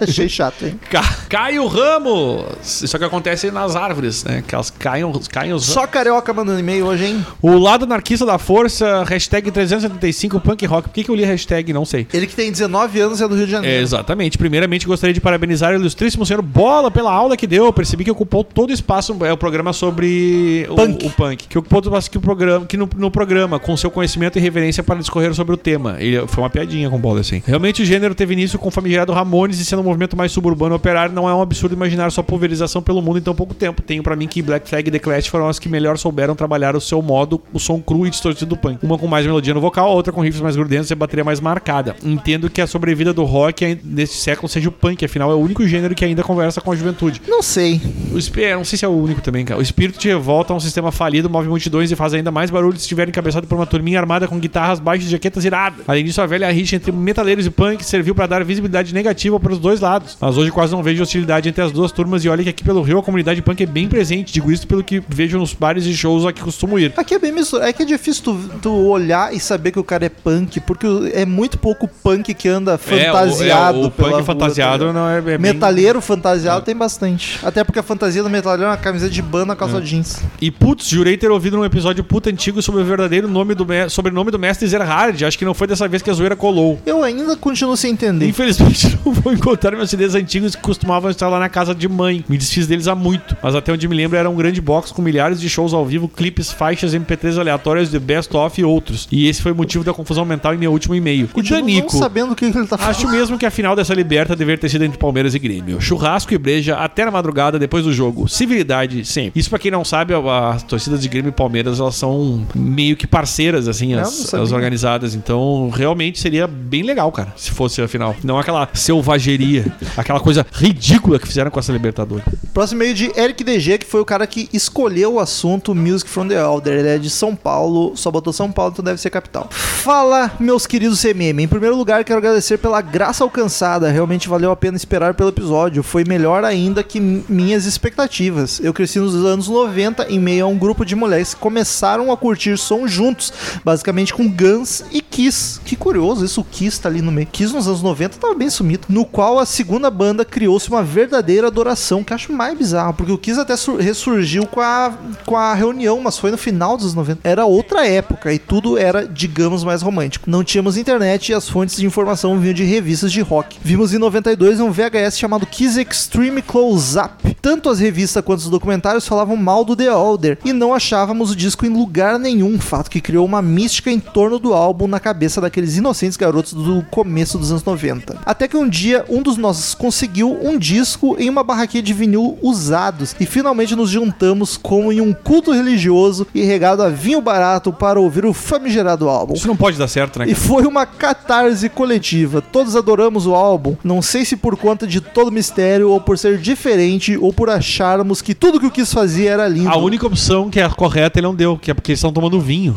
Achei chato, hein? Ca- Cai o ramo! Isso é o que acontece nas árvores, né? Que elas caem, caem os Só carioca mandando e-mail hoje, hein? O lado anarquista da força, hashtag 375 punk rock. Por que, que eu li hashtag? Não sei. Ele que tem 19 anos e é do Rio de É, Janeiro. exatamente. Primeiramente, gostaria de parabenizar o ilustríssimo senhor Bola pela aula que deu. Eu percebi que ocupou todo o espaço. É o programa sobre o- Punk. O, punk. Que ocupou todo o espaço que, o programa, que no, no programa, com seu conhecimento e reverência para discorrer sobre o tema. Ele, foi uma piadinha com o Bola, assim. Realmente, o gênero teve início com o famigerado Ramones e sendo um movimento mais suburbano operário, não é um absurdo imaginar sua pulverização pelo mundo em tão pouco tempo. Tenho pra mim que Black Flag e The Clash foram as que melhor souberam trabalhar o seu modo, o som cru e distorcido do punk. Uma com mais melodia no vocal, a outra com riffs mais grudentos e a bateria mais marcada. Entendo que a sobrevida do rock ai- neste século seja o punk, afinal é o único gênero que ainda conversa com a juventude. Não sei. O espi- é, não sei se é o único também, cara. O espírito de revolta é um sistema falido, move multidões e faz ainda mais barulho se estiver encabeçado por uma turminha armada com guitarras, baixos e jaquetas iradas. Além disso, a velha rixa entre metaleiros e punk serviu pra dar visibilidade negativa para os dois lados. Mas hoje quase não vejo hostilidade entre as duas turmas e olha que aqui pelo Rio a comunidade punk é bem presente. Digo isso pelo que vejo nos bares e shows a que costumo ir. Aqui é bem misturado. É que é difícil tu, tu olhar e saber que o cara é punk, porque o- é muito pouco punk que anda fantasiado. é, o, é, o pela punk rua, fantasiado tá ligado? não é, é bem- É. Metaleiro fantasiado tem bastante. Até porque a fantasia do metaleiro é uma camiseta de banda, É. calça jeans. E putz, jurei ter ouvido um episódio puta antigo sobre o verdadeiro nome do me- sobrenome do mestre Zerhard. Acho que não foi dessa vez que a zoeira colou. Eu ainda continuo sem entender. Infelizmente não vou encontrar meus CDs antigos que costumavam estar lá na casa de mãe. Me desfiz deles há muito, mas até onde me lembro era um grande box com milhares de shows ao vivo, clipes, faixas, MP3 aleatórias de Best Of e outros. E esse foi o motivo da confusão mental em meu último e-mail. O Continuo Danico. Não sabendo o que ele tá falando. Acho mesmo que a final dessa liberta deveria ter sido entre Palmeiras e Grêmio. Churrasco e breja até na madrugada depois do jogo. Civilidade sempre. Isso pra quem não sabe, a- as torcidas de Grêmio e Palmeiras elas são meio que parceiras assim, não as, sabia. as organizadas. Então realmente seria bem legal, cara, se fosse a final. Não aquela selvageria, aquela coisa ridícula que fizeram com essa Libertadores. Próximo meio de Eric DG, que foi o cara que escolheu o assunto Music from the Elder. Ele é de São Paulo, só botou São Paulo, então deve ser capital. Fala, meus queridos CMM. Em primeiro lugar, quero agradecer pela graça alcançada. Realmente valeu a pena esperar pelo episódio. Foi melhor ainda que mi- minhas expectativas. Eu cresci nos anos 90 em meio a um grupo de mulheres que começaram a curtir som juntos, basicamente com Guns e Kiss. Que curioso, isso o Kiss tá ali no meio. Kiss nos anos 90 tava bem sumido. No qual a segunda banda criou-se uma verdadeira adoração, que eu acho mais bizarro, porque o Kiss até sur- ressurgiu com a, com a reunião, mas foi no final dos 90. Era outra época e tudo era, digamos, mais romântico. Não tínhamos internet e as fontes de informação vinham de revistas de rock. Vimos em 92 um VHS chamado Kiss Extreme Close Up. Tanto as revistas quanto os documentários falavam mal do The Older e não achávamos o disco em lugar nenhum, fato que criou uma mística em torno do álbum na cabeça daqueles inocentes garotos do começo dos anos 90. Até que um dia um dos nossos conseguiu um disco em uma barraquinha de vinil usados e finalmente nos juntamos como em um culto religioso e regado a vinho barato para ouvir o famigerado álbum. Isso não pode dar certo, né? E foi uma catarse coletiva. Todos adoramos o álbum. Não sei se por conta de todo o mistério, ou por ser diferente, ou por acharmos que tudo que o Kiss fazia era lindo. A única opção que é a correta ele não deu, que é porque eles estão tomando vinho.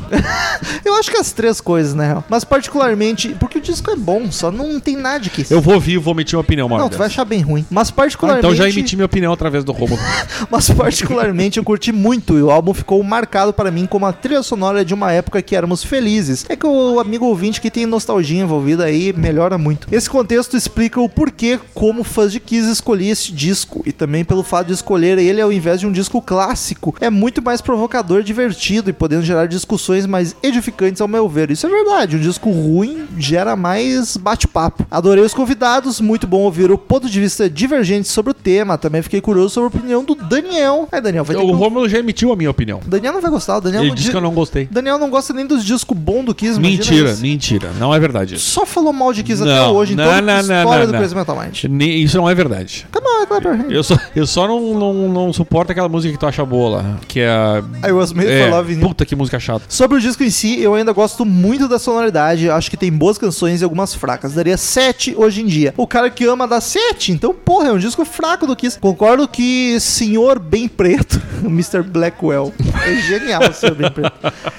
Eu acho que as três coisas, né? real. Mas particularmente, porque o disco é bom, só não tem nada de Kiss. Eu vou ouvir, e vou emitir uma opinião, Mauro. Não, tu vai achar bem ruim. Mas Ah, particularmente. então já emiti minha opinião através do Romulo. Mas particularmente eu curti muito e o álbum ficou marcado para mim como a trilha sonora de uma época que éramos felizes. É que o amigo ouvinte que tem nostalgia envolvida aí melhora muito. Esse contexto explica o porquê como fãs de Kiss escolhi esse disco e também pelo fato de escolher ele ao invés de um disco clássico. É muito mais provocador, divertido e podendo gerar discussões mais edificantes ao meu ver. Isso é verdade, um disco ruim gera mais bate-papo. Adorei os convidados, muito bom ouvir o ponto de vista divergente sobre o tema. Também fiquei curioso sobre a opinião do Daniel. Aí, Daniel, vai ter O que- Romulo já emitiu a minha opinião. Daniel não vai gostar, o Daniel Ele não disse di- que eu não gostei. Daniel não gosta nem dos discos bons do Kiss, imagina Mentira, isso. mentira. Não é verdade isso. Só falou mal de Kiss até Não, hoje, então não, não, história não, do não. Crazy Metal Mind. Ne- Isso não é verdade. Come on, clap your hands. Eu só, eu só não, não, não suporto aquela música que tu acha boa lá. Que é a. I was made É, for love in you. puta que música chata. Sobre o disco em si, eu ainda gosto muito da sonoridade, acho que tem boas canções e algumas fracas. Daria 7 hoje em dia. O cara que ama dá 7, então porra, é um disco fraco do Kiss. Concordo que Senhor Bem Preto, o Mr. Blackwell, é genial o Senhor Bem Preto.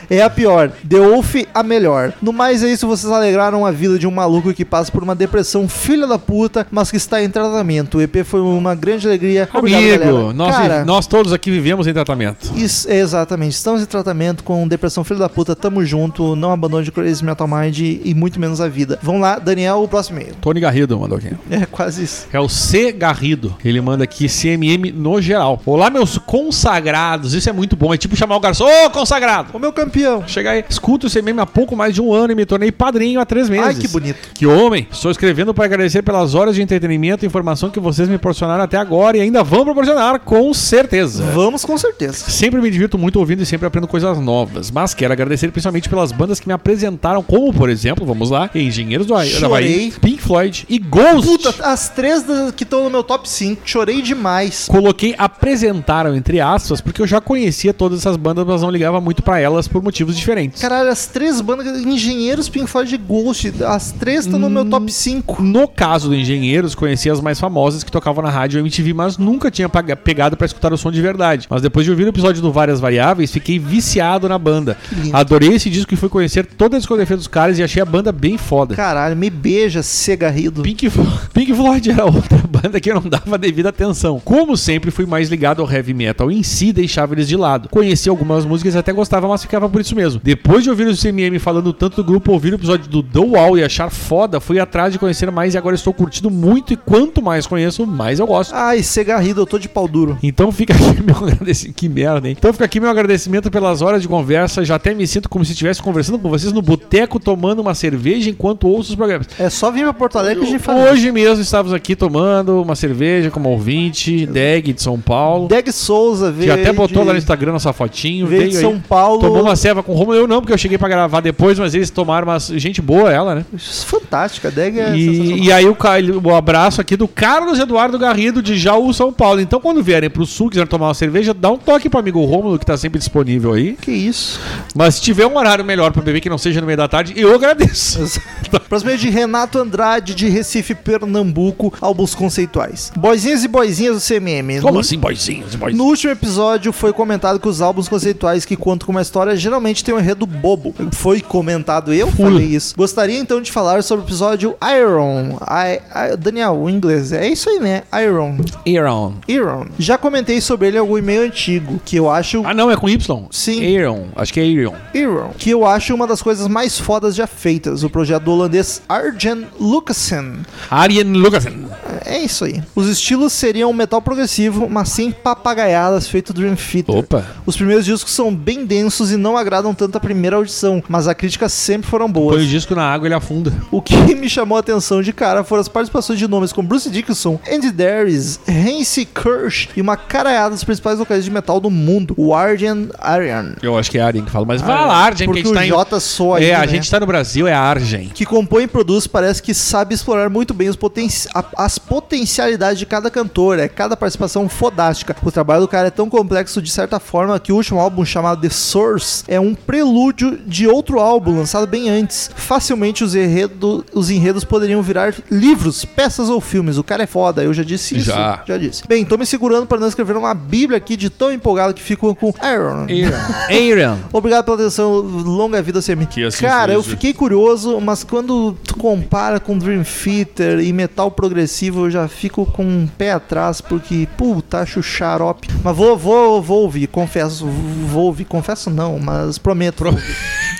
É a pior, The Wolf a melhor. No mais é isso, vocês alegraram a vida de um maluco que passa por uma depressão filha da puta, mas que está em tratamento. O EP foi uma grande alegria. Obrigado, Amigo, galera. nós, Cara, nós todos aqui vivemos em tratamento. isso, é, exatamente. Estamos em tratamento com depressão filho da puta. Tamo junto. Não abandone o Crazy Metal Mind e muito menos a vida. Vamos lá, Daniel, o próximo e-mail. Tony Garrido mandou aqui. É quase isso. É o C. Garrido. Ele manda aqui CMM no geral. Olá, meus consagrados. Isso é muito bom. É tipo chamar o garçom. Ô, consagrado! O meu campeão. Chegar aí, escuto o CMM há pouco mais de um ano e me tornei padrinho há três meses. Ai, que bonito. Que homem! Estou escrevendo para agradecer pelas horas de entretenimento e informação que vocês me proporcionaram até agora e ainda vão proporcionar, com certeza. Vamos com certeza. Sempre me divirto muito ouvindo e sempre aprendo coisas novas. Mas quero agradecer principalmente pelas bandas que me apresentaram, como, por exemplo, vamos lá, Engenheiros do Havaí, Chorei. da Bahia, Pink Floyd e Ghost. Puta, as três das- que estão no meu top 5. Chorei demais. Coloquei apresentaram entre aspas, porque eu já conhecia todas essas bandas, mas não ligava muito pra elas por motivos diferentes. Caralho, as três bandas. Engenheiros, Pink Floyd e Ghost. As três estão no Hum. meu top 5. No caso do Engenheiros, conheci as mais famosas que tocavam na rádio e MTV, mas nunca tinha paga- pegado pra escutar o som de verdade. Mas depois de ouvir o episódio do Várias Variáveis, fiquei viciado na banda. lindo. Adorei esse disco e fui conhecer toda a discografia dos caras e achei a banda bem foda. Caralho, me beija, cegarrido. Pink, Flo- Pink Floyd era outra banda que eu não dava devida atenção. Como sempre, fui mais ligado ao heavy metal em si, deixava eles de lado. Conheci algumas músicas e até gostava, mas ficava por isso mesmo. Depois de ouvir o CMM falando tanto do grupo, ouvir o episódio do The Wall e achar foda, fui atrás de conhecer mais e agora estou curtindo muito e quanto mais conheço, mais eu gosto. Ai, cegarrido, eu tô de pau duro. Então fica aqui meu agradecimento. Que merda, hein? Então fica aqui meu agradecimento pelas horas de conversa. Já até me sinto como se estivesse conversando com vocês no boteco, tomando uma cerveja enquanto ouço os programas. É só vir pra Porto Alegre que a gente fala. Hoje mesmo estávamos aqui tomando uma cerveja como ouvinte, Deg de São Paulo. Deg Souza que veio. até aí botou de- lá no Instagram nossa fotinho. veio de veio aí, São Paulo. Tomou uma ceva com o Romulo. Eu não, porque eu cheguei pra gravar depois, mas eles tomaram uma gente boa, ela, né? Fantástica, a Deg é sensacional. E, e aí o, ca- ele- o abraço aqui do Carlos Eduardo Garrido de Jaú, São Paulo. Então quando vierem pro sul, quiser tomar uma cerveja, dá um toque pro amigo Romulo, que tá sempre disponível aí. Que isso? Mas se tiver um horário melhor pra beber, que não seja no meio da tarde, eu agradeço. Próximo é de Renato Andrade, de Recife, Pernambuco, álbuns conceituais. Boizinhas e boizinhas do CMM. Como No- assim, boizinhos, boizinhos? No último episódio foi comentado que os álbuns conceituais que contam com uma história geralmente tem um enredo bobo. Foi comentado, eu falei isso. Gostaria então de falar sobre o episódio Iron. I- I- Daniel, o inglês é isso aí, né? Iron. Aaron. Iron. Já comentei sobre ele em algum e-mail antigo, que eu acho Ah, não, é com Y? Sim. Aaron. Acho que é Aaron. Iron, que eu acho uma das coisas mais fodas já feitas, o projeto do holandês Arjen Lucassen. Arian Lucasen. É isso aí. Os estilos seriam metal progressivo, mas sem papagaiadas feito Dream Theater. Opa. Os primeiros discos são bem densos e não agradam tanto a primeira audição, mas a crítica sempre foram Põe o boas. disco na água e ele afunda. O que me chamou a atenção de cara foram as participações de nomes como Bruce Dickinson, Andy Darius, Hansi Kirsch e uma caraiada dos principais locais de metal do mundo, o Arjen Aryan. Eu acho que é Arian que fala, mas vai lá, Argen, Porque que a gente o tá em... J soa aí, É, a né? gente tá no Brasil, é Argen. que compõe e produz parece que sabe explorar muito bem os poten- a- as potencialidades de cada cantor, é cada participação fodástica. O trabalho do cara é tão complexo de certa forma que o último álbum chamado The Source é um prelúdio de outro álbum lançado bem antes. Facilmente os, enredo- os enredos poderiam virar livros, peças ou filmes. O cara é foda, eu já disse isso. Já. disse. Bem, tô me segurando para não escrever uma bíblia aqui de tão empolgado que fico com Iron. Aaron. Obrigado pela atenção, longa vida CM. Que assim Cara, eu seja. fiquei curioso, mas quando tu compara com Dream Theater e metal progressivo, eu já fico com um pé atrás, porque, puta, acho xarope. Mas vou, vou, vou ouvir, confesso, vou ouvir, confesso não, mas prometo.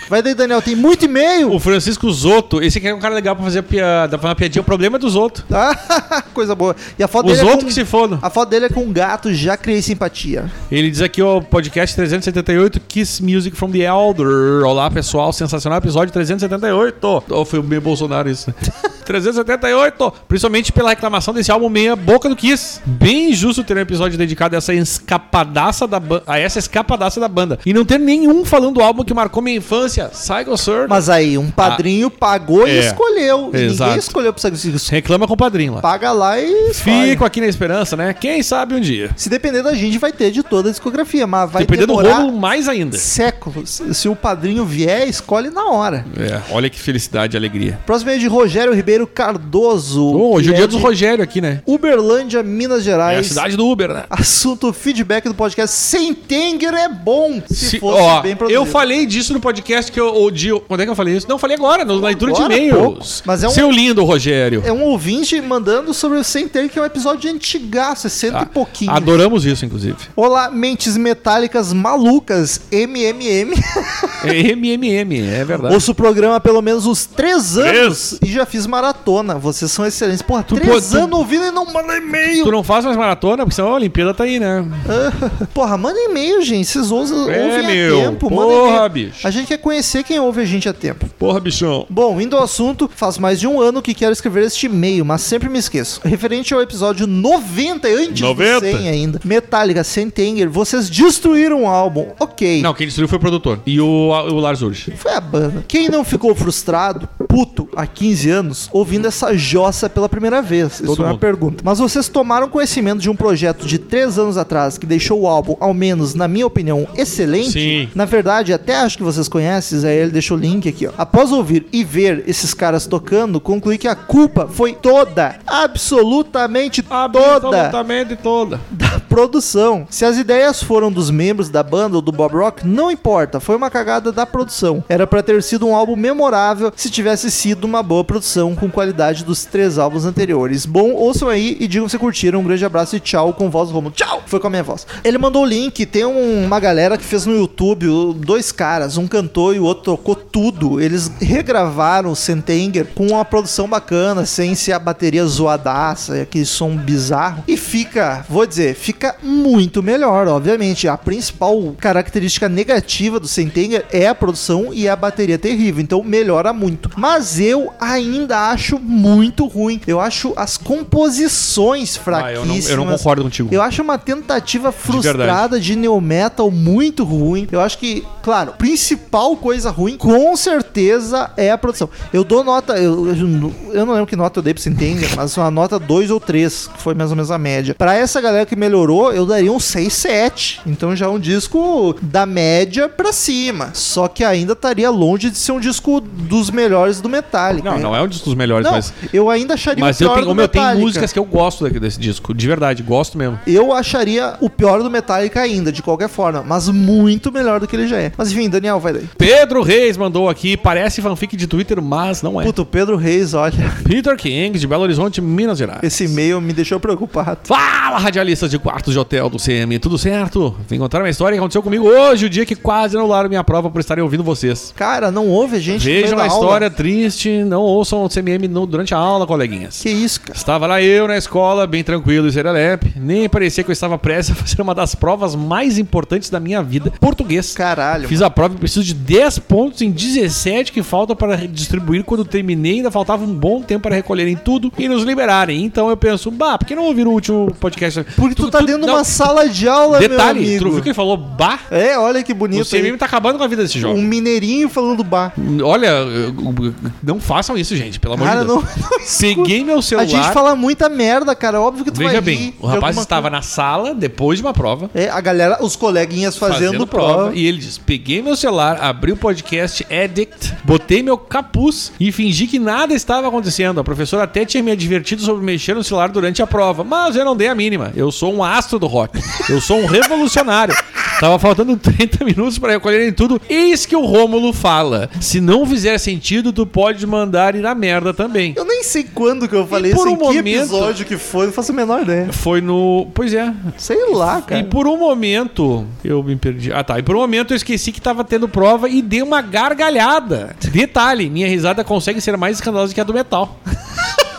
Vai daí, Daniel, tem muito e-mail. O Francisco Zoto, esse aqui é um cara legal pra fazer piada, pra fazer uma piadinha, o problema é dos outros. Ah, coisa boa. E a foto Os dele é outros com... que se foram. A foto dele é com um gato, já criei simpatia. Ele diz aqui, ó, podcast 378, Kiss Music from the Elder. Olá, pessoal, sensacional episódio 378. Oh, foi o meio Bolsonaro isso, né? 378! Principalmente pela reclamação desse álbum meia boca do Kiss. Bem justo ter um episódio dedicado a essa escapadaça da banda, a essa escapadaça da banda. E não ter nenhum falando do álbum que marcou minha infância, Psycho Surge. Mas aí, um padrinho pagou e Ah. É. escolheu. E Exato. Ninguém escolheu pra você. Reclama com o padrinho lá. Paga lá e escolhe. Fico aqui na esperança, né? Quem sabe um dia. Se depender da gente, vai ter de toda a discografia, mas vai Dependendo do demorar rolo, né? mais ainda. séculos. Se o padrinho vier, escolhe na hora. É, olha que felicidade e alegria. Próximo é de Rogério Ribeiro Cardoso. Ô, hoje é que o dia dos de Rogério aqui, né? Uberlândia, Minas É a Gerais. cidade do Uber, né? Assunto feedback do podcast Sem Tenger é bom, se, Se- fosse ó, bem produzido. eu falei disso no podcast que eu odio. Quando é que eu falei isso? Não, falei agora, no, na leitura de agora, pouco. e-mails. Mas é um- Seu lindo, Rogério. É um ouvinte mandando sobre o Sem Tenger, que é um episódio antigaço, é cento e pouquinho. Ah, Adoramos isso, inclusive. Olá, mentes metálicas malucas, MMM. É MMM, é verdade. Ouço o programa pelo menos uns três anos e já fiz maratona. Vocês são excelentes. Porra, pô, três tu- anos ouvindo e não manda e-mail. Tu não faz mais maratona, porque senão a Olimpíada tá aí, né? Porra, manda e-mail, gente. Vocês ousam, É, ouvem meu. a tempo. Porra, e-mail. bicho. A gente quer conhecer quem ouve a gente a tempo. Porra, bichão. Bom, indo ao assunto, faz mais de um ano que quero escrever este e-mail, mas sempre me esqueço. Referente ao episódio 90, antes 90. do 100 ainda. Metallica, Sentenger, vocês destruíram o álbum. Ok. Não, quem destruiu foi o produtor. E o, o Lars Ulrich. Foi a banda. Quem não ficou frustrado, puto, há 15 anos, ouvindo essa jossa pela primeira vez? Isso Todo é uma mundo. pergunta. Mas vocês tomaram conhecimento de um projeto de 3 anos atrás que deixou o álbum, ao menos na minha opinião, excelente? Sim. Na verdade, até acho que vocês conhecem, aí ele deixou o link aqui, ó. Após ouvir e ver esses caras tocando, concluí que a culpa foi toda, absolutamente toda, Absolutamente toda. da produção. Se as ideias foram dos membros da banda ou do Bob Rock, não importa, foi uma cagada da produção. Era pra ter sido um álbum memorável se tivesse sido uma boa produção com qualidade dos três álbuns anteriores. Bom, ouçam aí e digam se curtiram. Um grande abraço e tchau com voz do Romulo. Tchau! Foi com a minha voz. Ele mandou o link, tem um- uma galera que fez no YouTube, o- dois caras, um cantou e o outro tocou tudo. Eles regravaram o Sentenger com uma produção bacana, sem ser a bateria zoadaça, e aquele som bizarro. E fica, vou dizer, fica muito melhor, obviamente. A principal característica negativa do Sentenger é a produção e a bateria terrível, então melhora muito. Mas eu ainda acho muito ruim. Eu acho as composições Ah, eu, não, fraquíssimas. eu não concordo contigo. Eu acho uma tentativa frustrada verdade. de, neo metal muito ruim. Eu acho que, claro, principal coisa ruim, com certeza, é a produção. Eu dou nota, eu, eu- eu não lembro que nota eu dei pra você entender, mas uma nota 2 ou 3, que foi mais ou menos a média. Pra essa galera que melhorou estourou, eu daria um 6, 7. Então já é um disco da média pra cima. Só que ainda estaria longe de ser um disco dos melhores do Metallica. Não, né? não é um dos melhores, Não, mas. eu ainda acharia Mas o eu pior tenho, do como eu tenho Metallica. músicas que eu gosto daqui desse disco, de verdade, gosto mesmo. Eu acharia o pior do Metallica ainda, de qualquer forma, mas muito melhor do que ele já é. Mas enfim, Daniel, vai daí. Pedro Reis mandou aqui, parece fanfic de Twitter, mas não é. Puta, o Pedro Reis, olha, Peter King, de Belo Horizonte, Minas Gerais. esse e-mail me deixou preocupado. Fala, radialistas de quartos de hotel do CM, tudo certo? Vim contar uma história que aconteceu comigo hoje, o dia que quase anularam minha prova por estarem ouvindo vocês. Cara, não houve a gente no meio Vejam da a aula. história triste, não ouçam o CMM no- durante a aula, coleguinhas. Que isso, cara? Estava lá eu na escola, bem tranquilo e serelepe. Nem parecia que eu estava prestes a fazer uma das provas mais importantes da minha vida, português. Caralho. Fiz a prova e preciso de 10 pontos em 17 que faltam para distribuir. Quando terminei, ainda faltava um bom tempo para recolherem tudo e nos liberarem. Então eu penso, bah, por que não ouvir o último podcast? Porque tu, tá dentro de uma sala de aula, Detalhe, meu tu viu amigo. que ele falou, bah, É, olha que o bonito. CMM aí. tá acabando com a vida desse Um jogo. mineirinho falando bar. Olha, eu- eu- não façam isso, gente, pelo amor Cara, de não, Deus. não Peguei meu A celular. gente fala muita merda, cara. Óbvio que tu vai Veja rir bem, de o rapaz alguma estava na sala depois de uma prova. coisa. É, a galera, os coleguinhas fazendo, prova. E ele diz: Peguei meu celular, abri o podcast Addict, botei meu capuz e fingi que nada estava acontecendo. A professora até tinha me advertido sobre mexer no celular durante a prova, mas eu não dei a mínima. Eu sou um astro do rock. Eu sou um revolucionário. Tava faltando 30 minutos para recolherem tudo. Eis que o Rômulo fala: Se não fizer sentido, tu pode mandar ir na merda também. Eu nem sei quando que eu falei por isso, em um que momento- episódio que foi, não faço a menor ideia. Foi no. Pois é, Sei lá, cara. E por um momento eu me perdi. Ah, tá. E por um momento eu esqueci que tava tendo prova e dei uma gargalhada. Detalhe, minha risada consegue ser mais escandalosa que a do metal.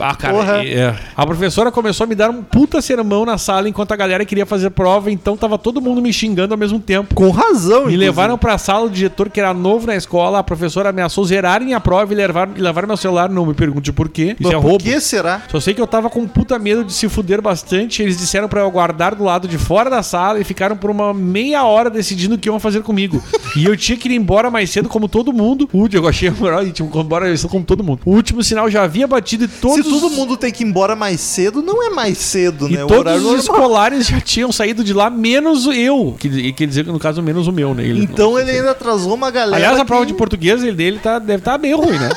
Ah, cara, Porra. é. A professora começou a me dar um puta sermão na sala enquanto a galera queria fazer prova, então tava todo mundo me xingando ao mesmo tempo. Com razão, Me inclusive. levaram pra sala do diretor que era novo na escola, a professora ameaçou zerarem a prova e levaram, e levaram meu celular, não me pergunte por quê. Isso Mas é por roubo. que será? Só sei que eu tava com um puta medo de se fuder bastante. Eles disseram pra eu aguardar do lado de fora da sala e ficaram por uma meia hora decidindo o que iam fazer comigo. e eu tinha que ir embora mais cedo, como todo mundo. O último, eu achei moral e tinha que ir embora mais cedo, como todo mundo. O último sinal já havia batido e Se todos. todo mundo tem que ir embora mais cedo, não é mais cedo, E né? todos os normal. escolares já tinham saído de lá, menos eu. Que, e quer dizer que, no caso, menos o meu, né? Ele- Então ele ainda atrasou uma galera. Aliás, a prova que- é de português dele tá, deve estar bem ruim, né?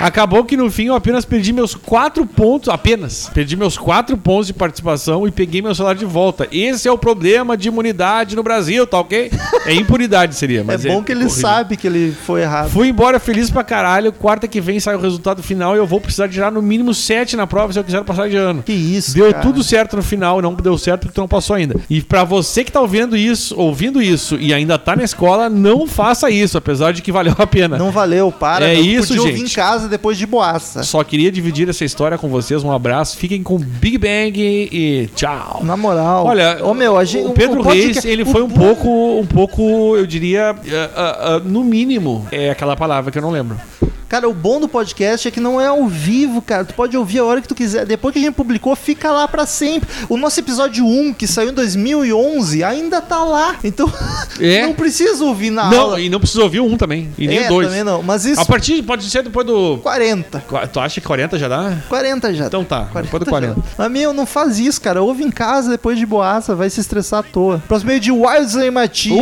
Acabou que no fim eu apenas perdi meus quatro pontos, apenas perdi meus quatro pontos de participação e peguei meu celular de volta. Esse é o problema de imunidade no Brasil, tá ok? É impunidade É seria, mas bom que ele horrível. sabe que ele foi errado. Fui embora feliz pra caralho. Quarta que vem sai o resultado final e eu vou precisar tirar no mínimo sete na prova se eu quiser passar de ano. Que isso, Deu cara. tudo certo no final, não deu certo porque tu não passou ainda. E pra você que tá ouvindo isso, ouvindo isso e ainda tá na escola, não faça isso, apesar de que valeu a pena. Não valeu, para. É eu isso, podia ouvir gente. em casa depois de boaça. Só queria dividir essa história com vocês. Um abraço. Fiquem com Big Bang e tchau. Na moral. Olha, Ô, meu, a gente, o Pedro podcast- Reis, ele o- foi um pouco, um pouco, eu diria, ah, ah, ah, no mínimo, é aquela palavra que eu não lembro. Cara, o bom do podcast é que não é ao vivo, cara. Tu pode ouvir a hora que tu quiser. Depois que a gente publicou, fica lá pra sempre. O nosso episódio 1, que saiu em 2011, ainda tá lá. Então, É. não precisa ouvir na não, aula. e não precisa ouvir um também, e nem é, dois. também não. Mas isso, A partir, pode ser depois do... 40. Qua- Tu acha que 40 já dá? 40 já. Então tá, depois do 40. já. Mas, meu, não faz isso, cara. Ouve em casa depois de boaça, vai se estressar à toa. Próximo meio de Wilds Matias.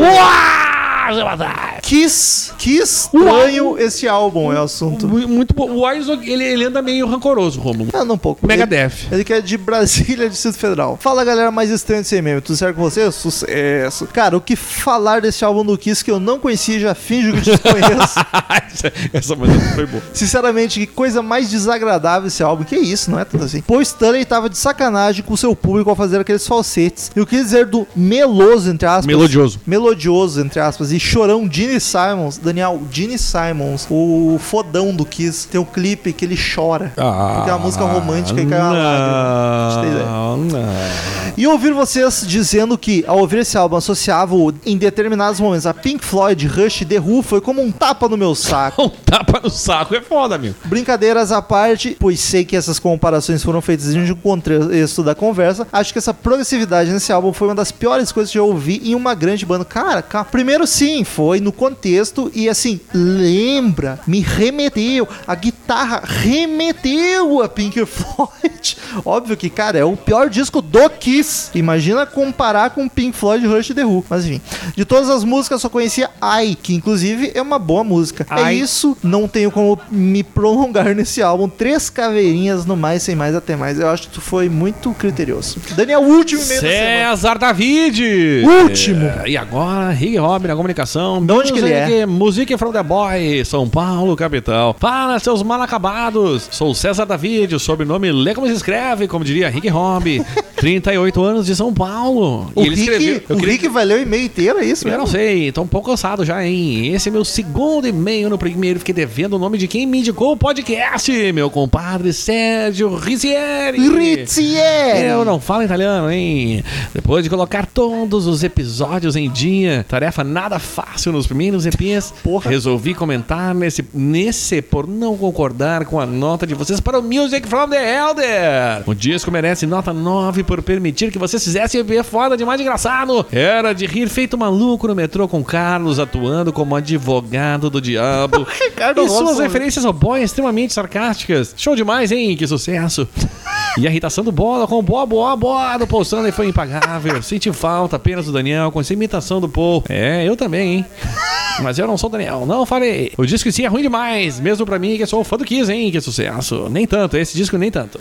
Kiss, que estranho esse álbum é o assunto. Mu- Muito bom. O Isaac, ele, ele anda meio rancoroso, Romulo. Ah, não um pouco. Megadeth. Ele, ele que é de Brasília, Distrito Federal. Fala, galera mais estranha desse meme. Tudo certo com vocês? Sucesso. Cara, o que falar desse álbum do Kiss que eu não conhecia e já finjo que desconheço? essa, essa maneira foi boa. Sinceramente, que coisa mais desagradável esse álbum. Que isso, não é tanto assim. Pois Stanley tava de sacanagem com o seu público ao fazer aqueles falsetes. E o que dizer do meloso, entre aspas. Melodioso. Melodioso, entre aspas. E chorão Gene Simons. Daniel, Gene Simons, o fodão do Kiss. Tem um clipe que ele chora. porque é uma música romântica e cai uma lágrima. Pra né? gente ter ideia. Não, Ah, não. E ouvir vocês dizendo que, ao ouvir esse álbum, associava o- em determinados momentos a Pink Floyd, Rush e The Who foi como um tapa no meu saco. Um tapa no saco é foda, amigo. Brincadeiras à parte, pois sei que essas comparações foram feitas em um contexto da conversa, acho que essa progressividade nesse álbum foi uma das piores coisas que eu ouvi em uma grande banda. Cara, ca- primeiro sim, foi no contexto e assim, lembra, me remeteu, a guitarra remeteu a Pink Floyd. Óbvio que, cara, é o pior disco do Kiss. Imagina comparar com Pink Floyd, Rush e The Who. Mas enfim, de todas as músicas eu só conhecia I, que inclusive é uma boa música. É I. isso, não tenho como me prolongar nesse álbum. Três caveirinhas no mais, sem mais, até mais. Eu acho que tu foi muito criterioso. Daniel, último e-mail da semana. César David! Último. É, e agora, Rick Robin na comunicação. De onde que ele é? Music, Music from the Boy, São Paulo, capital. Para, seus mal acabados! Sou César David, o sobrenome lê como se escreve, como diria Rick Robin. 38 anos de São Paulo. O Rick, o eu queria Rick vai ler o e-mail inteiro, é isso eu não mesmo? sei, tô um pouco cansado já, hein? Esse é meu segundo e-mail no primeiro. Fiquei devendo o nome de quem me indicou o podcast, meu compadre Sérgio Rizieri. Rizzieri. Eu não falo italiano, hein? Depois de colocar todos os episódios em dia, tarefa nada fácil nos primeiros EPs, Porra. resolvi comentar nesse, nesse por não concordar com a nota de vocês para o Music from the Elder. O disco merece nota 9 por permitir que vocês fizessem EP foda demais de engraçado. Era de rir feito maluco no metrô com Carlos atuando como advogado do diabo. Ricardo e suas Rosa. referências ao boy extremamente sarcásticas. Show demais, hein? Que sucesso. E a irritação do Bola com o Boa Boa Boa do Paul Stanley foi impagável. Senti falta apenas do Daniel com essa imitação do Paul. É, eu também, hein? Mas eu não sou o Daniel, não falei. O disco em si é ruim demais, mesmo pra mim que sou fã do Kiss, hein? Que sucesso. Nem tanto, esse disco nem tanto.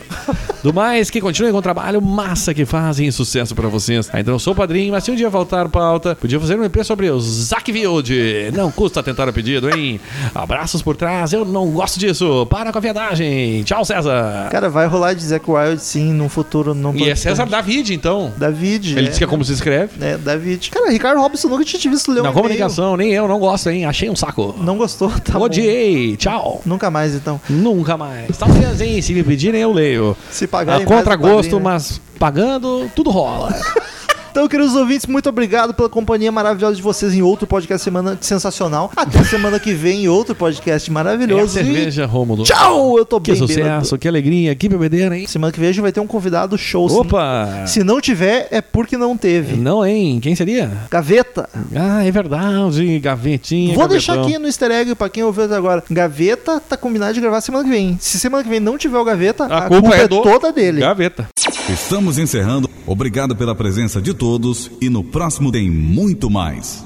Do mais, que continuem com o trabalho massa que fazem e sucesso pra vocês. Ainda não sou padrinho, mas se um dia faltar pauta, podia fazer um EP sobre o Zack Wilde. Não custa tentar o pedido, hein? Abraços por trás, eu não gosto disso. Para com a viadagem. Tchau, César. Cara, vai rolar de Zack Wild sim num futuro não E é César David, então. David. Ele é, disse que é como se escreve. é, David. Cara, Ricardo Robson nunca tinha te visto ler um Na e-mail. comunicação, nem eu, não gosto, hein? Achei um saco. Não gostou, tá bom. Odiei. Tchau. Nunca mais, então. Nunca mais. Talvez, hein? Se me pedirem, eu leio. Se A pagar um contra gosto, né? mas pagando, tudo rola. Então, queridos ouvintes, muito obrigado pela companhia maravilhosa de vocês em outro podcast semana sensacional. Até semana que vem em outro podcast É a maravilhoso. E cerveja, Rômulo. tchau! Eu tô Que bem bêbado. sucesso, que alegria, que bebedeira, hein? Semana que vem a gente vai ter um convidado show. sim. Opa! Se não tiver, é porque não teve. Não, hein? Quem seria? Gaveta. Ah, é verdade, gavetinha. Vou deixar aqui né? gavetão. no easter egg pra quem ouviu até agora. Gaveta tá combinado de gravar semana que vem. Se semana que vem não tiver o Gaveta, a, culpa, é, do- toda dele. Gaveta. Estamos encerrando. Obrigado pela presença de todos e no próximo tem muito mais.